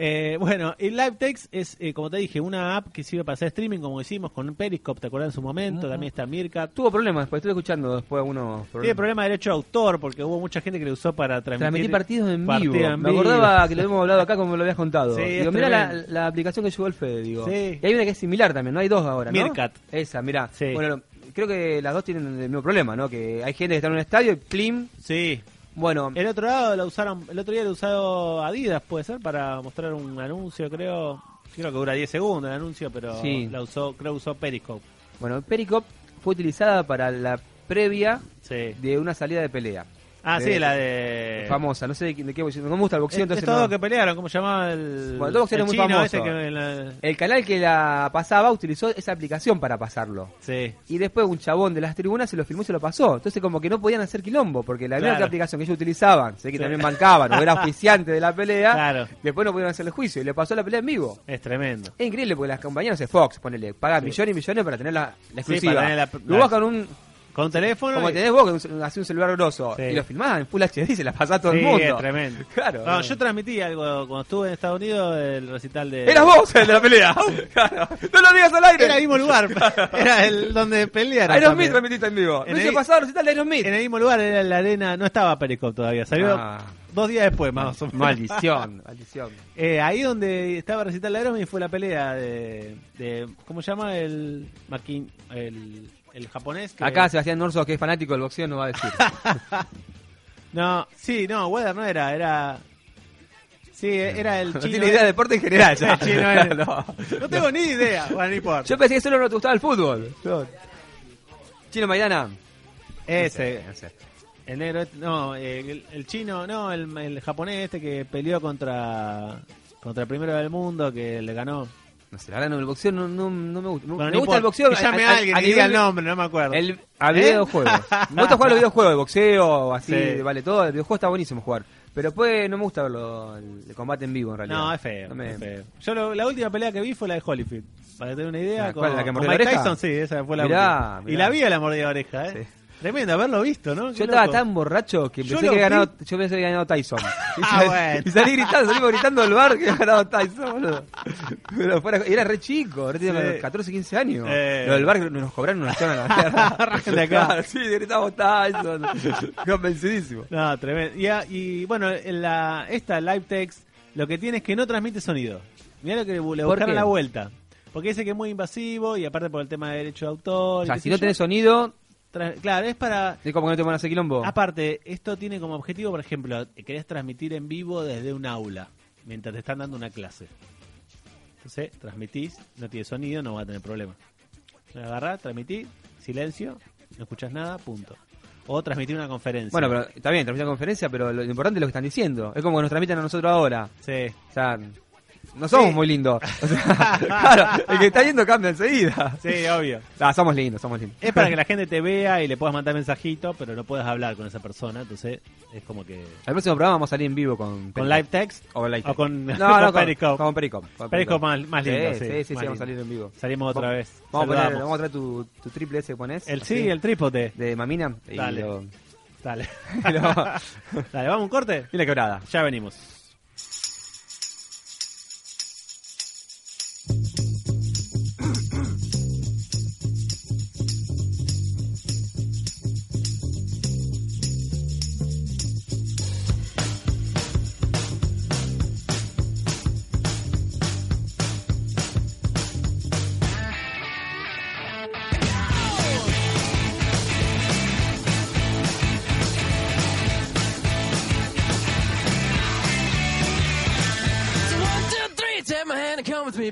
[SPEAKER 2] Eh, bueno, el Live Text es, eh, como te dije, una app que sirve para hacer streaming, como hicimos con Periscope, ¿te acuerdas en su momento? También está Mirka.
[SPEAKER 3] Tuvo problemas después, estuve escuchando después algunos
[SPEAKER 2] Tiene
[SPEAKER 3] problemas.
[SPEAKER 2] problema de derecho de autor porque hubo mucha gente que lo usó para transmitir.
[SPEAKER 3] Transmití partidos en
[SPEAKER 2] partidos
[SPEAKER 3] vivo.
[SPEAKER 2] en
[SPEAKER 3] me
[SPEAKER 2] vivo.
[SPEAKER 3] acordaba que lo habíamos hablado acá como me lo habías contado.
[SPEAKER 2] Sí,
[SPEAKER 3] digo,
[SPEAKER 2] es
[SPEAKER 3] mirá la,
[SPEAKER 2] tremendo.
[SPEAKER 3] la aplicación que llegó el Fede, digo.
[SPEAKER 2] Sí.
[SPEAKER 3] Y hay una que es similar también, ¿no? Hay dos ahora, ¿no?
[SPEAKER 2] Meerkat.
[SPEAKER 3] Esa, mirá.
[SPEAKER 2] Sí.
[SPEAKER 3] Bueno, creo que las dos tienen el mismo problema, ¿no? Que hay gente que está en un estadio y plim.
[SPEAKER 2] Sí.
[SPEAKER 3] Bueno,
[SPEAKER 2] El otro lado lo usaron, el otro día lo usado Adidas, puede ser, para mostrar un anuncio, creo. Creo que dura 10 segundos el anuncio, pero
[SPEAKER 3] Sí.
[SPEAKER 2] la usó, creo que usó Periscope.
[SPEAKER 3] bueno, Pericop fue utilizada para la previa
[SPEAKER 2] Sí.
[SPEAKER 3] de una salida de pelea.
[SPEAKER 2] Ah,
[SPEAKER 3] De-
[SPEAKER 2] sí, la de
[SPEAKER 3] Famosa, no sé de, qué- de qué voy a decir, No me gusta el boxeo, entonces.
[SPEAKER 2] Estos
[SPEAKER 3] no.
[SPEAKER 2] dos que pelearon, ¿cómo se llamaba el
[SPEAKER 3] Bueno, dos boxeadores
[SPEAKER 2] el
[SPEAKER 3] muy
[SPEAKER 2] chino
[SPEAKER 3] famosos.
[SPEAKER 2] ese que en la-
[SPEAKER 3] El canal que la pasaba utilizó esa aplicación para pasarlo.
[SPEAKER 2] Sí.
[SPEAKER 3] Y después un chabón de las tribunas se lo filmó y se lo pasó. Entonces como que no podían hacer quilombo, porque la
[SPEAKER 2] Claro.
[SPEAKER 3] misma aplicación que ellos utilizaban, sé que
[SPEAKER 2] Sí.
[SPEAKER 3] también bancaban, o era auspiciante de la pelea,
[SPEAKER 2] Claro.
[SPEAKER 3] después no pudieron hacer el juicio y le pasó la pelea en vivo.
[SPEAKER 2] Es tremendo.
[SPEAKER 3] Es increíble porque las compañías, no sé, Fox, ponele, pagan millones y millones para tener la, la
[SPEAKER 2] Sí,
[SPEAKER 3] exclusiva.
[SPEAKER 2] para tener la-
[SPEAKER 3] Lo
[SPEAKER 2] la-
[SPEAKER 3] vas con un,
[SPEAKER 2] Con teléfono.
[SPEAKER 3] como
[SPEAKER 2] y-
[SPEAKER 3] tenés vos, que un- hacés un celular grosso,
[SPEAKER 2] Sí.
[SPEAKER 3] y lo filmás en Full HD y se la pasás a todo el
[SPEAKER 2] Sí,
[SPEAKER 3] mundo.
[SPEAKER 2] es tremendo.
[SPEAKER 3] Claro. eh.
[SPEAKER 2] No, yo transmití algo cuando estuve en Estados Unidos, el recital de.
[SPEAKER 3] Eras vos eh. el de la pelea. Claro. No lo digas al aire.
[SPEAKER 2] Era el mismo lugar. Era el donde pelearon.
[SPEAKER 3] Aerosmith
[SPEAKER 2] también.
[SPEAKER 3] transmitiste en vivo.
[SPEAKER 2] En
[SPEAKER 3] El
[SPEAKER 2] el-
[SPEAKER 3] año pasado recital de Aerosmith.
[SPEAKER 2] En el mismo lugar era la arena. No estaba Periscope todavía. Salió
[SPEAKER 3] Ah.
[SPEAKER 2] dos días después, más o menos.
[SPEAKER 3] Maldición, maldición.
[SPEAKER 2] Eh, ahí donde estaba recital de Aerosmith fue la pelea de. de- ¿Cómo se llama? El. Maquin, el, el japonés. que-
[SPEAKER 3] Acá Sebastián Norso, que es fanático del boxeo, no va a decir.
[SPEAKER 2] No, sí, no, Weather no era. Era. Sí, era el
[SPEAKER 3] No
[SPEAKER 2] chino.
[SPEAKER 3] tiene idea de deporte en general. ya.
[SPEAKER 2] El chino era.
[SPEAKER 3] No,
[SPEAKER 2] no,
[SPEAKER 3] no.
[SPEAKER 2] tengo ni idea. Bueno, no importa.
[SPEAKER 3] Yo pensé que solo no te gustaba el fútbol. No. Chino Maidana.
[SPEAKER 2] Ese,
[SPEAKER 3] No sé.
[SPEAKER 2] el negro, este- no, el, el chino, no, el, el japonés este que peleó contra contra el primero del mundo que le ganó.
[SPEAKER 3] No sé, la verdad, no, el boxeo no, no, no me gusta. No-
[SPEAKER 2] Bueno,
[SPEAKER 3] me
[SPEAKER 2] no
[SPEAKER 3] gusta
[SPEAKER 2] importa,
[SPEAKER 3] el boxeo.
[SPEAKER 2] que llame a, alguien, que diga el
[SPEAKER 3] nivel-
[SPEAKER 2] nombre, no me acuerdo.
[SPEAKER 3] el- a
[SPEAKER 2] ¿Eh?
[SPEAKER 3] videojuegos. Me gusta jugar los videojuegos, el boxeo, así,
[SPEAKER 2] Sí.
[SPEAKER 3] vale todo. El videojuego está buenísimo jugar. Pero pues no me gusta verlo, el el combate en vivo en realidad.
[SPEAKER 2] no, es feo,
[SPEAKER 3] No me-
[SPEAKER 2] es feo. Yo lo- la última pelea que vi fue la de Holyfield. Para tener una idea,
[SPEAKER 3] Ah, ¿cuál, la que mordió la
[SPEAKER 2] Mike
[SPEAKER 3] oreja?
[SPEAKER 2] Tyson, sí, esa fue la
[SPEAKER 3] Mirá,
[SPEAKER 2] última.
[SPEAKER 3] mirá.
[SPEAKER 2] Y la vi a la mordida de oreja, ¿eh? Tremendo haberlo visto, ¿no? Qué
[SPEAKER 3] Yo estaba
[SPEAKER 2] loco.
[SPEAKER 3] tan borracho que
[SPEAKER 2] Yo
[SPEAKER 3] pensé que
[SPEAKER 2] lo
[SPEAKER 3] había
[SPEAKER 2] vi.
[SPEAKER 3] ganado, yo pensé que había ganado Tyson. Y
[SPEAKER 2] Ah,
[SPEAKER 3] sal-
[SPEAKER 2] bueno.
[SPEAKER 3] Y salí gritando, salimos gritando del bar que había ganado Tyson, boludo. Pero fuera- y era re chico, ahora tenía
[SPEAKER 2] Sí.
[SPEAKER 3] 14, 15 años.
[SPEAKER 2] Eh.
[SPEAKER 3] Lo del bar nos cobraron una zona la mierda.
[SPEAKER 2] Arranquen de acá.
[SPEAKER 3] Claro, sí, gritamos Tyson. Convencidísimo.
[SPEAKER 2] No, tremendo. Y, a- y, bueno, en la, esta live text lo que tiene es que no transmite sonido. Mirá lo que le buscaron
[SPEAKER 3] qué?
[SPEAKER 2] la vuelta. Porque dice que es muy invasivo y aparte por el tema de derecho de autor.
[SPEAKER 3] O
[SPEAKER 2] y
[SPEAKER 3] sea,
[SPEAKER 2] qué
[SPEAKER 3] si
[SPEAKER 2] sé
[SPEAKER 3] no
[SPEAKER 2] yo.
[SPEAKER 3] tenés sonido,
[SPEAKER 2] Tra- Claro, es para.
[SPEAKER 3] es como que no te van a hacer quilombo.
[SPEAKER 2] Aparte, esto tiene como objetivo, por ejemplo, querés transmitir en vivo desde un aula mientras te están dando una clase. Entonces, transmitís, no tiene sonido, no va a tener problema. Agarrás, transmitís, silencio, no escuchás nada, punto. O transmitir una conferencia.
[SPEAKER 3] Bueno, pero está bien, transmiten conferencia, pero lo, lo importante es lo que están diciendo. Es como que nos transmiten a nosotros ahora.
[SPEAKER 2] Sí.
[SPEAKER 3] O sea, no somos muy lindos. O sea, claro, el que está yendo cambia enseguida.
[SPEAKER 2] Sí, obvio.
[SPEAKER 3] Ah, somos lindos, somos lindos.
[SPEAKER 2] Es para que la gente te vea y le puedas mandar mensajito, pero no puedas hablar con esa persona, entonces es como que...
[SPEAKER 3] Al próximo programa vamos a salir en vivo con...
[SPEAKER 2] ¿Con live text?
[SPEAKER 3] O live
[SPEAKER 2] O con, con
[SPEAKER 3] No, no, con
[SPEAKER 2] Periscope.
[SPEAKER 3] Con Periscope. con
[SPEAKER 2] Periscope más- más lindo, sí,
[SPEAKER 3] Sí, sí, sí,
[SPEAKER 2] más
[SPEAKER 3] vamos a
[SPEAKER 2] lindo.
[SPEAKER 3] salir en vivo.
[SPEAKER 2] Salimos otra
[SPEAKER 3] Vamos-
[SPEAKER 2] vez.
[SPEAKER 3] Vamos a, poner,
[SPEAKER 2] Saludamos.
[SPEAKER 3] vamos a traer tu, tu triple S que pones.
[SPEAKER 2] El
[SPEAKER 3] así,
[SPEAKER 2] sí, el trípode.
[SPEAKER 3] De mamina. y
[SPEAKER 2] Dale.
[SPEAKER 3] lo-
[SPEAKER 2] Dale.
[SPEAKER 3] y lo-
[SPEAKER 2] Dale, vamos a un corte.
[SPEAKER 3] y la quebrada.
[SPEAKER 2] Ya venimos.
[SPEAKER 6] with me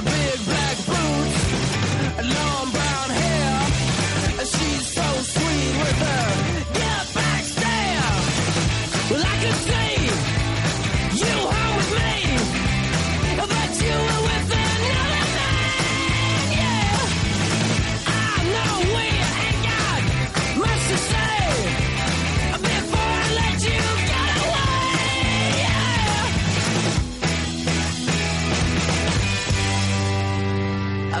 [SPEAKER 6] Big black boots, long brown hair. She's so sweet with her get back stare. Well, I could see you hung with me, but you were with another man, yeah. I know we ain't got much to say before I let you get away, yeah. I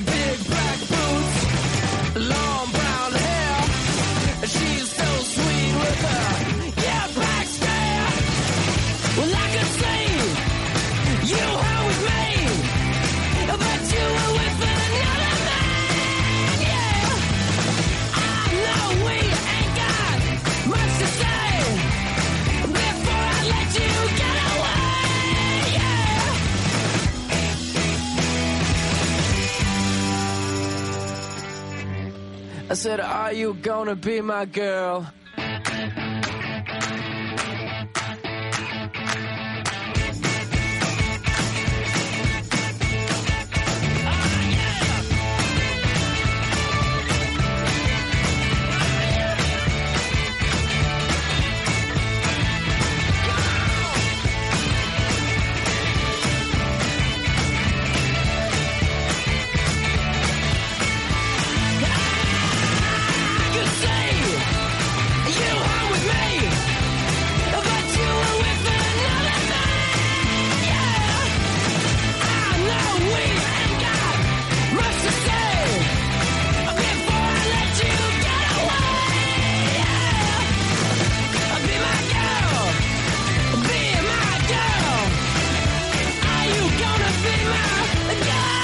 [SPEAKER 6] big black boots, long brown hair. She's so sweet with her. Yeah, back stare. Well, I could see you were with me, but you were with another man. Yeah, I know we ain't got much to say before I let you get away. Yeah. I said, Are you gonna be my girl? You say you hung with me, but you were with another man. Yeah, I know we ain't got much to say before I let you get away. Yeah, be my girl, be my girl. Are you gonna be my girl? Yeah.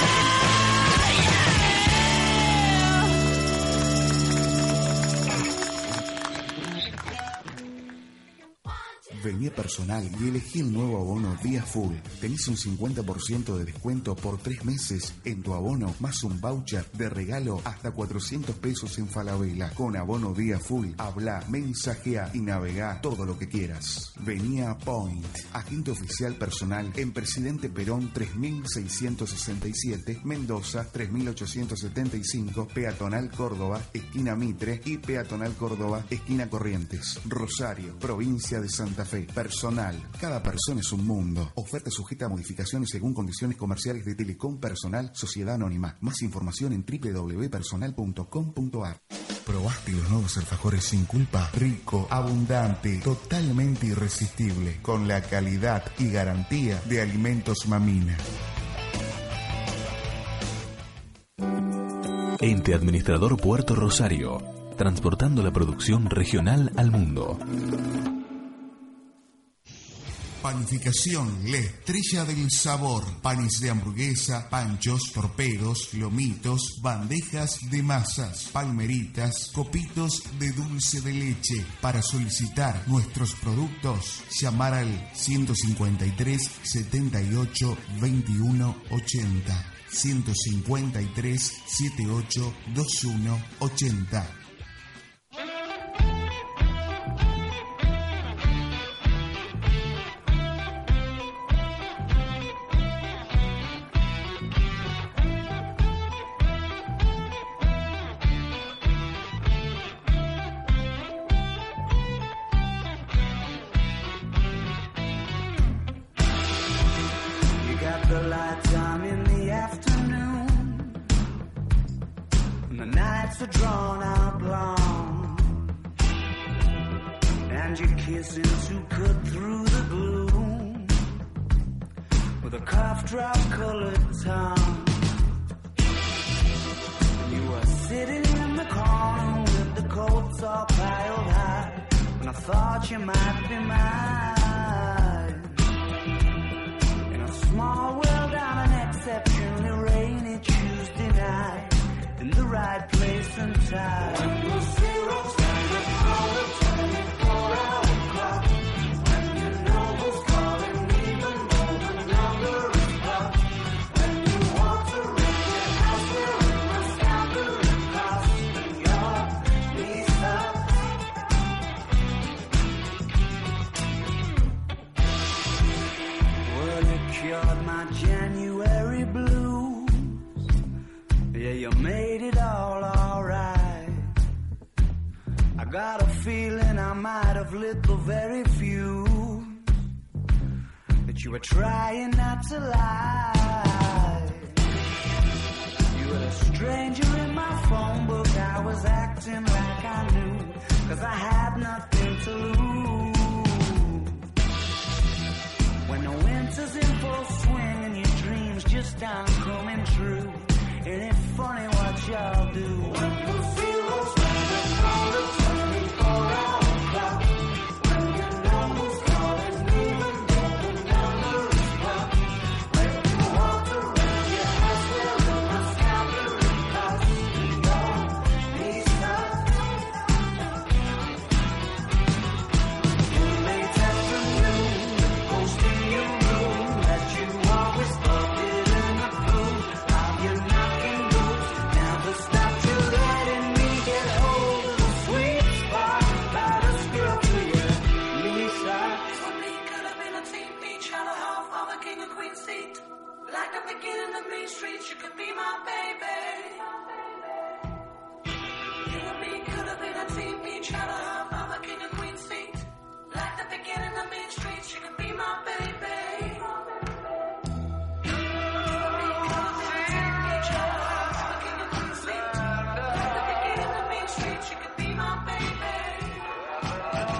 [SPEAKER 1] Vení a personal y elegí el nuevo abono Día Full. Tenés un 50% de descuento por tres meses en tu abono, más un voucher de regalo hasta 400 pesos en Falabella. Con abono Día Full, habla, mensajea y navega todo lo que quieras. Vení a Point, agente oficial personal en Presidente Perón 3667, Mendoza 3875, Peatonal Córdoba, esquina Mitre y Peatonal Córdoba, esquina Corrientes. Rosario, provincia de Santa Fe. Personal. Cada persona es un mundo. Oferta sujeta a modificaciones según condiciones comerciales de Telecom Personal Sociedad Anónima. Más información en www.personal.com.ar. ¿Probaste los nuevos alfajores sin culpa? Rico, abundante, totalmente irresistible, con la calidad y garantía de Alimentos Mamina.
[SPEAKER 5] Ente Administrador Puerto Rosario, transportando la producción regional al mundo.
[SPEAKER 1] Panificación, la estrella del sabor. Panes de hamburguesa, panchos, torpedos, lomitos, bandejas de masas, palmeritas, copitos de dulce de leche. Para solicitar nuestros productos, llamar al 153 78 21 80. 153 78 21 80.
[SPEAKER 7] You got the lights on in the afternoon, and the nights are drawn out long, and you kisses who cut through the gloom with a cough drop colored tongue. You were sitting in the corner with the coats all piled high, and I thought you might be mine. In a small world on an exceptionally rainy Tuesday night, in the right place and time. Well, you cured my January blues. Yeah, you made it all alright. I got a feeling I might have lit the very few that you were trying not to lie. You were a stranger in my phone book. I was acting like I knew, cause I had nothing to lose. When the winter's in full swing and your dreams just aren't coming true, it ain't funny what y'all do. When the zero's running from the 24 hour clock, when your number's calling, even though the number is blocked, when you walk around your house wearing my scalpel and cuffs, you're me stuck. You may tell the moon, ghost in your room, that you always loved it in the blue. Now you're knocking boots, never stop till letting me get hold of the sweet spot. Light a skill for your Lisa.
[SPEAKER 8] Probably could have been a teen peach, had a half of a king and queen seat. Like a beginning of mean streets, you could be my baby. You and me could have been a teen peach, had a half of a king and queen seat. Like the beginning of mean streets, you could be my baby. You and me could have been a teen peach, had a half of a king and queen seat. Like the beginning of mean streets, you could be my baby.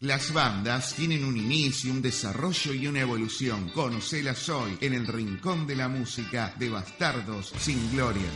[SPEAKER 1] Las bandas tienen un inicio, un desarrollo y una evolución. Conocelas hoy en el Rincón de la Música de Bastardos sin Gloria.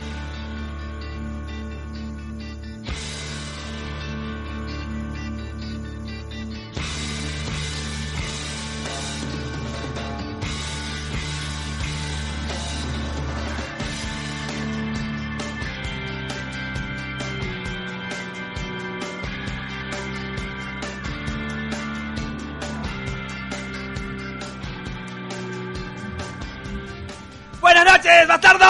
[SPEAKER 3] ¡Buenas noches, bastardos!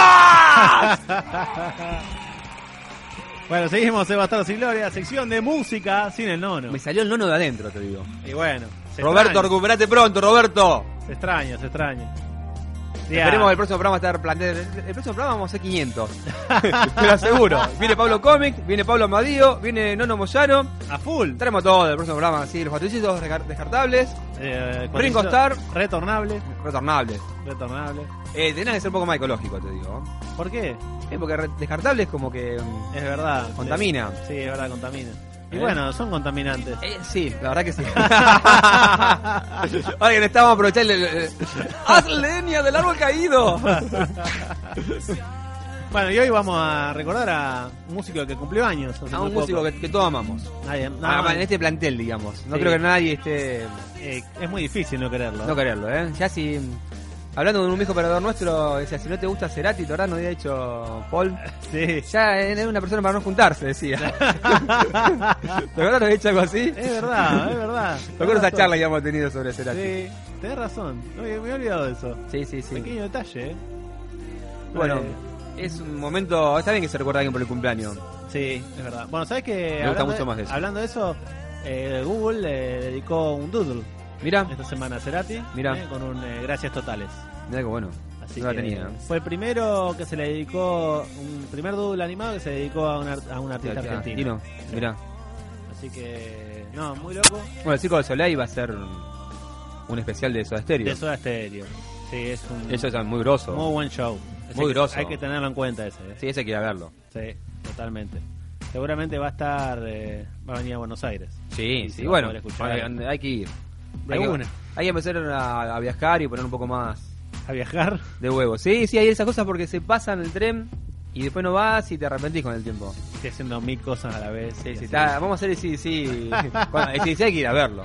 [SPEAKER 2] Bueno, seguimos en Bastardos y Gloria, sección de música sin el nono.
[SPEAKER 3] Me salió el nono de adentro, te digo.
[SPEAKER 2] Y bueno, se
[SPEAKER 3] Roberto,
[SPEAKER 2] extraña,
[SPEAKER 3] recuperate pronto, Roberto.
[SPEAKER 2] se extraña, se extraña. Sí,
[SPEAKER 3] Esperemos
[SPEAKER 2] ah,
[SPEAKER 3] que el próximo programa estar planteado. El próximo programa vamos a hacer 500. Te lo aseguro. Viene Pablo Comic, viene Pablo Amadío, viene Nono Moyano.
[SPEAKER 2] a full.
[SPEAKER 3] Traemos todo el próximo programa, sí, los batricitos descartables,
[SPEAKER 2] Eh, con
[SPEAKER 3] Ringo
[SPEAKER 2] eso-
[SPEAKER 3] Starr.
[SPEAKER 2] Retornable,
[SPEAKER 3] retornables.
[SPEAKER 2] retornable.
[SPEAKER 3] Eh, tenés que ser un poco más ecológico, te digo.
[SPEAKER 2] ¿Por qué?
[SPEAKER 3] Eh, porque re- descartables como que... mm,
[SPEAKER 2] Es verdad.
[SPEAKER 3] Contamina.
[SPEAKER 2] Sí, es verdad, contamina. Y bueno, son contaminantes.
[SPEAKER 3] Eh, sí, la verdad que sí. Ahora que necesitamos aprovechar el, el- el- ¡Haz leña del árbol caído!
[SPEAKER 2] Bueno, y hoy vamos a recordar a un músico que cumplió años. hace
[SPEAKER 3] A
[SPEAKER 2] muy
[SPEAKER 3] un
[SPEAKER 2] poco.
[SPEAKER 3] músico que, que todos amamos.
[SPEAKER 2] Nadie- no,
[SPEAKER 3] Ah, en este plantel, digamos. No
[SPEAKER 2] Sí.
[SPEAKER 3] creo que nadie esté...
[SPEAKER 2] eh, es muy difícil no quererlo.
[SPEAKER 3] No quererlo, ¿eh? Ya si... Hablando de un viejo perdedor nuestro, decía, si no te gusta Cerati, ¿verdad? No había dicho Paul.
[SPEAKER 2] Sí.
[SPEAKER 3] Ya eh, era una persona para no juntarse, decía. ¿Te acuerdas que había dicho algo así?
[SPEAKER 2] Es verdad, es verdad.
[SPEAKER 3] ¿Te acuerdas esa
[SPEAKER 2] Tenés
[SPEAKER 3] charla
[SPEAKER 2] razón.
[SPEAKER 3] que habíamos tenido sobre Cerati?
[SPEAKER 2] Sí, tenés razón. No, me me he olvidado de eso.
[SPEAKER 3] Sí, sí, sí.
[SPEAKER 2] Pequeño detalle, ¿eh?
[SPEAKER 3] Bueno,
[SPEAKER 2] Eh,
[SPEAKER 3] es un momento... Está bien que se recuerda a alguien por el cumpleaños.
[SPEAKER 2] Sí, es verdad. Bueno, ¿sabes que
[SPEAKER 3] gusta mucho más de eso.
[SPEAKER 2] Hablando de eso, eh, Google le dedicó un doodle
[SPEAKER 3] Mira,
[SPEAKER 2] esta semana a Cerati
[SPEAKER 3] Mirá.
[SPEAKER 2] eh, con un eh, gracias totales.
[SPEAKER 3] mira que bueno.
[SPEAKER 2] Así
[SPEAKER 3] no la
[SPEAKER 2] que
[SPEAKER 3] tenía. ¿eh?
[SPEAKER 2] Fue el primero que se le dedicó, un primer doodle animado que se dedicó a un, ar- a un artista argentino.
[SPEAKER 3] Mira.
[SPEAKER 2] Así que, no, muy loco.
[SPEAKER 3] Bueno, el Circo de Soleil va a ser un especial de Soda Stereo.
[SPEAKER 2] De Soda Stereo. Sí, es un
[SPEAKER 3] Eso es muy grosso.
[SPEAKER 2] muy buen show. Así
[SPEAKER 3] Muy
[SPEAKER 2] que
[SPEAKER 3] grosso.
[SPEAKER 2] Hay que tenerlo en cuenta ese. eh.
[SPEAKER 3] Sí, ese hay que ir a verlo.
[SPEAKER 2] Sí, totalmente. Seguramente va a estar, eh, va a venir a Buenos Aires.
[SPEAKER 3] Sí,
[SPEAKER 2] Y se
[SPEAKER 3] sí,
[SPEAKER 2] va a
[SPEAKER 3] bueno,
[SPEAKER 2] poder escuchar.
[SPEAKER 3] hay, hay que ir.
[SPEAKER 2] De
[SPEAKER 3] Hay que,
[SPEAKER 2] una.
[SPEAKER 3] hay que empezar a, a viajar y poner un poco más
[SPEAKER 2] A viajar.
[SPEAKER 3] de huevo. Sí, sí, hay esas cosas porque se pasan el tren y después no vas y te arrepentís con el tiempo.
[SPEAKER 2] Estoy haciendo mil cosas a la vez.
[SPEAKER 3] Sí,
[SPEAKER 2] y
[SPEAKER 3] sí,
[SPEAKER 2] así.
[SPEAKER 3] está- vamos a hacer el sí, sí. Bueno, el sí, sí, hay que ir a verlo.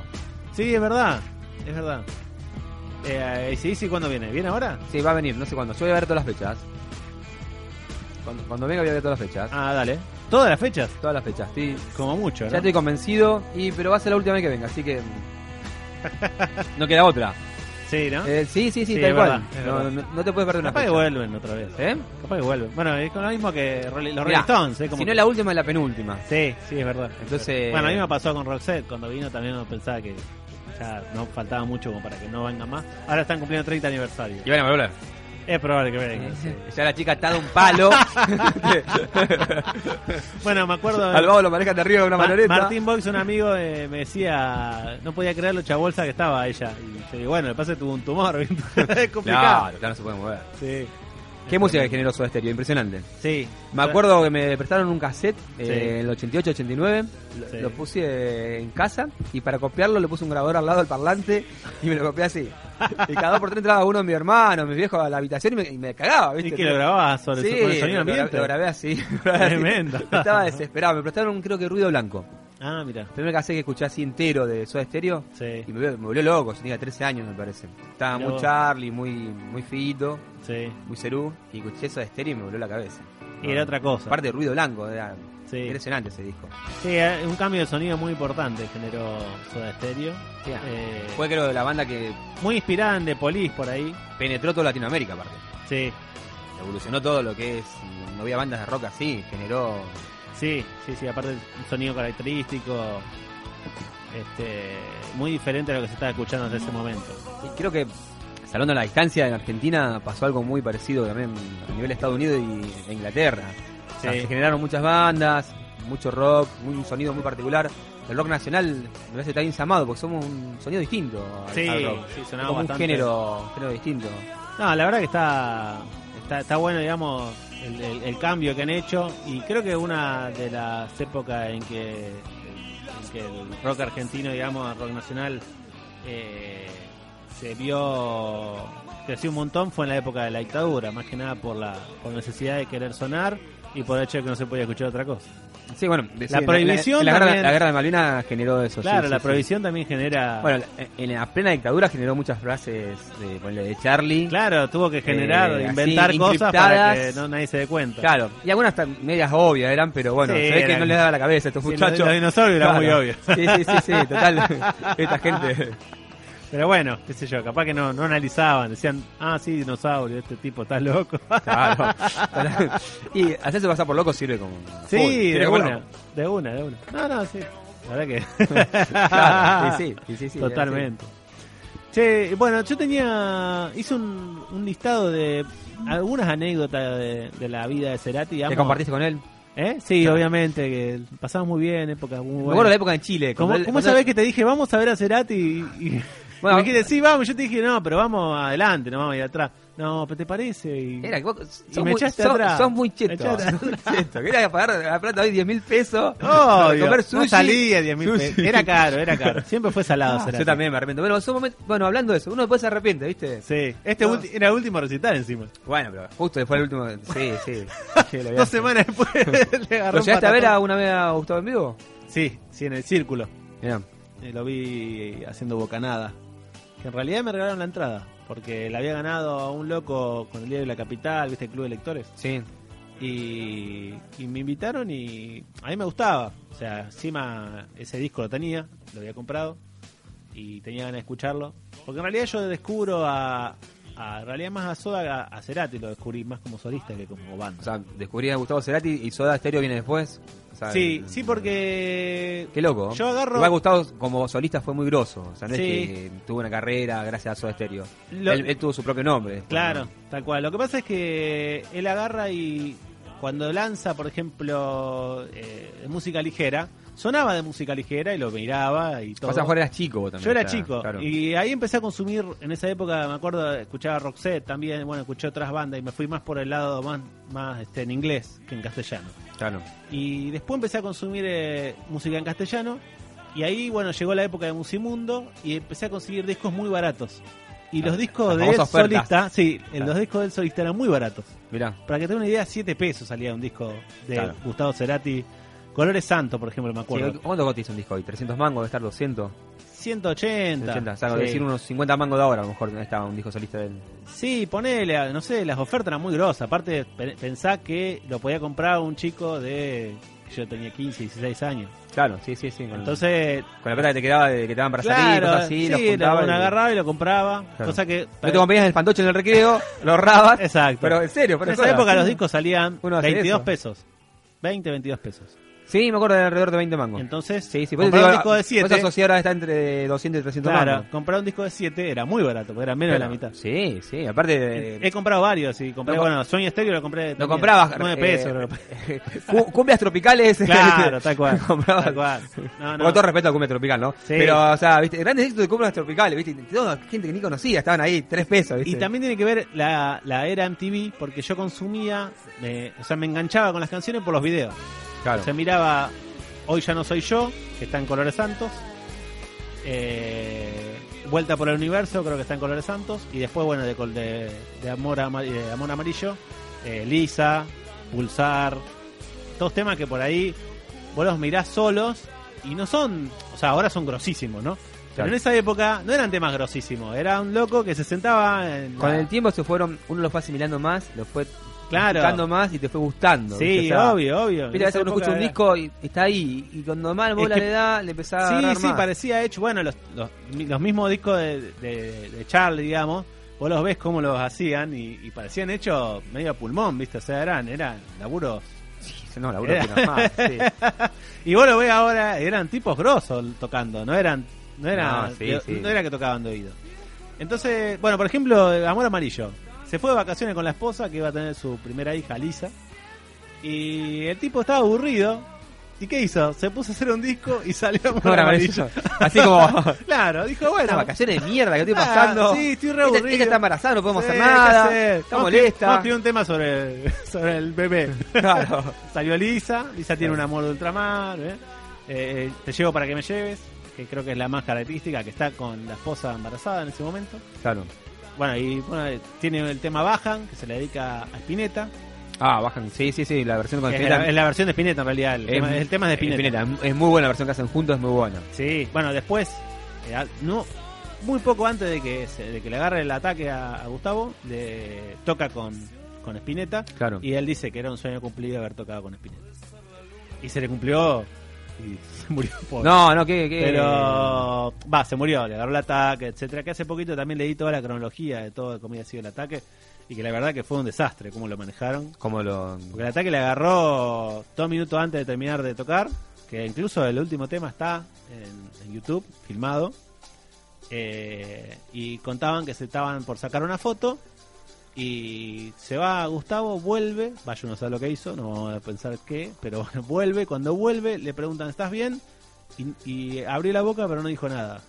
[SPEAKER 2] Sí, es verdad. Es verdad. Eh, sí, sí, ¿cuándo viene? ¿Viene ahora?
[SPEAKER 3] Sí, va a venir, no sé cuándo. Yo voy a ver todas las fechas. Cuando, cuando venga voy a ver todas las fechas.
[SPEAKER 2] Ah, dale. Todas las fechas,
[SPEAKER 3] Todas las fechas, sí.
[SPEAKER 2] como mucho, ¿no?
[SPEAKER 3] Ya estoy convencido, y pero va a ser la última vez que venga, así que... No queda otra.
[SPEAKER 2] Sí, ¿no?
[SPEAKER 3] Eh, sí, sí, sí,
[SPEAKER 2] Sí,
[SPEAKER 3] tal
[SPEAKER 2] es
[SPEAKER 3] cual.
[SPEAKER 2] verdad, es
[SPEAKER 3] no,
[SPEAKER 2] verdad.
[SPEAKER 3] no- no te puedes perder una
[SPEAKER 2] Capaz que
[SPEAKER 3] fecha.
[SPEAKER 2] vuelven otra vez.
[SPEAKER 3] ¿Eh?
[SPEAKER 2] Capaz que vuelven. Bueno, es con lo mismo que Rolling- los
[SPEAKER 3] Mirá,
[SPEAKER 2] Rolling Stones, ¿eh? Como
[SPEAKER 3] Si no
[SPEAKER 2] que-
[SPEAKER 3] es la última, es la penúltima.
[SPEAKER 2] Sí, sí, es verdad.
[SPEAKER 3] Entonces- eh,
[SPEAKER 2] Bueno, a mí me pasó con Roxette. Cuando vino también uno pensaba que ya no faltaba mucho como para que no venga más. Ahora están cumpliendo 30 aniversario.
[SPEAKER 3] van a volver.
[SPEAKER 2] Es probable que venga. sí.
[SPEAKER 3] Ya la chica está de un palo.
[SPEAKER 2] Bueno, me acuerdo.
[SPEAKER 3] Al vago lo manejan de arriba de una
[SPEAKER 2] Ma-
[SPEAKER 3] manoleta.
[SPEAKER 2] Martín Box, un amigo, eh, me decía, no podía creer lo chabolsa que estaba ella. Y yo digo, bueno, el pase tuvo un tumor, es complicado.
[SPEAKER 3] Claro, claro, no se puede mover.
[SPEAKER 2] Sí.
[SPEAKER 3] Qué música que generó Soda Stereo, impresionante.
[SPEAKER 2] Sí.
[SPEAKER 3] Me acuerdo que me prestaron un cassette eh,
[SPEAKER 2] Sí.
[SPEAKER 3] en el 88-89. Lo,
[SPEAKER 2] Sí.
[SPEAKER 3] lo puse en casa y para copiarlo le puse un grabador al lado del parlante y me lo copié así. Y cada dos por tres entraba uno de mis hermanos, mis viejos a la habitación y me, y me cagaba, ¿viste?
[SPEAKER 2] Y que lo grababas sobre
[SPEAKER 3] Sí,
[SPEAKER 2] su- con el sonido
[SPEAKER 3] lo, gra-
[SPEAKER 2] ambiente.
[SPEAKER 3] lo grabé así. lo grabé así.
[SPEAKER 2] Tremendo.
[SPEAKER 3] Estaba desesperado. Me prestaron, un, creo que ruido blanco.
[SPEAKER 2] Ah, mira.
[SPEAKER 3] El primer cassette que escuché así entero de Soda Stereo.
[SPEAKER 2] Sí,
[SPEAKER 3] Y me, volvió- me volvió loco, yo tenía 13 años me parece. Estaba
[SPEAKER 2] Mirá
[SPEAKER 3] muy
[SPEAKER 2] vos.
[SPEAKER 3] Charlie, muy muy feíto,
[SPEAKER 2] sí.
[SPEAKER 3] muy cerú. Y escuché eso de estéreo y me volvió la cabeza.
[SPEAKER 2] Y era otra cosa.
[SPEAKER 3] Ah. Aparte de ruido blanco, era
[SPEAKER 2] Sí.
[SPEAKER 3] impresionante ese disco.
[SPEAKER 2] Sí, eh, un cambio de sonido muy importante generó Soda Stereo.
[SPEAKER 3] Ya.
[SPEAKER 2] Eh,
[SPEAKER 3] Fue creo la banda que
[SPEAKER 2] muy inspirada en The Police por ahí.
[SPEAKER 3] penetró toda Latinoamérica aparte.
[SPEAKER 2] Sí,
[SPEAKER 3] Evolucionó todo lo que es, no había bandas de rock así, generó...
[SPEAKER 2] sí, sí, sí. Aparte, un sonido característico. Este, muy diferente a lo que se estaba escuchando hasta ese momento.
[SPEAKER 3] Y creo que, salvando la distancia, en Argentina pasó algo muy parecido también a nivel de Estados Unidos y e Inglaterra. O sea,
[SPEAKER 2] Sí.
[SPEAKER 3] se generaron muchas bandas, mucho rock, un sonido muy particular. El rock nacional me parece tan insamado porque somos un sonido distinto al,
[SPEAKER 2] Sí,
[SPEAKER 3] al rock.
[SPEAKER 2] sí,
[SPEAKER 3] Es
[SPEAKER 2] sonaba
[SPEAKER 3] como
[SPEAKER 2] bastante.
[SPEAKER 3] un género, un género distinto.
[SPEAKER 2] No, la verdad que está, está, está bueno, digamos, el, el- el cambio que han hecho. Y creo que una de las épocas en que, en que el rock argentino, digamos, el rock nacional, eh, se vio, creció un montón fue en la época de la dictadura, más que nada por la por necesidad de querer sonar y por el hecho de que no se podía escuchar otra cosa.
[SPEAKER 3] Sí, bueno, de- sí, en
[SPEAKER 2] prohibición
[SPEAKER 3] en la, guerra,
[SPEAKER 2] también-
[SPEAKER 3] la guerra de Malvinas generó eso. sí,
[SPEAKER 2] claro,
[SPEAKER 3] Pues sí,
[SPEAKER 2] la
[SPEAKER 3] sí.
[SPEAKER 2] prohibición también genera...
[SPEAKER 3] Bueno, en la plena dictadura generó muchas frases de, ponele, de Charlie.
[SPEAKER 2] Claro, tuvo que generar,
[SPEAKER 3] Eh, así,
[SPEAKER 2] inventar cosas para que
[SPEAKER 3] encriptadas.
[SPEAKER 2] no, nadie se dé cuenta.
[SPEAKER 3] Claro, y algunas tan- medias obvias eran, pero bueno,
[SPEAKER 2] Sí,
[SPEAKER 3] se ve que
[SPEAKER 2] eran.
[SPEAKER 3] no les daba la cabeza a estos
[SPEAKER 2] Sí, lo-
[SPEAKER 3] muchachos.
[SPEAKER 2] los dinosaurios era muy obvio.
[SPEAKER 3] Sí, sí, sí, sí, total. Esta gente.
[SPEAKER 2] Pero bueno, qué sé yo, capaz que no, no analizaban, decían, ah, sí, dinosaurio, este tipo está loco.
[SPEAKER 3] Claro. Y hacerse pasar por loco sirve como.
[SPEAKER 2] sí,
[SPEAKER 3] Uy, sirve
[SPEAKER 2] de
[SPEAKER 3] como
[SPEAKER 2] una,
[SPEAKER 3] loco.
[SPEAKER 2] de una, de una. No, no, sí. La verdad que.
[SPEAKER 3] Claro, sí, sí, sí, sí,
[SPEAKER 2] Totalmente. Che, bueno, yo tenía. Hice un, un listado de algunas anécdotas de, de la vida de Cerati.
[SPEAKER 3] ¿Te
[SPEAKER 2] digamos.
[SPEAKER 3] compartiste con él?
[SPEAKER 2] ¿Eh? Sí, obviamente, que pasamos muy bien, época muy
[SPEAKER 3] Me acuerdo de la
[SPEAKER 2] buena.
[SPEAKER 3] época en Chile.
[SPEAKER 2] ¿Cómo,
[SPEAKER 3] cuando él-
[SPEAKER 2] cómo
[SPEAKER 3] cuando
[SPEAKER 2] sabés
[SPEAKER 3] él-
[SPEAKER 2] que te dije, vamos a ver a Cerati? Y, y-
[SPEAKER 3] Bueno,
[SPEAKER 2] me dijiste, sí, vamos. Yo te dije, no, pero vamos adelante, no vamos a ir atrás. No, pero te parece. Y...
[SPEAKER 3] Era, que vos
[SPEAKER 2] Y
[SPEAKER 3] sos
[SPEAKER 2] me
[SPEAKER 3] muy,
[SPEAKER 2] echaste
[SPEAKER 3] sos-
[SPEAKER 2] atrás.
[SPEAKER 3] sos muy
[SPEAKER 2] Me
[SPEAKER 3] cheto.
[SPEAKER 2] echaste
[SPEAKER 3] Sos muy
[SPEAKER 2] atrás.
[SPEAKER 3] cheto. Querías pagar la plata hoy 10 mil pesos. para
[SPEAKER 2] Obvio,
[SPEAKER 3] comer sushi.
[SPEAKER 2] No salía 10 mil
[SPEAKER 3] Sushi.
[SPEAKER 2] pesos. Era caro, era caro. Siempre fue salado.
[SPEAKER 3] Ah,
[SPEAKER 2] Cerati.
[SPEAKER 3] yo también me arrepiento. Bueno, son momentos- bueno, hablando de eso, uno después se arrepiente, ¿viste?
[SPEAKER 2] Sí. Este
[SPEAKER 3] No.
[SPEAKER 2] ulti- era el último recital encima.
[SPEAKER 3] Bueno, pero justo después del último. Sí, sí. Sí, lo
[SPEAKER 2] Dos
[SPEAKER 3] había-
[SPEAKER 2] semanas después le agarró
[SPEAKER 3] ¿Lo
[SPEAKER 2] un
[SPEAKER 3] llegaste a ver
[SPEAKER 2] patatón.
[SPEAKER 3] a una vez a Gustavo en vivo?
[SPEAKER 2] Sí, sí, en el círculo.
[SPEAKER 3] Mirá.
[SPEAKER 2] Eh, lo vi haciendo bocanada. Que en realidad me regalaron la entrada. Porque la había ganado a un loco con el Día de la Capital, ¿viste? El Club de Lectores.
[SPEAKER 3] Sí.
[SPEAKER 2] y, y me invitaron y a mí me gustaba. O sea, encima ese disco lo tenía, lo había comprado y tenía ganas de escucharlo. Porque en realidad yo descubro a, a en realidad más a Soda, a, a Cerati lo descubrí más como solista que como banda.
[SPEAKER 3] O sea, descubrí a Gustavo Cerati y Soda Stereo viene después. O sea,
[SPEAKER 2] sí,
[SPEAKER 3] el-
[SPEAKER 2] sí, porque...
[SPEAKER 3] Qué loco.
[SPEAKER 2] Yo agarro...
[SPEAKER 3] Igual Gustavo como solista fue muy grosso. O sea, no
[SPEAKER 2] Sí.
[SPEAKER 3] es que tuvo una carrera gracias a Soda Stereo.
[SPEAKER 2] Lo-
[SPEAKER 3] Él, él tuvo su propio nombre.
[SPEAKER 2] Claro, tal cual. Lo que pasa es que él agarra y cuando lanza, por ejemplo, eh, música ligera, sonaba de música ligera y lo miraba y todo.
[SPEAKER 3] Vas a jugar eras chico vos también.
[SPEAKER 2] Yo era
[SPEAKER 3] claro,
[SPEAKER 2] chico
[SPEAKER 3] claro.
[SPEAKER 2] y ahí empecé a consumir, en esa época me acuerdo, escuchaba Roxette también, bueno, escuché otras bandas y me fui más por el lado más, más este, en inglés que en castellano.
[SPEAKER 3] Claro.
[SPEAKER 2] Y después empecé a consumir eh, música en castellano y ahí, bueno, llegó la época de Musimundo y empecé a conseguir discos muy baratos. Y
[SPEAKER 3] Claro,
[SPEAKER 2] los discos
[SPEAKER 3] Ah, las
[SPEAKER 2] de él
[SPEAKER 3] famosas ofertas.
[SPEAKER 2] solista, sí,
[SPEAKER 3] Claro.
[SPEAKER 2] los discos del solista eran muy baratos.
[SPEAKER 3] Mirá.
[SPEAKER 2] Para que te dé una idea, 7 pesos salía un disco de
[SPEAKER 3] Claro.
[SPEAKER 2] Gustavo Cerati. Colores Santo, por ejemplo, me acuerdo.
[SPEAKER 3] Sí, ¿Cuánto cotiza un disco hoy? ¿300 mangos? ¿Debe estar 200?
[SPEAKER 2] 180.
[SPEAKER 3] 80. O sea,
[SPEAKER 2] sí.
[SPEAKER 3] debe decir unos 50 mangos de ahora a lo mejor estaba un disco solista de él.
[SPEAKER 2] Sí, ponele, a- no sé, las ofertas eran muy grosas. Aparte, pe- pensá que lo podía comprar un chico de. que Yo tenía 15, 16 años.
[SPEAKER 3] Claro, sí, sí, sí. con-
[SPEAKER 2] Entonces.
[SPEAKER 3] Con la plata que te quedaba de que te daban Ah. para salir,
[SPEAKER 2] claro,
[SPEAKER 3] cosas así,
[SPEAKER 2] sí,
[SPEAKER 3] los
[SPEAKER 2] lo-
[SPEAKER 3] juntabas
[SPEAKER 2] uno
[SPEAKER 3] y-
[SPEAKER 2] agarraba y lo compraba.
[SPEAKER 3] Claro.
[SPEAKER 2] Cosa que.
[SPEAKER 3] No te comías el fantoche en el recreo, lo ahorrabas.
[SPEAKER 2] Exacto.
[SPEAKER 3] Pero en serio,
[SPEAKER 2] en
[SPEAKER 3] pero
[SPEAKER 2] esa época los discos salían
[SPEAKER 3] Uno hace
[SPEAKER 2] 22
[SPEAKER 3] eso.
[SPEAKER 2] pesos. 20, 22 pesos.
[SPEAKER 3] Sí, me acuerdo de alrededor de 20 mangos.
[SPEAKER 2] Entonces,
[SPEAKER 3] sí, pues sí,
[SPEAKER 2] comprar un disco de 7.
[SPEAKER 3] Esa sociedad ahora está entre 200 y 300
[SPEAKER 2] Claro,
[SPEAKER 3] mangos.
[SPEAKER 2] comprar un disco de 7 era muy barato, porque era menos de la mitad. Eh,
[SPEAKER 3] Sí, sí, aparte. de-
[SPEAKER 2] He comprado varios y compré,
[SPEAKER 3] lo-
[SPEAKER 2] bueno, Sueño Estéreo lo compré.
[SPEAKER 3] Eh, lo
[SPEAKER 2] también,
[SPEAKER 3] comprabas.
[SPEAKER 2] 9
[SPEAKER 3] eh,
[SPEAKER 2] pesos. lo compré.
[SPEAKER 3] cu- cumbias tropicales.
[SPEAKER 2] Claro, tal cual.
[SPEAKER 3] comprabas.
[SPEAKER 2] Tal cual. No, no.
[SPEAKER 3] Con todo respeto a cumbia tropical, ¿no?
[SPEAKER 2] Sí.
[SPEAKER 3] Pero, o sea, viste, grandes éxitos de cumbias tropicales, viste, toda gente que ni conocía, estaban ahí, tres pesos, viste.
[SPEAKER 2] Y también tiene que ver la, la era MTV, porque yo consumía, eh, o sea, me enganchaba con las canciones por los videos.
[SPEAKER 3] claro.
[SPEAKER 2] O sea, miraba Hoy ya no soy yo, que está en Colores Santos. eh, Vuelta por el universo, creo que está en Colores Santos. Y después, bueno, de, col- de, de Amor, Ama- de Amor Amarillo, eh, Lisa, Pulsar. Todos temas que por ahí vos los mirás solos y no son, o sea, ahora son grosísimos, ¿no? Pero
[SPEAKER 3] Claro.
[SPEAKER 2] en esa época no eran temas grosísimos, era un loco que se sentaba en la-
[SPEAKER 3] Con el tiempo se fueron, uno lo fue asimilando más, lo fue
[SPEAKER 2] Claro.
[SPEAKER 3] gustando más y te fue gustando.
[SPEAKER 2] Sí,
[SPEAKER 3] ¿viste? O sea,
[SPEAKER 2] obvio, obvio.
[SPEAKER 3] Mira, a
[SPEAKER 2] En esa
[SPEAKER 3] veces uno
[SPEAKER 2] época
[SPEAKER 3] escucha un
[SPEAKER 2] era-
[SPEAKER 3] disco y y está ahí, y cuando más bola
[SPEAKER 2] que-
[SPEAKER 3] le da, le empezaba a
[SPEAKER 2] Sí,
[SPEAKER 3] agarrar
[SPEAKER 2] sí,
[SPEAKER 3] más.
[SPEAKER 2] parecía hecho. Bueno, los, los, los mismos discos de, de, de Charlie, digamos, vos los ves cómo los hacían y, y parecían hechos medio a pulmón, ¿viste? O sea, eran, eran laburos.
[SPEAKER 3] Sí, No, la verdad que no más, sí.
[SPEAKER 2] Y vos lo ves ahora, eran tipos grosos tocando, no eran. No era,
[SPEAKER 3] No, sí,
[SPEAKER 2] de-
[SPEAKER 3] sí.
[SPEAKER 2] no era que tocaban de oído. Entonces, bueno, por ejemplo, Amor Amarillo. Se fue de vacaciones con la esposa que iba a tener su primera hija, Lisa. Y el tipo estaba aburrido. ¿Y qué hizo? Se puso a hacer un disco y salió Amor
[SPEAKER 3] Amor
[SPEAKER 2] Amarillo.
[SPEAKER 3] Amarillo. Así como-
[SPEAKER 2] claro, dijo, bueno.
[SPEAKER 3] Estas vacaciones de mierda que estoy
[SPEAKER 2] Ah,
[SPEAKER 3] pasando.
[SPEAKER 2] sí, estoy re
[SPEAKER 3] Ella-
[SPEAKER 2] aburrido.
[SPEAKER 3] Ella está embarazada, no podemos
[SPEAKER 2] Sí,
[SPEAKER 3] hacer
[SPEAKER 2] ¿qué
[SPEAKER 3] nada.
[SPEAKER 2] hacer? Vamos a
[SPEAKER 3] Está
[SPEAKER 2] escri- Vamos a
[SPEAKER 3] molesta.
[SPEAKER 2] escribir un tema sobre el, sobre el bebé.
[SPEAKER 3] Claro.
[SPEAKER 2] Salió Lisa, Lisa tiene un amor de ultramar. ¿eh? Eh, te llevo para que me lleves, que creo que es la más característica, que está con la esposa embarazada en ese momento.
[SPEAKER 3] Claro.
[SPEAKER 2] Bueno, y bueno, tiene el tema Bajan, que se le dedica a Spinetta.
[SPEAKER 3] Ah, bajan. Sí, sí, sí, la versión con
[SPEAKER 2] Es
[SPEAKER 3] Spinetta
[SPEAKER 2] la, es la versión de Spinetta en realidad, el,
[SPEAKER 3] es-
[SPEAKER 2] tema, el tema es de
[SPEAKER 3] es
[SPEAKER 2] Spinetta.
[SPEAKER 3] Spinetta. Es muy buena la versión que hacen juntos, es muy buena.
[SPEAKER 2] Sí, bueno, después, eh, al- no, muy poco antes de que, se- de que le agarre el ataque a, a Gustavo, le toca con, con Spinetta.
[SPEAKER 3] Claro.
[SPEAKER 2] Y él dice que era un sueño cumplido haber tocado con Spinetta. Y se le cumplió y se murió por.
[SPEAKER 3] No, eh. no, que. que-
[SPEAKER 2] Pero va, se murió, le agarró el ataque, etcétera. Que hace poquito también leí toda la cronología de todo cómo había sido el ataque y que la verdad que fue un desastre cómo lo manejaron.
[SPEAKER 3] Como lo.
[SPEAKER 2] Porque el ataque le agarró dos minutos antes de terminar de tocar, que incluso el último tema está en, en YouTube, filmado. Eh, y contaban que se estaban por sacar una foto y se va Gustavo, vuelve, vaya uno sabe lo que hizo, no vamos a pensar qué, pero bueno, vuelve, cuando vuelve le preguntan ¿estás bien? Y, y abrió la boca pero no dijo nada.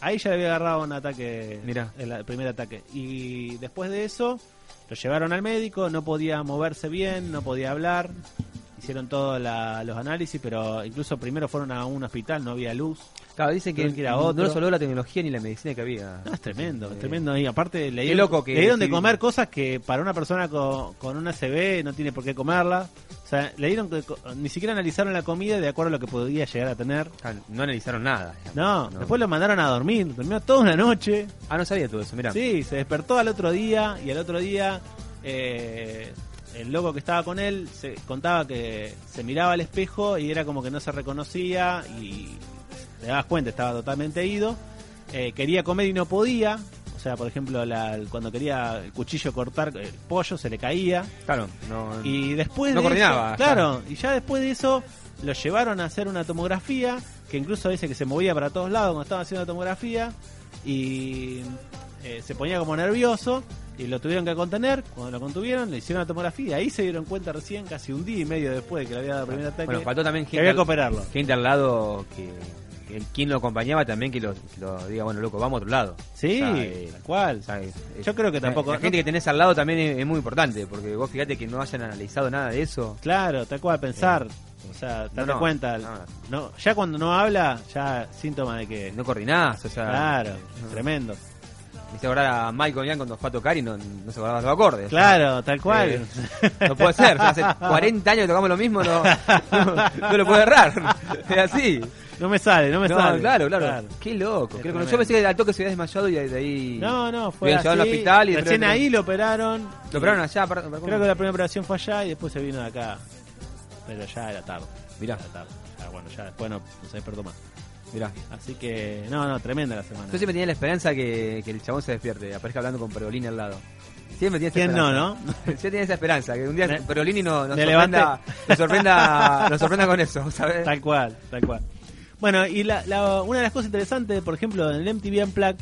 [SPEAKER 2] Ahí ya le había agarrado un ataque.
[SPEAKER 3] Mirá.
[SPEAKER 2] El, el primer ataque. Y después de eso, lo llevaron al médico, no podía moverse bien, no podía hablar. Hicieron todos la- los análisis, pero incluso primero fueron a un hospital, no había luz.
[SPEAKER 3] Claro, dicen que,
[SPEAKER 2] Tuvieron que ir a
[SPEAKER 3] no
[SPEAKER 2] otro.
[SPEAKER 3] nos habló la tecnología ni la medicina que había.
[SPEAKER 2] No, Ah, es tremendo, es
[SPEAKER 3] Eh,
[SPEAKER 2] tremendo. Y aparte le
[SPEAKER 3] Qué
[SPEAKER 2] dieron,
[SPEAKER 3] loco que
[SPEAKER 2] le dieron de
[SPEAKER 3] sí.
[SPEAKER 2] comer cosas que para una persona con, con una CB no tiene por qué comerla. O sea, le dieron que co- ni siquiera analizaron la comida de acuerdo a lo que podía llegar a tener.
[SPEAKER 3] Ah, No analizaron nada. digamos.
[SPEAKER 2] No, después lo mandaron a dormir, durmió toda una noche.
[SPEAKER 3] Ah, no sabía todo eso, mirá.
[SPEAKER 2] Sí, se despertó al otro día y al otro día eh, el loco que estaba con él se contaba que se miraba al espejo y era como que no se reconocía y te dabas cuenta, estaba totalmente ido. Eh, quería comer y no podía. O sea, por ejemplo, la- cuando quería el cuchillo cortar eh, el pollo se le caía.
[SPEAKER 3] Claro, no.
[SPEAKER 2] Y después
[SPEAKER 3] No
[SPEAKER 2] de
[SPEAKER 3] coordinaba,
[SPEAKER 2] eso-
[SPEAKER 3] ya.
[SPEAKER 2] claro, y ya después de eso lo llevaron a hacer una tomografía, que incluso dice que se movía para todos lados cuando estaba haciendo la tomografía, y eh, se ponía como nervioso, y lo tuvieron que contener, cuando lo contuvieron, le hicieron la tomografía, ahí se dieron cuenta recién, casi un día y medio después de que le había dado el primer ataque,
[SPEAKER 3] Bueno, faltó también
[SPEAKER 2] que
[SPEAKER 3] gente,
[SPEAKER 2] había
[SPEAKER 3] al,
[SPEAKER 2] que operarlo.
[SPEAKER 3] gente al lado que, que el- quien lo acompañaba también que lo, que lo diga, bueno, loco, vamos a otro lado.
[SPEAKER 2] Sí,
[SPEAKER 3] O sea, eh,
[SPEAKER 2] tal cual.
[SPEAKER 3] o sea, es- es-
[SPEAKER 2] Yo creo que
[SPEAKER 3] la-
[SPEAKER 2] tampoco-
[SPEAKER 3] La, gente
[SPEAKER 2] no-
[SPEAKER 3] que tenés al lado también es, es muy importante, porque vos fíjate que no hayan analizado nada de eso.
[SPEAKER 2] Claro, tal cual, pensar, o sea,
[SPEAKER 3] No,
[SPEAKER 2] darte
[SPEAKER 3] no,
[SPEAKER 2] cuenta.
[SPEAKER 3] no.
[SPEAKER 2] No, ya cuando no habla, ya síntoma de que...
[SPEAKER 3] No coordinás, o sea.
[SPEAKER 2] Claro,
[SPEAKER 3] no.
[SPEAKER 2] tremendo.
[SPEAKER 3] Me hice acordar a Michael Young cuando fue a tocar y no, no se acordaba de los acordes.
[SPEAKER 2] Claro, tal cual.
[SPEAKER 3] Eh, no puede ser. Hace 40 años que tocamos lo mismo, no, no, no lo puedo errar. Es así.
[SPEAKER 2] No me sale, no me
[SPEAKER 3] No,
[SPEAKER 2] sale.
[SPEAKER 3] claro, claro, Qué loco.
[SPEAKER 2] Es
[SPEAKER 3] Creo que-
[SPEAKER 2] tremendo.
[SPEAKER 3] yo pensé que al toque se había desmayado y de ahí.
[SPEAKER 2] No, no,
[SPEAKER 3] Lo
[SPEAKER 2] fue
[SPEAKER 3] habían
[SPEAKER 2] así.
[SPEAKER 3] llevado al hospital y
[SPEAKER 2] Recién
[SPEAKER 3] después-
[SPEAKER 2] ahí lo operaron.
[SPEAKER 3] Lo operaron allá. perdón, perdón.
[SPEAKER 2] Creo que la primera operación fue allá y después se vino de acá. Pero ya era tarde.
[SPEAKER 3] Mirá.
[SPEAKER 2] Ya era tarde. Ya, bueno, ya después no, no se despertó más.
[SPEAKER 3] Mirá.
[SPEAKER 2] Así que, no, no, tremenda la semana.
[SPEAKER 3] Yo siempre tenía la esperanza que, que el chabón se despierte y aparezca hablando con Perolini al lado. Siempre tenía esa
[SPEAKER 2] ¿Quién
[SPEAKER 3] esperanza.
[SPEAKER 2] no, no?
[SPEAKER 3] Yo tenía esa esperanza, que un día
[SPEAKER 2] Me-
[SPEAKER 3] Perolini no, nos,
[SPEAKER 2] me
[SPEAKER 3] sorprenda,
[SPEAKER 2] levanté.
[SPEAKER 3] nos, sorprenda, nos sorprenda con eso, ¿sabes?
[SPEAKER 2] Tal cual, tal cual. Bueno, y la, la- una de las cosas interesantes, por ejemplo, en el MTV Unplugged,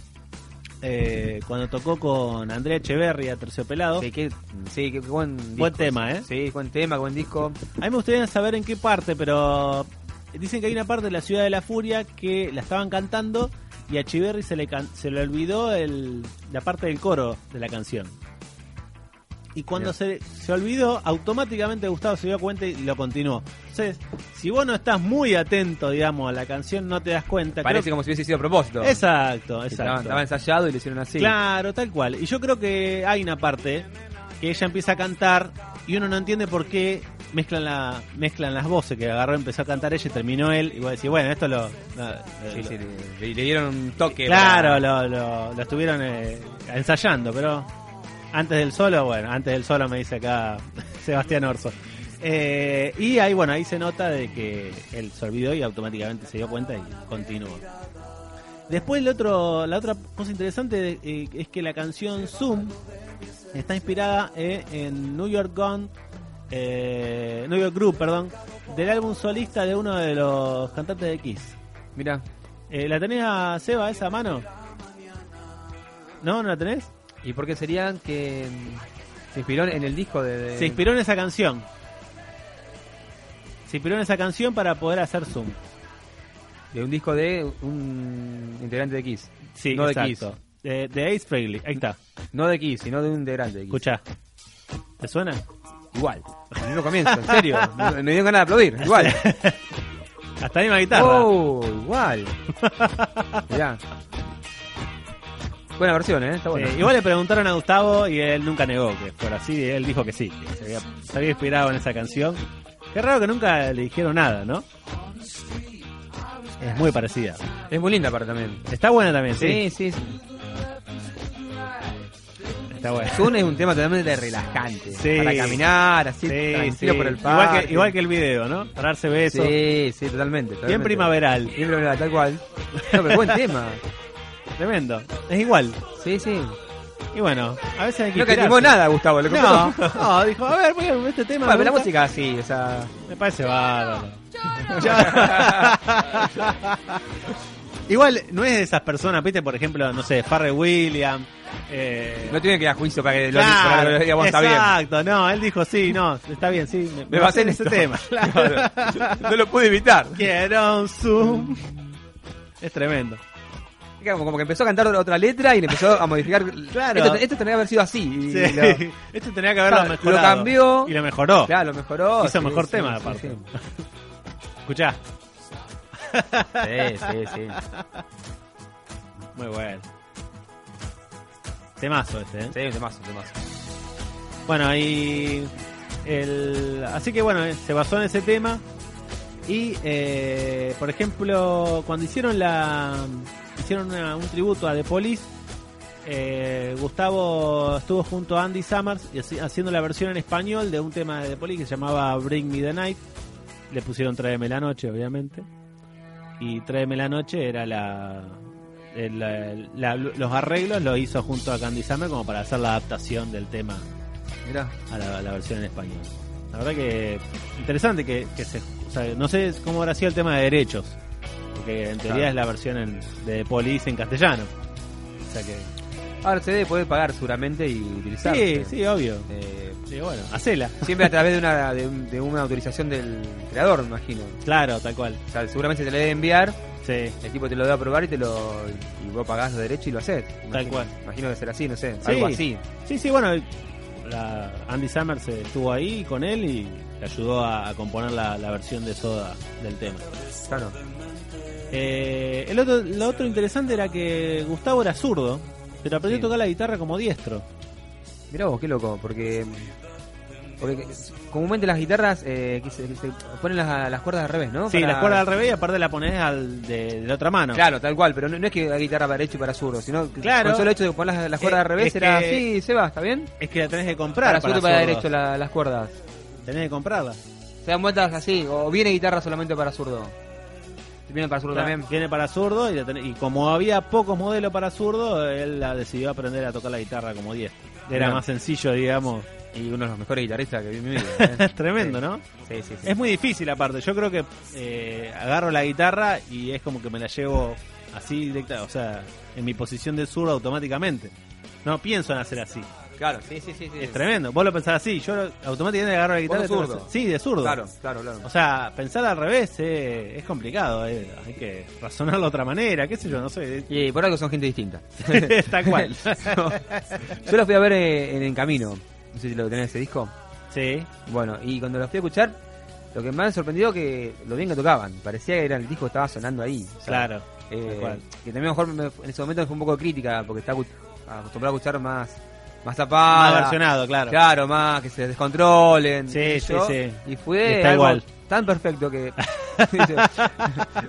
[SPEAKER 2] eh, cuando tocó con Andrea Echeverry a Terciopelado,
[SPEAKER 3] Sí, qué, sí, qué buen disco.
[SPEAKER 2] Buen tema, ¿eh?
[SPEAKER 3] Sí, buen tema, buen disco.
[SPEAKER 2] A mí me gustaría saber en qué parte, pero dicen que hay una parte de la ciudad de la furia que la estaban cantando y a Chiverri se le, can- se le olvidó el, la parte del coro de la canción. Y cuando
[SPEAKER 3] Mirá.
[SPEAKER 2] se, se olvidó, automáticamente Gustavo se dio cuenta y lo continuó. Entonces, si vos no estás muy atento, digamos, a la canción, no te das cuenta.
[SPEAKER 3] Parece
[SPEAKER 2] Creo-
[SPEAKER 3] como si hubiese sido a propósito.
[SPEAKER 2] Exacto,
[SPEAKER 3] Que Estaba,
[SPEAKER 2] exacto.
[SPEAKER 3] estaba ensayado y lo hicieron así.
[SPEAKER 2] Claro, tal cual. Y yo creo que hay una parte que ella empieza a cantar y uno no entiende por qué mezclan la mezclan las voces que agarró, empezó a cantar ella y terminó él. Y vos decís, bueno, esto lo. no,
[SPEAKER 3] Sí,
[SPEAKER 2] lo-
[SPEAKER 3] sí, le, le dieron un toque.
[SPEAKER 2] claro, lo,
[SPEAKER 3] para-
[SPEAKER 2] lo- lo estuvieron eh, ensayando, pero antes del solo, bueno, antes del solo me dice acá Sebastián Orso. Eh, y ahí, bueno, ahí se nota de que él se olvidó y automáticamente se dio cuenta y continuó. Después el otro, la otra cosa interesante eh, es que la canción Zoom está inspirada eh, en New York Gone, eh, New York Group, perdón, del álbum solista de uno de los cantantes de Kiss.
[SPEAKER 3] Mirá.
[SPEAKER 2] Eh, ¿La tenés, Seba, esa a mano? ¿No? ¿No la tenés?
[SPEAKER 3] ¿Y por qué serían que mm, se inspiró en el disco de. de-
[SPEAKER 2] Se inspiró en esa canción. Se inspiró en esa canción para poder hacer Zoom.
[SPEAKER 3] de un disco de un integrante de Kiss.
[SPEAKER 2] Sí,
[SPEAKER 3] no
[SPEAKER 2] exacto. De, de Ace Frehley. Ahí está.
[SPEAKER 3] de Kiss. No de Kiss, sino de un integrante de Kiss.
[SPEAKER 2] Escuchá. ¿Te suena?
[SPEAKER 3] Igual. El mismo comienzo, en serio. Me- Me dio ganas de aplaudir. Igual.
[SPEAKER 2] Hasta misma guitarra.
[SPEAKER 3] Oh, igual. Mirá. Buena versión, ¿eh? Está
[SPEAKER 2] Sí,
[SPEAKER 3] bueno.
[SPEAKER 2] igual le preguntaron a Gustavo y él nunca negó que fuera así. y Él dijo que sí, que se había, se había inspirado en esa canción. Qué raro que nunca le dijeron nada, ¿no? Es muy parecida.
[SPEAKER 3] Es muy linda para también.
[SPEAKER 2] Está buena también, sí.
[SPEAKER 3] Sí, sí. sí.
[SPEAKER 2] Está buena.
[SPEAKER 3] Zoom es un tema totalmente relajante.
[SPEAKER 2] Sí.
[SPEAKER 3] Para caminar,
[SPEAKER 2] Sí,
[SPEAKER 3] así,
[SPEAKER 2] sí.
[SPEAKER 3] tranquilo por el parque.
[SPEAKER 2] igual, que, igual que el video, ¿no? Para darse besos.
[SPEAKER 3] Sí, sí, totalmente.
[SPEAKER 2] Bien
[SPEAKER 3] totalmente.
[SPEAKER 2] primaveral.
[SPEAKER 3] Bien primaveral, tal cual. No, pero buen tema.
[SPEAKER 2] Tremendo. Es igual.
[SPEAKER 3] Sí, sí.
[SPEAKER 2] Y bueno, a veces hay que.
[SPEAKER 3] No
[SPEAKER 2] inspirarse.
[SPEAKER 3] catimó nada, Gustavo. Lo
[SPEAKER 2] No,
[SPEAKER 3] compró.
[SPEAKER 2] no, dijo, a ver, voy a este tema.
[SPEAKER 3] Bueno,
[SPEAKER 2] me
[SPEAKER 3] pero la
[SPEAKER 2] gusta.
[SPEAKER 3] música sí, o sea.
[SPEAKER 2] Me parece bárbaro. Ya. igual, no es de esas personas, viste, por ejemplo, no sé, Farrell Williams. Eh,
[SPEAKER 3] No tiene que ir a juicio para que lo,
[SPEAKER 2] Claro,
[SPEAKER 3] para que lo digamos, está bien.
[SPEAKER 2] Exacto, no, él dijo, sí, no, está bien, sí. Me,
[SPEAKER 3] Me basé en
[SPEAKER 2] ese
[SPEAKER 3] esto.
[SPEAKER 2] tema.
[SPEAKER 3] Claro. No lo pude evitar.
[SPEAKER 2] Quiero un zoom. Es tremendo.
[SPEAKER 3] Como, como que empezó a cantar otra letra y le empezó a modificar.
[SPEAKER 2] Claro.
[SPEAKER 3] Esto, esto tendría que haber sido así. y
[SPEAKER 2] Sí.
[SPEAKER 3] lo-
[SPEAKER 2] Esto tenía que haberlo
[SPEAKER 3] Claro, lo
[SPEAKER 2] mejorado.
[SPEAKER 3] cambió.
[SPEAKER 2] Y lo mejoró.
[SPEAKER 3] claro, lo mejoró.
[SPEAKER 2] Hizo mejor tema,
[SPEAKER 3] sí,
[SPEAKER 2] aparte.
[SPEAKER 3] sí.
[SPEAKER 2] Escuchá.
[SPEAKER 3] Sí, sí, sí.
[SPEAKER 2] Muy bueno. Temazo este, ¿eh?
[SPEAKER 3] Sí, un temazo, un temazo.
[SPEAKER 2] Bueno, y. El... Así que bueno, eh, se basó en ese tema. Y, eh, por ejemplo, cuando hicieron la hicieron una- un tributo a The Police, eh, Gustavo estuvo junto a Andy Summers y así- haciendo la versión en español de un tema de The Police que se llamaba Bring Me the Night. Le pusieron Tráeme la Noche, obviamente. Y Tráeme la Noche era la. el- la- la- los arreglos los hizo junto a Candy Summers como para hacer la adaptación del tema
[SPEAKER 3] Mirá.
[SPEAKER 2] a la, a la versión en español. La verdad que interesante que, que se... o sea, no sé cómo habrá sido el tema de derechos, porque en teoría
[SPEAKER 3] Claro.
[SPEAKER 2] es la versión en- de Police en castellano. O sea que...
[SPEAKER 3] Ahora se debe poder pagar seguramente y utilizar.
[SPEAKER 2] Sí, sí, obvio.
[SPEAKER 3] Eh,
[SPEAKER 2] Sí, bueno, hacela.
[SPEAKER 3] siempre a través de una, de, un- de una autorización del creador, me imagino.
[SPEAKER 2] Claro, tal cual.
[SPEAKER 3] O sea, seguramente te lo debe enviar,
[SPEAKER 2] Sí.
[SPEAKER 3] el tipo te lo debe aprobar y te lo y vos pagás los derechos y lo haces. Imagino-
[SPEAKER 2] Tal cual.
[SPEAKER 3] Imagino que será así, no sé.
[SPEAKER 2] Sí.
[SPEAKER 3] Algo así.
[SPEAKER 2] Sí, sí, bueno, la- Andy Summers estuvo ahí con él y le ayudó a, a componer la, la versión de Soda del tema.
[SPEAKER 3] Claro.
[SPEAKER 2] Eh, el otro, lo otro interesante era que Gustavo era zurdo, pero aprendió
[SPEAKER 3] Sí.
[SPEAKER 2] a tocar la guitarra como diestro.
[SPEAKER 3] Mirá vos, qué loco, porque. Porque que- comúnmente las guitarras eh, que se, que se ponen las, las cuerdas al revés, ¿no?
[SPEAKER 2] Sí,
[SPEAKER 3] Para-
[SPEAKER 2] la cuerda al revés y aparte la pones al de, de la otra mano.
[SPEAKER 3] Claro, tal cual, pero no, no es que la guitarra para derecho y para zurdo, sino que
[SPEAKER 2] Claro.
[SPEAKER 3] con solo hecho de poner las, las cuerdas
[SPEAKER 2] Eh,
[SPEAKER 3] al revés
[SPEAKER 2] es
[SPEAKER 3] era
[SPEAKER 2] que-
[SPEAKER 3] así, Seba, ¿está bien?
[SPEAKER 2] Es que la tenés que comprar.
[SPEAKER 3] Para,
[SPEAKER 2] Para
[SPEAKER 3] zurdo y para
[SPEAKER 2] zurdos.
[SPEAKER 3] derecho la- las cuerdas.
[SPEAKER 2] Tenés que comprarla.
[SPEAKER 3] Se dan vueltas así, o viene guitarra solamente para zurdo. Viene para zurdo también.
[SPEAKER 2] Viene para zurdo y, la tenés- y como había pocos modelos para zurdo, él la decidió aprender a tocar la guitarra como 10. Era
[SPEAKER 3] Mirá.
[SPEAKER 2] más sencillo, digamos.
[SPEAKER 3] Y uno de los mejores guitarristas que vi en mi vida. ¿eh?
[SPEAKER 2] Es tremendo, ¿no?
[SPEAKER 3] Sí, sí, sí.
[SPEAKER 2] Es muy difícil aparte. Yo creo que eh, agarro la guitarra y es como que me la llevo así directa, o sea, en mi posición de zurdo automáticamente. No pienso en hacer así.
[SPEAKER 3] Claro, sí, sí, sí. sí.
[SPEAKER 2] Es tremendo. Vos lo pensás así. Yo lo- automáticamente agarro la guitarra.
[SPEAKER 3] sos
[SPEAKER 2] y tengo que
[SPEAKER 3] zurdo.
[SPEAKER 2] hacer- Sí, de zurdo.
[SPEAKER 3] Claro, claro, claro.
[SPEAKER 2] O sea, pensar al revés eh, es complicado, eh, hay que razonarlo de otra manera, qué sé yo, no sé.
[SPEAKER 3] Y por algo son gente distinta.
[SPEAKER 2] Tal cual.
[SPEAKER 3] Yo los fui a ver eh, en el camino. No sé si lo tenés ese disco.
[SPEAKER 2] sí,
[SPEAKER 3] Bueno, y cuando los fui a escuchar, lo que me han sorprendido que lo bien que tocaban. Parecía que era el disco que estaba sonando ahí. O sea,
[SPEAKER 2] claro.
[SPEAKER 3] eh,
[SPEAKER 2] tal cual.
[SPEAKER 3] que también a lo mejor me- en ese momento fue un poco de crítica, porque está acostumbrado a escuchar más, más
[SPEAKER 2] Mal
[SPEAKER 3] tapada.
[SPEAKER 2] versionado, claro.
[SPEAKER 3] Claro, más que se descontrolen.
[SPEAKER 2] Sí,
[SPEAKER 3] qué sé
[SPEAKER 2] sí,
[SPEAKER 3] yo.
[SPEAKER 2] sí.
[SPEAKER 3] Y fue
[SPEAKER 2] Está
[SPEAKER 3] algo
[SPEAKER 2] igual.
[SPEAKER 3] tan perfecto que.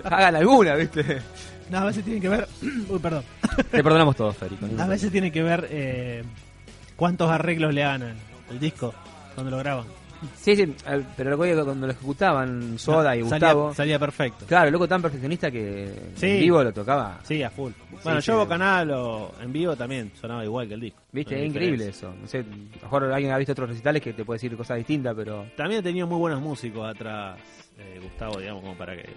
[SPEAKER 3] hagan alguna, ¿viste?
[SPEAKER 9] No, a veces tiene que ver. Uy, perdón.
[SPEAKER 3] Te perdonamos todos, Federico.
[SPEAKER 9] A veces tiene que ver eh, cuántos arreglos le hagan al, al disco cuando lo graban.
[SPEAKER 3] Sí, sí, al- pero lo que digo, cuando lo ejecutaban Soda y
[SPEAKER 2] Salía-
[SPEAKER 3] Gustavo.
[SPEAKER 2] Salía, perfecto.
[SPEAKER 3] Claro, el loco tan perfeccionista que
[SPEAKER 2] Sí.
[SPEAKER 3] en vivo lo tocaba.
[SPEAKER 2] Sí, a full. Bueno,
[SPEAKER 3] sí.
[SPEAKER 2] yo Bocanada lo- en vivo también sonaba igual que el disco.
[SPEAKER 3] Viste,
[SPEAKER 2] No
[SPEAKER 3] es
[SPEAKER 2] hay
[SPEAKER 3] increíble
[SPEAKER 2] diferencia.
[SPEAKER 3] eso. No sé, a lo mejor alguien ha visto otros recitales que te puede decir cosas distintas, pero.
[SPEAKER 2] También ha tenido muy buenos músicos atrás, eh, Gustavo, digamos, como para que...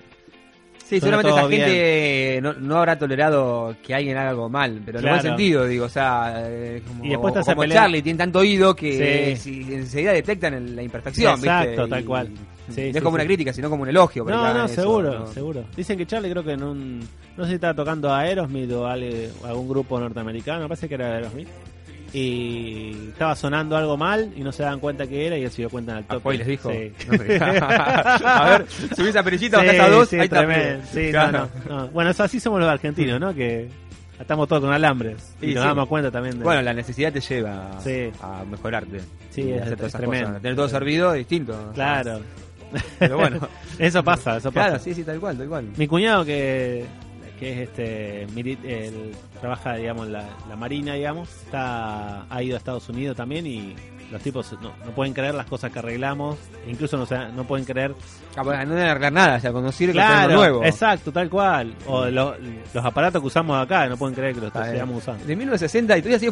[SPEAKER 3] Sí,
[SPEAKER 2] Suena
[SPEAKER 3] seguramente esa
[SPEAKER 2] todo bien.
[SPEAKER 3] gente no, no habrá tolerado que alguien haga algo mal, pero en
[SPEAKER 2] Claro.
[SPEAKER 3] buen sentido, digo, o sea, eh, como,
[SPEAKER 2] Y después te hace
[SPEAKER 3] como
[SPEAKER 2] pelear.
[SPEAKER 3] Charlie tiene tanto oído que si- enseguida detectan el- la imperfección,
[SPEAKER 2] Exacto,
[SPEAKER 3] ¿viste?
[SPEAKER 2] tal
[SPEAKER 3] Y-
[SPEAKER 2] cual.
[SPEAKER 3] y
[SPEAKER 2] Sí,
[SPEAKER 3] no
[SPEAKER 2] sí,
[SPEAKER 3] es como una
[SPEAKER 2] sí.
[SPEAKER 3] crítica, sino como un elogio. por
[SPEAKER 2] No,
[SPEAKER 3] ahí,
[SPEAKER 2] no,
[SPEAKER 3] eso,
[SPEAKER 2] seguro,
[SPEAKER 3] ¿no?
[SPEAKER 2] seguro. Dicen que Charlie creo que en un... No sé si estaba tocando a Aerosmith o a ale- a algún grupo norteamericano, parece que era Aerosmith. Y estaba sonando algo mal y no se daban cuenta que era y él se dio cuenta en el
[SPEAKER 3] Ah,
[SPEAKER 2] toque.
[SPEAKER 3] Poi les dijo.
[SPEAKER 2] Sí.
[SPEAKER 3] No, pero- a ver, subís a Perillita, bajás a
[SPEAKER 2] Sí,
[SPEAKER 3] dos,
[SPEAKER 2] sí,
[SPEAKER 3] ahí está.
[SPEAKER 2] tremendo. Sí, no,
[SPEAKER 3] Claro.
[SPEAKER 2] no, no. Bueno, eso así somos los argentinos, ¿no? Que atamos todo con alambres. Y
[SPEAKER 3] Sí,
[SPEAKER 2] nos
[SPEAKER 3] sí.
[SPEAKER 2] damos cuenta también de...
[SPEAKER 3] Bueno, la necesidad te lleva a-
[SPEAKER 2] Sí.
[SPEAKER 3] a mejorarte.
[SPEAKER 2] Sí,
[SPEAKER 3] y
[SPEAKER 2] es-
[SPEAKER 3] hacer
[SPEAKER 2] es
[SPEAKER 3] todas esas
[SPEAKER 2] tremendo.
[SPEAKER 3] cosas. Tener todo servido es distinto.
[SPEAKER 2] claro.
[SPEAKER 3] Pero bueno.
[SPEAKER 2] eso pasa, eso pasa.
[SPEAKER 3] Claro, sí, sí, tal cual, tal cual.
[SPEAKER 2] Mi cuñado que, que es este mili- él trabaja digamos en la, la marina digamos está ha ido a Estados Unidos también y los tipos no, no pueden creer las cosas que arreglamos incluso no, se- no pueden creer
[SPEAKER 3] Ah, bueno, no deben arreglar nada, o sea, cuando sirve que sea lo nuevo. Mm.
[SPEAKER 2] exacto tal cual o lo- los aparatos que usamos acá no pueden creer que los
[SPEAKER 3] Está bien.
[SPEAKER 2] estamos usando
[SPEAKER 3] De 1960 y todavía sigue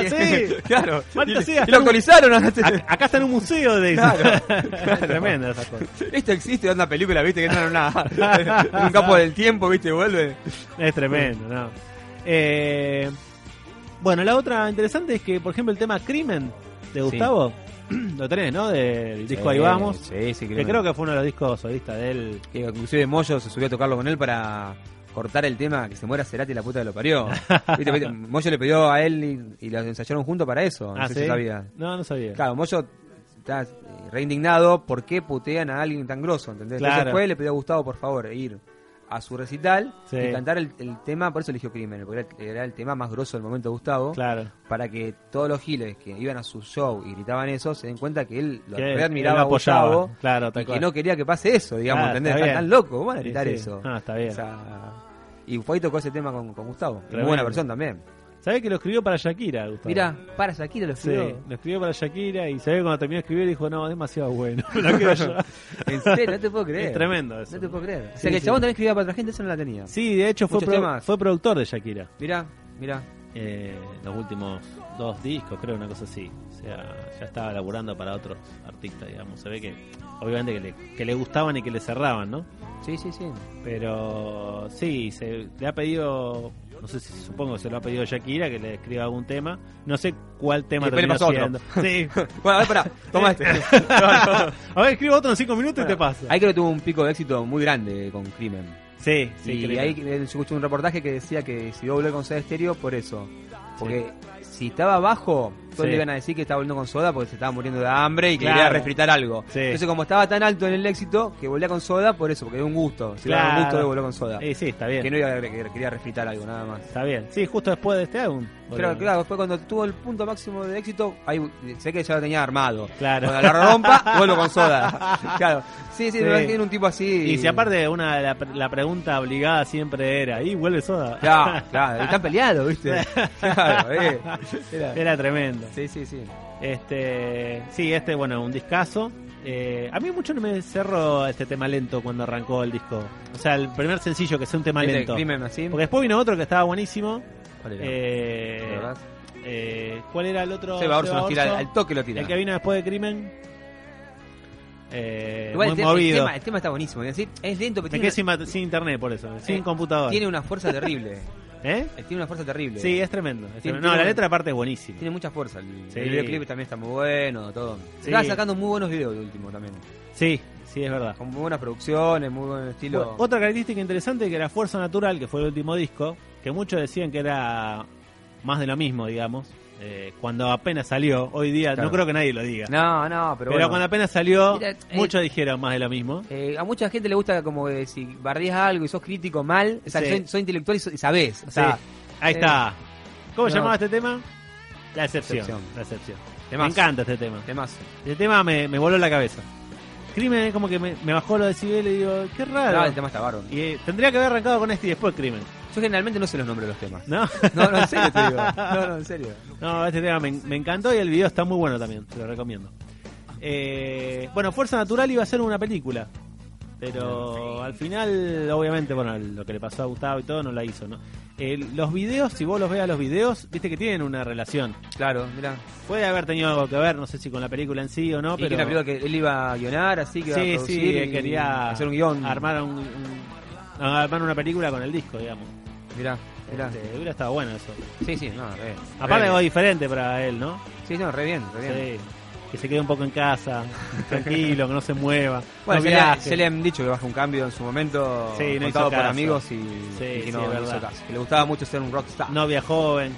[SPEAKER 2] Sí.
[SPEAKER 3] claro.
[SPEAKER 2] Maldita
[SPEAKER 3] Y-
[SPEAKER 2] sea,
[SPEAKER 3] y lo actualizaron.
[SPEAKER 2] Ac- acá está en un museo de
[SPEAKER 3] Claro,
[SPEAKER 2] tremenda esa cosa
[SPEAKER 3] Esto existe, una película, viste, que no era nada. En un campo del tiempo, viste, vuelve.
[SPEAKER 2] Es tremendo, ¿no? Eh, bueno, la otra interesante es que, por ejemplo, el tema Crimen de Gustavo, lo tenés, ¿no? Del disco Ahí Vamos,
[SPEAKER 3] Sí, sí,
[SPEAKER 2] que creo que fue uno de los discos solistas de él.
[SPEAKER 3] que inclusive Moyo se subió a tocarlo con él para cortar el tema que se muera Cerati la puta que lo parió. ¿Viste? ¿Viste? Moyo le pidió a él y, y los ensayaron juntos para eso. No
[SPEAKER 2] Ah,
[SPEAKER 3] sé
[SPEAKER 2] ¿sí?
[SPEAKER 3] si sabía.
[SPEAKER 2] No, no sabía.
[SPEAKER 3] Claro, Moyo está eh, reindignado. ¿Por qué putean a alguien tan grosso? ¿entendés?
[SPEAKER 2] Claro.
[SPEAKER 3] Entonces fue, le pidió a Gustavo, por favor, ir a su recital
[SPEAKER 2] Sí.
[SPEAKER 3] y cantar el, el tema. Por eso eligió Crimen, porque era, era el tema más grosso del momento de Gustavo.
[SPEAKER 2] Claro.
[SPEAKER 3] Para que todos los giles que iban a su show y gritaban eso se den cuenta que él lo
[SPEAKER 2] Que
[SPEAKER 3] re
[SPEAKER 2] él
[SPEAKER 3] admiraba
[SPEAKER 2] lo
[SPEAKER 3] a
[SPEAKER 2] apoyaba,
[SPEAKER 3] Gustavo
[SPEAKER 2] claro,
[SPEAKER 3] y
[SPEAKER 2] tal
[SPEAKER 3] que
[SPEAKER 2] cual.
[SPEAKER 3] no quería que pase eso, digamos,
[SPEAKER 2] Claro,
[SPEAKER 3] ¿entendés?
[SPEAKER 2] está
[SPEAKER 3] Están
[SPEAKER 2] bien.
[SPEAKER 3] tan locos, van a
[SPEAKER 2] Sí,
[SPEAKER 3] gritar
[SPEAKER 2] sí.
[SPEAKER 3] eso.
[SPEAKER 2] Ah, está bien.
[SPEAKER 3] O sea, y fue y tocó ese tema con, con Gustavo. Y Muy
[SPEAKER 2] Tremendo.
[SPEAKER 3] buena versión también.
[SPEAKER 2] ¿Sabés que lo escribió para Shakira, Gustavo?
[SPEAKER 3] Mirá, para Shakira lo
[SPEAKER 2] Sí,
[SPEAKER 3] escribió.
[SPEAKER 2] lo escribió para Shakira y sabés que cuando terminó de escribir dijo, no, demasiado bueno. Lo quiero yo.
[SPEAKER 3] En serio, no te puedo creer.
[SPEAKER 2] Es tremendo eso.
[SPEAKER 3] No te puedo creer. O
[SPEAKER 2] Sí,
[SPEAKER 3] sea que el
[SPEAKER 2] sí.
[SPEAKER 3] chabón también escribía para otra gente, eso no la tenía.
[SPEAKER 2] Sí, de hecho fue,
[SPEAKER 3] Muchos
[SPEAKER 2] pro-
[SPEAKER 3] temas.
[SPEAKER 2] fue productor de Shakira.
[SPEAKER 3] Mirá, mirá.
[SPEAKER 2] Eh, los últimos dos discos, creo, una cosa así. O sea, ya estaba laburando para otros artistas, digamos. Se ve que, obviamente, que le, que le gustaban y que le cerraban, ¿no?
[SPEAKER 3] Sí, sí, sí.
[SPEAKER 2] Pero sí, se le ha pedido, no sé si supongo que se lo ha pedido Shakira que le escriba algún tema. No sé cuál tema
[SPEAKER 3] Y después
[SPEAKER 2] terminó
[SPEAKER 3] le pasó otro.
[SPEAKER 2] siendo. Sí.
[SPEAKER 3] Bueno, a ver, pará, toma este.
[SPEAKER 2] A ver, escribo otro en cinco minutos y te pasa.
[SPEAKER 3] Ahí creo que tuvo un pico de éxito muy grande con Crimen.
[SPEAKER 2] Sí, sí,
[SPEAKER 3] y
[SPEAKER 2] creo.
[SPEAKER 3] ahí yo escuché un reportaje que decía que si doble con soda estéreo, por eso. Porque si estaba abajo, todos
[SPEAKER 2] Sí.
[SPEAKER 3] le iban a decir que estaba volviendo con soda porque se estaba muriendo de hambre y que
[SPEAKER 2] Claro.
[SPEAKER 3] quería respirar algo.
[SPEAKER 2] Sí.
[SPEAKER 3] Entonces, como estaba tan alto en el éxito, que volvía con soda, por eso, porque era un gusto. Si
[SPEAKER 2] Claro.
[SPEAKER 3] era un gusto de volver con soda.
[SPEAKER 2] Eh, sí, está bien.
[SPEAKER 3] Que no iba a, que quería refritar algo, nada más.
[SPEAKER 2] Está bien. Sí, justo después de este álbum.
[SPEAKER 3] Claro,
[SPEAKER 2] boludo.
[SPEAKER 3] claro, fue cuando tuvo el punto máximo de éxito, ahí sé que ya lo tenía armado.
[SPEAKER 2] Claro.
[SPEAKER 3] Cuando la rompa, vuelvo con soda. Claro. Sí, sí,
[SPEAKER 2] Sí.
[SPEAKER 3] me imagino un tipo así.
[SPEAKER 2] Y si aparte una la, la pregunta obligada siempre era, ¿y vuelve soda?
[SPEAKER 3] Claro, claro, están peleados, ¿viste? Claro, eh. Era-
[SPEAKER 2] Era tremendo.
[SPEAKER 3] Sí, sí, sí.
[SPEAKER 2] Este, sí, este, bueno, un discazo. Eh, a mí mucho no me cerró este tema lento cuando arrancó el disco. O sea, el primer sencillo que sea un tema
[SPEAKER 3] ¿Viste
[SPEAKER 2] lento.
[SPEAKER 3] Crimen así?
[SPEAKER 2] Porque después vino otro que estaba buenísimo.
[SPEAKER 3] ¿Cuál era? ¿Te
[SPEAKER 2] Eh,
[SPEAKER 3] acordás?
[SPEAKER 2] eh, ¿Cuál era el otro?
[SPEAKER 3] Seba Orso
[SPEAKER 2] Seba
[SPEAKER 3] nos tira, al,
[SPEAKER 2] Orso.
[SPEAKER 3] al toque lo tira.
[SPEAKER 2] El que vino después de Crimen. Eh,
[SPEAKER 3] Igual el,
[SPEAKER 2] muy
[SPEAKER 3] tema, el,
[SPEAKER 2] movido.
[SPEAKER 3] tema, el tema está buenísimo. Es, decir, es lento, pero
[SPEAKER 2] Me
[SPEAKER 3] tiene
[SPEAKER 2] quedé
[SPEAKER 3] una,
[SPEAKER 2] sin, ma- sin internet por eso, sin
[SPEAKER 3] eh,
[SPEAKER 2] computador.
[SPEAKER 3] tiene una fuerza terrible.
[SPEAKER 2] ¿Eh?
[SPEAKER 3] Eh, tiene una fuerza terrible.
[SPEAKER 2] Sí, es tremendo. es
[SPEAKER 3] Tiene-
[SPEAKER 2] tremendo.
[SPEAKER 3] tiene
[SPEAKER 2] No, la
[SPEAKER 3] un-
[SPEAKER 2] letra aparte es buenísima.
[SPEAKER 3] Tiene mucha fuerza. El,
[SPEAKER 2] Sí.
[SPEAKER 3] el videoclip también está muy bueno, todo.
[SPEAKER 2] Sí.
[SPEAKER 3] Estaba sacando muy buenos videos de último también.
[SPEAKER 2] Sí, sí, es verdad.
[SPEAKER 3] Con muy buenas producciones, muy buen estilo.
[SPEAKER 2] Otra característica interesante que era Fuerza Natural, que fue el último disco, que muchos decían que era más de lo mismo, digamos, eh, cuando apenas salió, hoy día no
[SPEAKER 3] Claro.
[SPEAKER 2] creo que nadie lo diga.
[SPEAKER 3] No, no, pero,
[SPEAKER 2] pero
[SPEAKER 3] bueno.
[SPEAKER 2] cuando apenas salió,
[SPEAKER 3] Mira, eh,
[SPEAKER 2] muchos dijeron más de lo mismo.
[SPEAKER 3] Eh, a mucha gente le gusta como que si bardeas algo y sos crítico mal, o sea,
[SPEAKER 2] Sí.
[SPEAKER 3] soy, soy intelectual y, so- y sabés. O sea,
[SPEAKER 2] Sí. Ahí
[SPEAKER 3] eh,
[SPEAKER 2] está. ¿Cómo
[SPEAKER 3] no.
[SPEAKER 2] llamaba este tema? La excepción.
[SPEAKER 3] Excepción.
[SPEAKER 2] La excepción. Me
[SPEAKER 3] Temazo.
[SPEAKER 2] encanta este tema.
[SPEAKER 3] temazo.
[SPEAKER 2] Este tema me, me voló la cabeza. Crimen es como que me, me bajó los decibeles y digo, qué
[SPEAKER 3] No,
[SPEAKER 2] raro.
[SPEAKER 3] el tema está bárbaro.
[SPEAKER 2] y eh, tendría que haber arrancado con este y después Crimen.
[SPEAKER 3] Yo generalmente no sé los nombres de los temas.
[SPEAKER 2] ¿No?
[SPEAKER 3] No, no, en serio te digo. No, no, en serio.
[SPEAKER 2] No, este tema me, me encantó y el video está muy bueno también, te lo recomiendo. Eh, bueno, Fuerza Natural iba a ser una película, pero al final, obviamente, bueno, lo que le pasó a Gustavo y todo no la hizo, ¿no? Eh, los videos, si vos los veas los videos, viste que tienen una relación.
[SPEAKER 3] Claro, mirá.
[SPEAKER 2] Puede haber tenido algo que ver, no sé si con la película en sí o no,
[SPEAKER 3] Y que
[SPEAKER 2] pero...
[SPEAKER 3] una película que él iba a guionar, así que iba a
[SPEAKER 2] sí,
[SPEAKER 3] producir
[SPEAKER 2] sí,
[SPEAKER 3] y
[SPEAKER 2] quería
[SPEAKER 3] hacer un guión.
[SPEAKER 2] Armar, un, un- armar una película con el disco, digamos.
[SPEAKER 3] Mirá, mirá.
[SPEAKER 2] Este, hubiera estado bueno eso.
[SPEAKER 3] Sí, sí, no, re,
[SPEAKER 2] Aparte
[SPEAKER 3] re
[SPEAKER 2] algo
[SPEAKER 3] bien.
[SPEAKER 2] diferente para él, ¿no?
[SPEAKER 3] Sí, no, re bien, re bien.
[SPEAKER 2] Sí, que se quede un poco en casa, tranquilo, que no se mueva.
[SPEAKER 3] Bueno,
[SPEAKER 2] no
[SPEAKER 3] ya, le,
[SPEAKER 2] viaje.
[SPEAKER 3] ya le han dicho que baja un cambio en su momento,
[SPEAKER 2] Sí, no hizo
[SPEAKER 3] contado por
[SPEAKER 2] caso.
[SPEAKER 3] amigos y,
[SPEAKER 2] Sí,
[SPEAKER 3] y
[SPEAKER 2] sí,
[SPEAKER 3] que no,
[SPEAKER 2] es
[SPEAKER 3] no hizo
[SPEAKER 2] verdad.
[SPEAKER 3] caso. Que le gustaba mucho ser un rockstar.
[SPEAKER 2] Novia joven.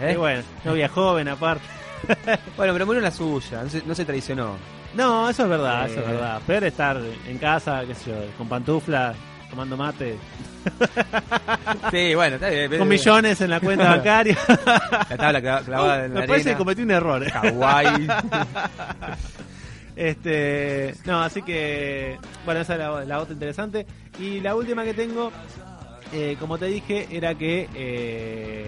[SPEAKER 3] ¿eh?
[SPEAKER 2] Y bueno, novia joven aparte.
[SPEAKER 3] Bueno, pero murió en la suya, no se, no se traicionó.
[SPEAKER 2] No, eso es verdad,
[SPEAKER 3] Eh.
[SPEAKER 2] eso es verdad. Peor estar en casa, qué sé yo, con pantuflas, tomando mate,
[SPEAKER 3] Sí, bueno, está bien.
[SPEAKER 2] con millones en la cuenta bancaria.
[SPEAKER 3] La tabla cla- clavada en la
[SPEAKER 2] Me parece
[SPEAKER 3] arena.
[SPEAKER 2] que cometí un error. eh.
[SPEAKER 3] Kawaii.
[SPEAKER 2] Este, no, así que, bueno, esa es la, la otra interesante. Y la última que tengo, eh, como te dije, era que eh,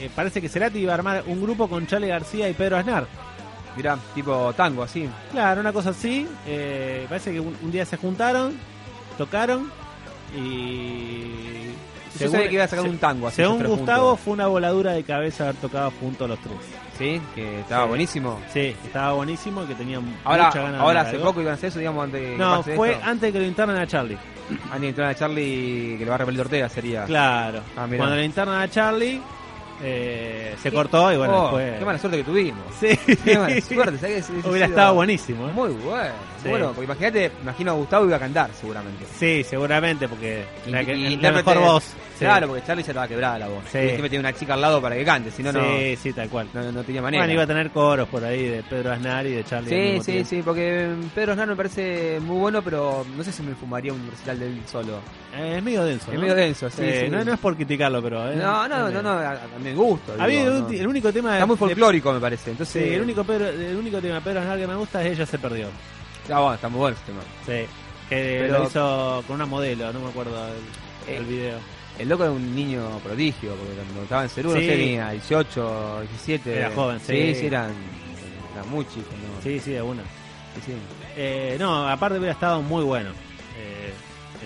[SPEAKER 2] eh, parece que Cerati iba a armar un grupo con Charlie García y Pedro Aznar.
[SPEAKER 3] Mirá, tipo tango, así.
[SPEAKER 2] Claro, una cosa así. eh, parece que un, un día se juntaron, tocaron y.
[SPEAKER 3] Yo sabía que iba a sacar un tango así.
[SPEAKER 2] Según
[SPEAKER 3] esos tres
[SPEAKER 2] Gustavo,
[SPEAKER 3] juntos.
[SPEAKER 2] fue una voladura de cabeza haber tocado juntos los tres.
[SPEAKER 3] Sí, que estaba
[SPEAKER 2] Sí.
[SPEAKER 3] buenísimo.
[SPEAKER 2] Sí, estaba buenísimo, que tenían
[SPEAKER 3] Ahora,
[SPEAKER 2] mucha ganas de
[SPEAKER 3] ahora
[SPEAKER 2] hacer
[SPEAKER 3] hace
[SPEAKER 2] algo.
[SPEAKER 3] poco iban a hacer eso, digamos, antes de que
[SPEAKER 2] No,
[SPEAKER 3] pase
[SPEAKER 2] fue
[SPEAKER 3] esto.
[SPEAKER 2] antes que lo internen a Charlie.
[SPEAKER 3] antes de entrar a Charlie que lo va a repelir Ortega, sería.
[SPEAKER 2] Claro.
[SPEAKER 3] Ah, mirá.
[SPEAKER 2] Cuando lo internan a Charlie, eh, se cortó y bueno,
[SPEAKER 3] Oh,
[SPEAKER 2] después.
[SPEAKER 3] Qué mala suerte que tuvimos.
[SPEAKER 2] Sí.
[SPEAKER 3] Qué mala suerte, ¿sabes? Hubiese
[SPEAKER 2] Hubiera
[SPEAKER 3] sido
[SPEAKER 2] estado buenísimo. ¿eh?
[SPEAKER 3] Muy bueno.
[SPEAKER 2] Sí.
[SPEAKER 3] Bueno, porque imagínate, imagino a Gustavo iba a cantar seguramente.
[SPEAKER 2] Sí, seguramente, porque la, que,
[SPEAKER 3] Y- y
[SPEAKER 2] la
[SPEAKER 3] intérprete-
[SPEAKER 2] mejor voz. Sí.
[SPEAKER 3] Claro, porque Charlie ya estaba quebrada la voz.
[SPEAKER 2] Sí.
[SPEAKER 3] Y siempre tenía una chica al lado para que cante, si no, no-
[SPEAKER 2] sí, sí, tal cual.
[SPEAKER 3] no, no tenía manera.
[SPEAKER 2] Bueno, iba a tener coros por ahí de Pedro Aznar y de Charlie. al
[SPEAKER 3] Sí,
[SPEAKER 2] mismo
[SPEAKER 3] sí,
[SPEAKER 2] tiempo.
[SPEAKER 3] sí, porque Pedro Aznar me parece muy bueno, pero no sé si me fumaría un recital de él solo.
[SPEAKER 2] Eh, es medio denso.
[SPEAKER 3] Es
[SPEAKER 2] ¿no?
[SPEAKER 3] medio denso, sí,
[SPEAKER 2] Eh,
[SPEAKER 3] sí.
[SPEAKER 2] No, no es por criticarlo, pero. eh,
[SPEAKER 3] No, no, no, no, a, a mi gusto.
[SPEAKER 2] A mí
[SPEAKER 3] digo,
[SPEAKER 2] el,
[SPEAKER 3] no.
[SPEAKER 2] ulti- el único tema.
[SPEAKER 3] Está muy
[SPEAKER 2] de-
[SPEAKER 3] folclórico, me parece.
[SPEAKER 2] Sí,
[SPEAKER 3] Entonces,
[SPEAKER 2] el único, Pedro- el único tema de Pedro Aznar que me gusta es Ella se perdió.
[SPEAKER 3] Ah, bueno, está muy bueno ese tema.
[SPEAKER 2] Sí. Que
[SPEAKER 3] Pero-
[SPEAKER 2] lo hizo con una modelo, no me acuerdo el,
[SPEAKER 3] Eh,
[SPEAKER 2] el video.
[SPEAKER 3] El loco era un niño prodigio, porque cuando estaba en Cerú, no
[SPEAKER 2] Sí.
[SPEAKER 3] sé, tenía 18, 17.
[SPEAKER 2] Era joven, sí.
[SPEAKER 3] Sí, sí, eran, eran muy chicos, ¿no?
[SPEAKER 2] Sí, sí, de una.
[SPEAKER 3] Sí, sí.
[SPEAKER 2] Eh, no, aparte hubiera estado muy bueno eh,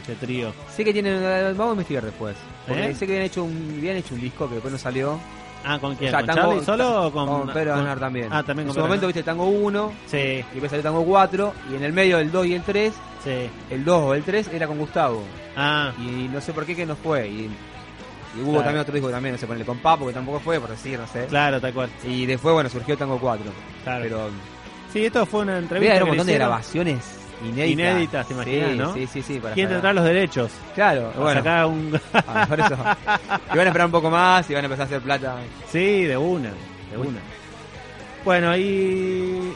[SPEAKER 2] este trío.
[SPEAKER 3] Sé que tienen, vamos a investigar después. Porque
[SPEAKER 2] ¿Eh?
[SPEAKER 3] sé que habían hecho, un, habían hecho un disco que después no salió.
[SPEAKER 2] Ah, ¿con quién?
[SPEAKER 3] O sea,
[SPEAKER 2] ¿Con
[SPEAKER 3] tango-
[SPEAKER 2] Charlie solo o con,
[SPEAKER 3] Pedro
[SPEAKER 2] con-
[SPEAKER 3] Aznar también.
[SPEAKER 2] Ah, también
[SPEAKER 3] En
[SPEAKER 2] con
[SPEAKER 3] su
[SPEAKER 2] Pedro
[SPEAKER 3] momento
[SPEAKER 2] Aznar.
[SPEAKER 3] viste tango 1,
[SPEAKER 2] Sí,
[SPEAKER 3] y después salió tango 4, y en el medio del 2 y el 3,
[SPEAKER 2] sí.
[SPEAKER 3] el 2 o el 3 era con Gustavo.
[SPEAKER 2] Ah,
[SPEAKER 3] Y no sé por qué que no fue. Y, y hubo
[SPEAKER 2] Claro.
[SPEAKER 3] también otro disco que también, no sé, ponele con Papo, que tampoco fue, por decir, no sé.
[SPEAKER 2] claro, tal cual.
[SPEAKER 3] Y después, bueno, surgió Tango 4.
[SPEAKER 2] Claro.
[SPEAKER 3] Pero
[SPEAKER 2] Sí, esto fue una
[SPEAKER 3] Mira,
[SPEAKER 2] entrevista.
[SPEAKER 3] era
[SPEAKER 2] que le
[SPEAKER 3] un montón de
[SPEAKER 2] hicieron.
[SPEAKER 3] grabaciones inéditas.
[SPEAKER 2] Inéditas, te imaginas,
[SPEAKER 3] sí,
[SPEAKER 2] ¿no?
[SPEAKER 3] Sí, sí, sí. Para
[SPEAKER 2] ¿Quién
[SPEAKER 3] sacar.
[SPEAKER 2] tendrá los derechos?
[SPEAKER 3] Claro,
[SPEAKER 2] Para
[SPEAKER 3] bueno.
[SPEAKER 2] sacar un...
[SPEAKER 3] Ah, Por eso. Y van a esperar un poco más y van a empezar a hacer plata.
[SPEAKER 2] sí, de una, de una. Bueno, y...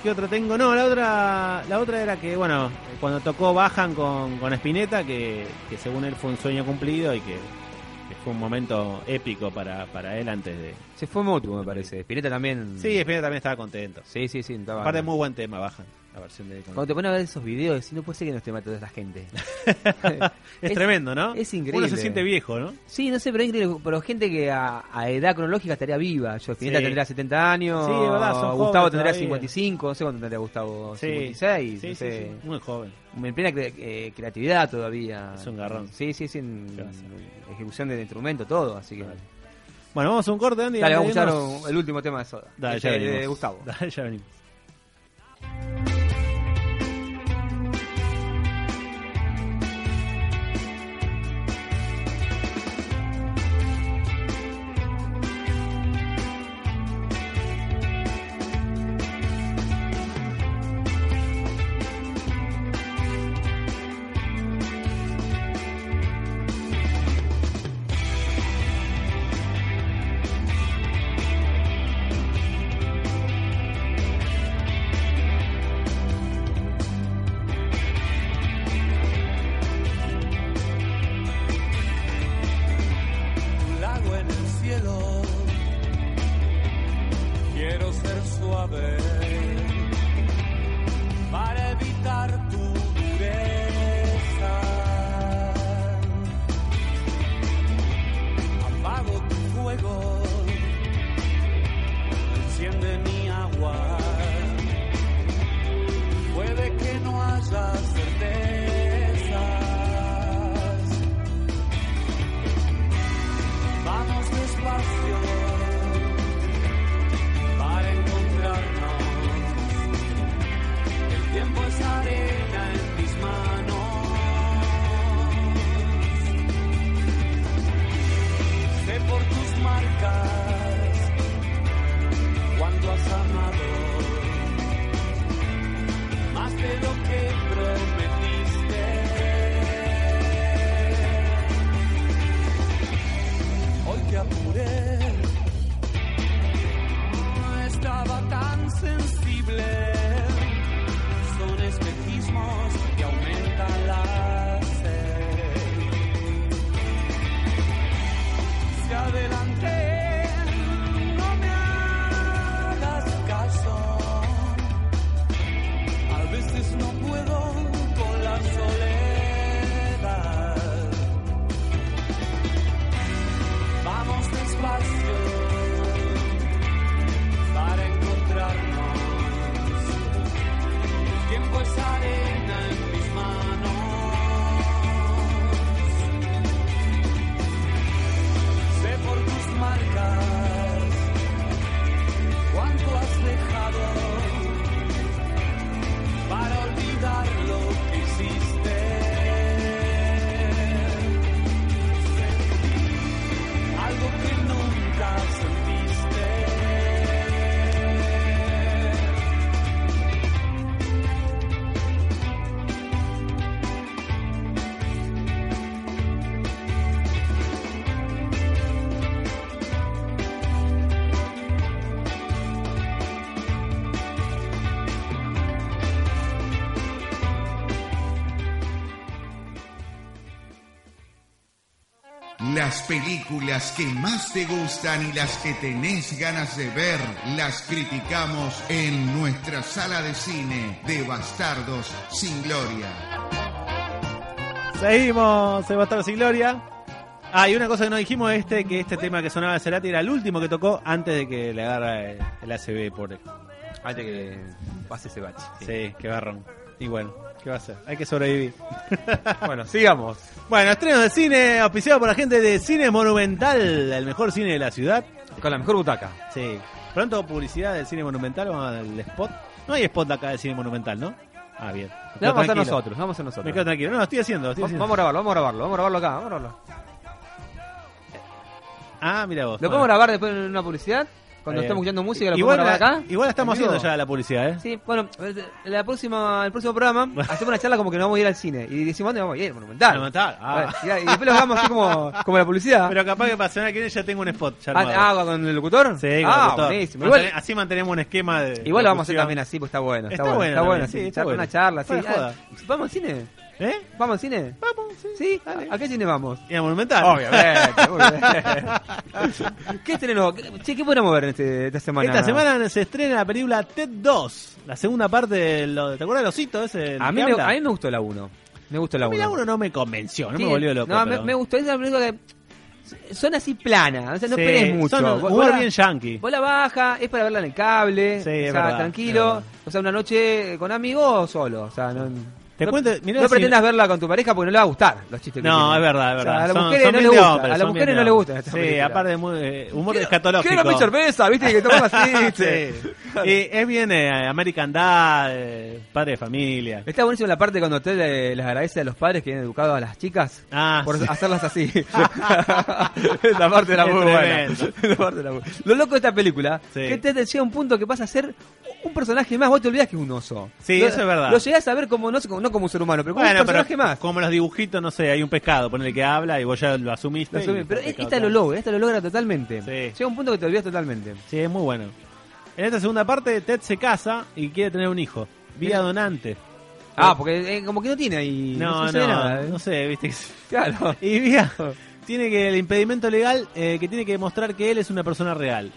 [SPEAKER 2] ¿Qué otra tengo? No, la otra la otra era que, bueno, cuando tocó Bajan con, con Spinetta, que, que según él fue un sueño cumplido y que, que fue un momento épico para, para él antes de...
[SPEAKER 3] Se fue mutuo, me parece. Spinetta también.
[SPEAKER 2] Sí, Spinetta también estaba contento.
[SPEAKER 3] Sí, sí, sí. estaba-
[SPEAKER 2] Aparte, muy buen tema, Bajan, la versión de...
[SPEAKER 3] Cuando te pones a ver esos videos, decís, no puede ser que no esté matando a esta gente.
[SPEAKER 2] es, tremendo, ¿no?
[SPEAKER 3] es
[SPEAKER 2] Uno
[SPEAKER 3] increíble.
[SPEAKER 2] se siente viejo, ¿no?
[SPEAKER 3] Sí, no sé, pero es increíble. Pero gente que a, a edad cronológica estaría viva. Yo, Spinetta
[SPEAKER 2] Sí.
[SPEAKER 3] tendría 70 años.
[SPEAKER 2] Sí, es verdad, son
[SPEAKER 3] Gustavo
[SPEAKER 2] jóvenes
[SPEAKER 3] tendría
[SPEAKER 2] todavía.
[SPEAKER 3] 55. No sé cuándo tendría Gustavo. 56.
[SPEAKER 2] sí,
[SPEAKER 3] no
[SPEAKER 2] sí,
[SPEAKER 3] sé.
[SPEAKER 2] sí, muy joven.
[SPEAKER 3] En plena cre- eh, creatividad todavía.
[SPEAKER 2] Es un garrón.
[SPEAKER 3] Sí, sí, sí. en-
[SPEAKER 2] Qué garrón.
[SPEAKER 3] en ejecución del instrumento, todo. Así que.
[SPEAKER 2] Vale. Bueno, vamos a un corte, Andy.
[SPEAKER 3] Dale,
[SPEAKER 2] antes
[SPEAKER 3] vamos a
[SPEAKER 2] de
[SPEAKER 3] escuchar
[SPEAKER 2] irnos.
[SPEAKER 3] un- el último tema de Soda.
[SPEAKER 2] Dale,
[SPEAKER 3] Este,
[SPEAKER 2] ya
[SPEAKER 3] de
[SPEAKER 2] venimos.
[SPEAKER 3] Gustavo.
[SPEAKER 2] Dale, ya venimos.
[SPEAKER 6] un lago en el cielo. Quiero ser suave para evitar tu dureza. Apago tu fuego, enciende mi agua. Puede que no haya certezas. Vamos despacio para encontrarnos.
[SPEAKER 1] Las películas que más te gustan y las que tenés ganas de ver, las criticamos en nuestra sala de cine de Bastardos sin Gloria.
[SPEAKER 2] Seguimos, el Bastardo sin Gloria. Ah, y una cosa que no dijimos este, que este tema que sonaba de Cerati era el último que tocó antes de que le agarra el, el ACB por él.
[SPEAKER 3] Antes que pase ese bache.
[SPEAKER 2] Sí. qué barrón. Y bueno, ¿qué va a hacer? Hay que sobrevivir.
[SPEAKER 3] Bueno, sigamos.
[SPEAKER 2] bueno, estrenos de cine auspiciados por la gente de Cine Monumental, el mejor cine de la ciudad.
[SPEAKER 3] Con la mejor butaca.
[SPEAKER 2] Sí. Pronto publicidad del Cine Monumental, vamos al spot. No hay spot acá del Cine Monumental, ¿no? Ah, bien. Me quedo
[SPEAKER 3] No, vamos a
[SPEAKER 2] tranquilo.
[SPEAKER 3] nosotros, vamos a
[SPEAKER 2] Me
[SPEAKER 3] nosotros.
[SPEAKER 2] quedo tranquilo. No, lo estoy haciendo, lo estoy
[SPEAKER 3] Vamos
[SPEAKER 2] haciendo.
[SPEAKER 3] vamos a grabarlo, vamos a grabarlo, vamos a grabarlo acá, vamos a grabarlo.
[SPEAKER 2] Ah, mira vos. Bueno.
[SPEAKER 3] ¿Lo podemos grabar después en una publicidad? Cuando
[SPEAKER 2] Está
[SPEAKER 3] estemos
[SPEAKER 2] bien.
[SPEAKER 3] escuchando música, ¿lo podemos
[SPEAKER 2] Eh, igual,
[SPEAKER 3] grabar
[SPEAKER 2] la-
[SPEAKER 3] acá?
[SPEAKER 2] Igual la estamos
[SPEAKER 3] ¿En vivo?
[SPEAKER 2] haciendo ya la publicidad, ¿eh?
[SPEAKER 3] Sí, bueno, la próxima, el próximo programa hacemos una charla como que nos vamos a ir al cine y decimos dónde vamos a ir, monumental.
[SPEAKER 2] Monumental, ah.
[SPEAKER 3] Y, y después lo hagamos así como, como la publicidad.
[SPEAKER 2] Pero capaz que para semana que viene ya tengo un spot ya
[SPEAKER 3] Ah,
[SPEAKER 2] armado.
[SPEAKER 3] ah, con el locutor.
[SPEAKER 2] Sí,
[SPEAKER 3] ah,
[SPEAKER 2] con todo.
[SPEAKER 3] buenísimo.
[SPEAKER 2] Mantene-
[SPEAKER 3] Igual,
[SPEAKER 2] así mantenemos un esquema de.
[SPEAKER 3] igual lo vamos a hacer
[SPEAKER 2] locución.
[SPEAKER 3] también así, pues está bueno. Está,
[SPEAKER 2] Está
[SPEAKER 3] bueno,
[SPEAKER 2] bueno
[SPEAKER 3] está bueno,
[SPEAKER 2] también, sí,
[SPEAKER 3] sí,
[SPEAKER 2] está
[SPEAKER 3] charla-
[SPEAKER 2] bueno.
[SPEAKER 3] una charla, sí.
[SPEAKER 2] Fuera de
[SPEAKER 3] Ah,
[SPEAKER 2] joda.
[SPEAKER 3] ¿Vamos al cine?
[SPEAKER 2] ¿Eh?
[SPEAKER 3] ¿Vamos al cine?
[SPEAKER 2] Vamos, sí.
[SPEAKER 3] ¿Sí?
[SPEAKER 2] dale.
[SPEAKER 3] ¿A, a qué cine vamos?
[SPEAKER 2] Y a Monumental.
[SPEAKER 3] Obviamente, obviamente. ¿Qué tenemos? ¿Qué, che, ¿qué podemos ver en este- esta semana?
[SPEAKER 2] Esta semana se estrena la película Ted 2, la segunda parte de lo- ¿Te acuerdas de Osito ese?
[SPEAKER 3] A mí, me, a mí me gustó la 1. Me gustó la
[SPEAKER 2] la
[SPEAKER 3] 1.
[SPEAKER 2] 1 no me convenció, no me
[SPEAKER 3] Sí,
[SPEAKER 2] volvió loco.
[SPEAKER 3] No, me,
[SPEAKER 2] pero-
[SPEAKER 3] me gustó. Es una película que son así plana. O sea, no
[SPEAKER 2] Sí,
[SPEAKER 3] esperes mucho.
[SPEAKER 2] son
[SPEAKER 3] Vos-
[SPEAKER 2] humor
[SPEAKER 3] vos la-
[SPEAKER 2] bien yankee.
[SPEAKER 3] Vos la baja, es para verla en el cable,
[SPEAKER 2] Sí,
[SPEAKER 3] o sea,
[SPEAKER 2] es verdad, es
[SPEAKER 3] tranquilo.
[SPEAKER 2] verdad.
[SPEAKER 3] O sea, una noche con amigos o solo. O sea, no,
[SPEAKER 2] Te
[SPEAKER 3] no-
[SPEAKER 2] cuento- mirá
[SPEAKER 3] no
[SPEAKER 2] si-
[SPEAKER 3] pretendas verla con tu pareja porque no le va a gustar los chistes. que
[SPEAKER 2] No,
[SPEAKER 3] tiene.
[SPEAKER 2] es verdad, es
[SPEAKER 3] O sea,
[SPEAKER 2] verdad.
[SPEAKER 3] a las
[SPEAKER 2] Son-
[SPEAKER 3] mujeres
[SPEAKER 2] son
[SPEAKER 3] no
[SPEAKER 2] bien
[SPEAKER 3] le
[SPEAKER 2] de
[SPEAKER 3] gusta.
[SPEAKER 2] hombres,
[SPEAKER 3] a las
[SPEAKER 2] son
[SPEAKER 3] mujeres
[SPEAKER 2] bien
[SPEAKER 3] no
[SPEAKER 2] de
[SPEAKER 3] le gusta.
[SPEAKER 2] hombres.
[SPEAKER 3] esta
[SPEAKER 2] Sí,
[SPEAKER 3] película.
[SPEAKER 2] aparte de mu- eh, humor
[SPEAKER 3] Quiero-
[SPEAKER 2] escatológico.
[SPEAKER 3] Quiero mi cerveza, viste, que toman así.
[SPEAKER 2] Sí. Y es bien eh, American Dad, eh, padre de familia.
[SPEAKER 3] Está buenísimo la parte cuando usted le- les agradece a los padres que han educado a las chicas
[SPEAKER 2] Ah,
[SPEAKER 3] por
[SPEAKER 2] sí.
[SPEAKER 3] hacerlas así. Esa parte era
[SPEAKER 2] Es
[SPEAKER 3] muy buena.
[SPEAKER 2] tremendo.
[SPEAKER 3] Esa parte era muy- Lo loco de esta película,
[SPEAKER 2] Sí.
[SPEAKER 3] que te llega a un punto que pasa a ser un personaje más. Vos te olvidás que es un oso.
[SPEAKER 2] Sí,
[SPEAKER 3] Lo-
[SPEAKER 2] eso es verdad.
[SPEAKER 3] Lo llegás a ver como, no, no como un ser humano, pero como un personaje más.
[SPEAKER 2] como los dibujitos, no sé, hay un pescado, ponele que habla y vos ya lo asumiste.
[SPEAKER 3] Lo
[SPEAKER 2] y
[SPEAKER 3] asumí.
[SPEAKER 2] fue
[SPEAKER 3] pero
[SPEAKER 2] un pescado
[SPEAKER 3] esta lo
[SPEAKER 2] también.
[SPEAKER 3] logra, esta lo logra totalmente.
[SPEAKER 2] Sí.
[SPEAKER 3] Llega un punto que te olvidas totalmente.
[SPEAKER 2] Sí, es muy bueno. En esta segunda parte, Ted se casa y quiere tener un hijo. Vía
[SPEAKER 3] Mira.
[SPEAKER 2] donante.
[SPEAKER 3] Ah, porque eh, como que no tiene ahí.
[SPEAKER 2] No, no,
[SPEAKER 3] sucede
[SPEAKER 2] no,
[SPEAKER 3] nada, eh.
[SPEAKER 2] sé, viste. que-
[SPEAKER 3] Claro.
[SPEAKER 2] Y vía, tiene que el impedimento legal eh, que tiene que demostrar que él es una persona real. Es,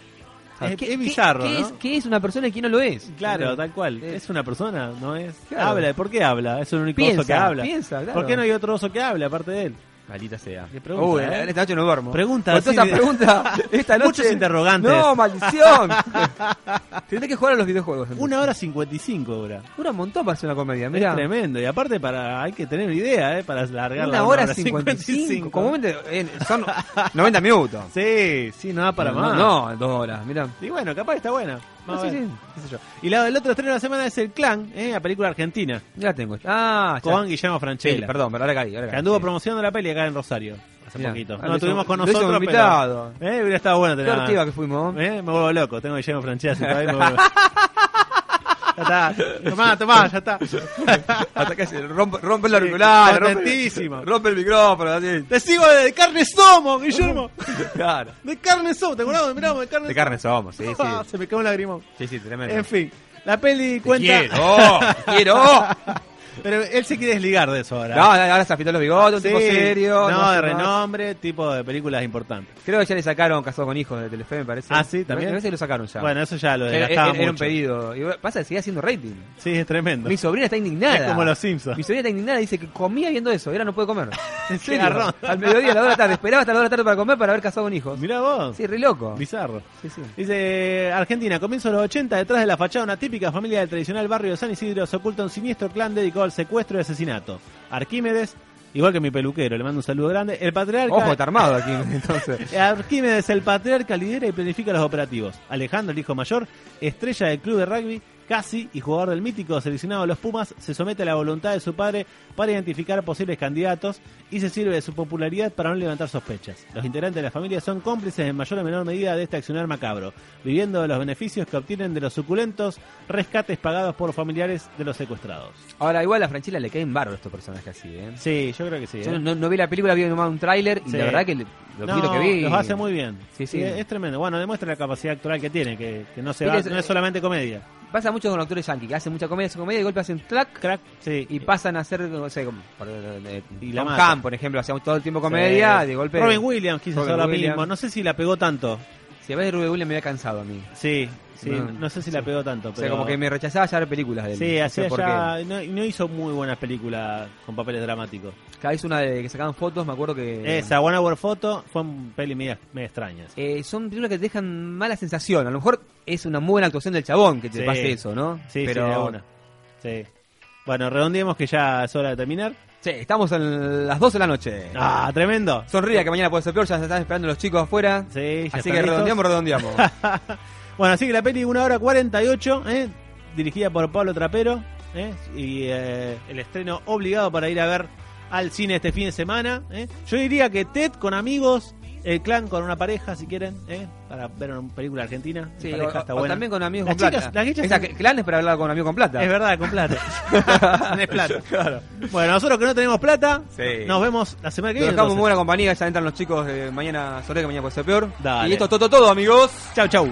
[SPEAKER 3] Ah. ¿Qué-
[SPEAKER 2] es
[SPEAKER 3] qué-
[SPEAKER 2] bizarro,
[SPEAKER 3] qué
[SPEAKER 2] ¿no?
[SPEAKER 3] es, qué es una persona y quién no lo es?
[SPEAKER 2] Claro,
[SPEAKER 3] ¿Entendés?
[SPEAKER 2] tal cual.
[SPEAKER 3] Eh,
[SPEAKER 2] Es una persona, ¿no es?
[SPEAKER 3] Claro.
[SPEAKER 2] Habla, ¿por qué habla? Es el único
[SPEAKER 3] Piensa,
[SPEAKER 2] oso que habla.
[SPEAKER 3] piensa, claro.
[SPEAKER 2] ¿Por qué no hay otro oso que hable aparte de él?
[SPEAKER 3] Maldita sea.
[SPEAKER 2] Qué pregunta,
[SPEAKER 3] Uy,
[SPEAKER 2] ¿eh?
[SPEAKER 3] en esta noche no duermo.
[SPEAKER 2] Pregunta,
[SPEAKER 3] Con todas
[SPEAKER 2] sí,
[SPEAKER 3] esas preguntas, esta noche.
[SPEAKER 2] Muchos interrogantes.
[SPEAKER 3] No, maldición. Tendré que jugar a los videojuegos. entonces.
[SPEAKER 2] Una hora cincuenta y cinco dura.
[SPEAKER 3] Dura un montón para hacer una comedia,
[SPEAKER 2] Es
[SPEAKER 3] mira.
[SPEAKER 2] tremendo. Y aparte para hay que tener idea, ¿eh? Para alargarla.
[SPEAKER 3] Una hora cincuenta y cinco. Comúnmente eh, son 90 minutos.
[SPEAKER 2] Sí, sí, no da para
[SPEAKER 3] no,
[SPEAKER 2] más.
[SPEAKER 3] No, no, dos horas, mira.
[SPEAKER 2] Y bueno, capaz está buena. Vamos
[SPEAKER 3] No,
[SPEAKER 2] a
[SPEAKER 3] sí,
[SPEAKER 2] ver,
[SPEAKER 3] sí.
[SPEAKER 2] qué sé yo. Y la, el otro estreno de la semana es El Clan, ¿eh? la película argentina,
[SPEAKER 3] Ya la tengo. Ah, ya.
[SPEAKER 2] con Guillermo
[SPEAKER 3] Sí,
[SPEAKER 2] Franchella.
[SPEAKER 3] perdón, pero ahora caí. Ahora
[SPEAKER 2] que
[SPEAKER 3] caí.
[SPEAKER 2] anduvo
[SPEAKER 3] Sí.
[SPEAKER 2] promocionando la peli acá en Rosario hace
[SPEAKER 3] Mirá,
[SPEAKER 2] poquito.
[SPEAKER 3] ah,
[SPEAKER 2] No
[SPEAKER 3] lo
[SPEAKER 2] lo tuvimos
[SPEAKER 3] hizo-
[SPEAKER 2] con
[SPEAKER 3] lo hizo
[SPEAKER 2] nosotros, pero-
[SPEAKER 3] invitado.
[SPEAKER 2] ¿eh? hubiera estado bueno
[SPEAKER 3] Qué
[SPEAKER 2] tener.
[SPEAKER 3] hortiva que fuimos.
[SPEAKER 2] ¿Eh? Me vuelvo loco, tengo a Guillermo Franchella sentado ahí, me vuelvo- Ya está, tomá, tomá, ya está.
[SPEAKER 3] Hasta que se rompe, rompe el
[SPEAKER 2] Sí,
[SPEAKER 3] auricular, rompe,
[SPEAKER 2] contentísimo.
[SPEAKER 3] rompe el micrófono. Así.
[SPEAKER 2] Te sigo de carne somos, Guillermo.
[SPEAKER 3] Claro.
[SPEAKER 2] De carne somos, ¿te acordás? Miramos, de carne
[SPEAKER 3] De carne somos, sí,
[SPEAKER 2] somos.
[SPEAKER 3] sí.
[SPEAKER 2] Ah, Se me cae un lagrimón.
[SPEAKER 3] Sí, sí, tremendo.
[SPEAKER 2] En fin, la peli cuenta.
[SPEAKER 3] ¡Quiero! ¡Quiero!
[SPEAKER 2] Pero él se quiere desligar de eso ahora.
[SPEAKER 3] No, ahora se afeitó los bigotes, un
[SPEAKER 2] Sí,
[SPEAKER 3] tipo serio.
[SPEAKER 2] No,
[SPEAKER 3] hace
[SPEAKER 2] de
[SPEAKER 3] más.
[SPEAKER 2] renombre, tipo de películas importantes.
[SPEAKER 3] Creo que ya le sacaron Casado con Hijos de Telefe, me parece.
[SPEAKER 2] Ah, sí, también.
[SPEAKER 3] Me parece que lo sacaron ya.
[SPEAKER 2] Bueno, eso ya lo
[SPEAKER 3] era,
[SPEAKER 2] desgastaba
[SPEAKER 3] era- era un
[SPEAKER 2] mucho.
[SPEAKER 3] pedido. Y bueno, pasa que seguía haciendo rating.
[SPEAKER 2] Sí, es tremendo.
[SPEAKER 3] Mi sobrina está indignada.
[SPEAKER 2] Es como los Simpsons.
[SPEAKER 3] Mi sobrina está indignada, dice que comía viendo eso, y ahora no puede comer.
[SPEAKER 2] Qué
[SPEAKER 3] En serio.
[SPEAKER 2] garrón.
[SPEAKER 3] Al mediodía, a la hora de la tarde. Esperaba hasta la hora de la tarde para comer para haber casado con hijos.
[SPEAKER 2] Mirá vos.
[SPEAKER 3] Sí, re loco.
[SPEAKER 2] Bizarro.
[SPEAKER 3] Sí, sí.
[SPEAKER 2] Dice, Argentina, comienzo de los 80, detrás de la fachada una típica familia del tradicional barrio de San Isidro se oculta un siniestro clan dedicado al secuestro y asesinato. Arquímedes, igual que mi peluquero, le mando un saludo grande. El patriarca...
[SPEAKER 3] Ojo, está armado aquí, entonces.
[SPEAKER 2] Arquímedes, el patriarca, lidera y planifica los operativos. Alejandro, el hijo mayor, estrella del club de rugby, casi y jugador del mítico seleccionado de los Pumas, se somete a la voluntad de su padre para identificar posibles candidatos y se sirve de su popularidad para no levantar sospechas. Los integrantes de la familia son cómplices en mayor o menor medida de este accionar macabro, viviendo de los beneficios que obtienen de los suculentos rescates pagados por familiares de los secuestrados.
[SPEAKER 3] Ahora, igual a Franchila le caen barro estos personajes así, ¿eh?
[SPEAKER 2] Sí, yo creo que sí. ¿eh?
[SPEAKER 3] Yo no, no vi la película, vi nomás un tráiler y
[SPEAKER 2] Sí.
[SPEAKER 3] la verdad que le- lo
[SPEAKER 2] No,
[SPEAKER 3] poquito que vi.
[SPEAKER 2] Los hace muy bien.
[SPEAKER 3] Sí, sí.
[SPEAKER 2] Es, es tremendo. Bueno, demuestra la capacidad actual que tiene, que, que no se
[SPEAKER 3] Mira,
[SPEAKER 2] va-
[SPEAKER 3] es-
[SPEAKER 2] no es solamente comedia.
[SPEAKER 3] Pasa mucho con los actores yankees, que hacen mucha comedia, hacen comedia y de golpe hacen track,
[SPEAKER 2] Crack, sí.
[SPEAKER 3] y pasan a hacer, no sé, como, por, eh,
[SPEAKER 2] Y la
[SPEAKER 3] Tom
[SPEAKER 2] mata.
[SPEAKER 3] Hanks, por ejemplo, hacía todo el tiempo comedia,
[SPEAKER 2] Sí.
[SPEAKER 3] de golpe.
[SPEAKER 2] Robin Williams quiso
[SPEAKER 3] Robin
[SPEAKER 2] hacer lo
[SPEAKER 3] Williams.
[SPEAKER 2] mismo. No sé si la pegó tanto.
[SPEAKER 3] Si a veces Robin Williams me había cansado a mí.
[SPEAKER 2] Sí, sí. No,
[SPEAKER 3] No,
[SPEAKER 2] sé si la pegó tanto.
[SPEAKER 3] O sea,
[SPEAKER 2] pero-
[SPEAKER 3] como que me rechazaba ya ver películas de él.
[SPEAKER 2] Sí,
[SPEAKER 3] no
[SPEAKER 2] hacía
[SPEAKER 3] sé por
[SPEAKER 2] ya- No, no hizo muy buenas películas con papeles dramáticos.
[SPEAKER 3] qué. Cada vez una de que sacaban fotos, me acuerdo que.
[SPEAKER 2] Esa, One Hour Photo, fue un peli media, media extraña. sí.
[SPEAKER 3] Eh, son películas que te dejan mala sensación. A lo mejor es una muy buena actuación del chabón que te
[SPEAKER 2] Sí.
[SPEAKER 3] pase eso, ¿no?
[SPEAKER 2] Sí,
[SPEAKER 3] Pero,
[SPEAKER 2] sí, de una. Sí. Bueno, redondeemos que ya es hora de terminar.
[SPEAKER 3] Sí, estamos a las 12 de la noche.
[SPEAKER 2] ¡Ah, tremendo!
[SPEAKER 3] Sonría que mañana puede ser peor, ya se están esperando los chicos afuera.
[SPEAKER 2] Sí, ya
[SPEAKER 3] Así
[SPEAKER 2] están
[SPEAKER 3] que
[SPEAKER 2] listos.
[SPEAKER 3] redondeamos, redondeamos.
[SPEAKER 2] bueno, así que la peli 1 hora 48, ¿eh? dirigida por Pablo Trapero, ¿eh? y eh, el estreno obligado para ir a ver al cine este fin de semana. ¿eh? Yo diría que TED con amigos, el clan con una pareja, si quieren, ¿eh? para ver una película argentina. en
[SPEAKER 3] Sí, o,
[SPEAKER 2] pareja está
[SPEAKER 3] o
[SPEAKER 2] buena.
[SPEAKER 3] también con amigos
[SPEAKER 2] Las
[SPEAKER 3] con
[SPEAKER 2] chicas-
[SPEAKER 3] plata.
[SPEAKER 2] las chicas
[SPEAKER 3] Esa
[SPEAKER 2] son-
[SPEAKER 3] que- clan es para hablar con amigos con plata.
[SPEAKER 2] Es verdad, con plata. es plata. Bueno, nosotros que no tenemos plata,
[SPEAKER 3] Sí.
[SPEAKER 2] nos vemos la semana que
[SPEAKER 3] Pero
[SPEAKER 2] viene.
[SPEAKER 3] estamos muy
[SPEAKER 2] entonces.
[SPEAKER 3] buena compañía, ya entran los chicos de mañana, Sonría que mañana puede ser peor.
[SPEAKER 2] Dale.
[SPEAKER 3] Y esto es todo, todo, amigos.
[SPEAKER 2] Chau, chau.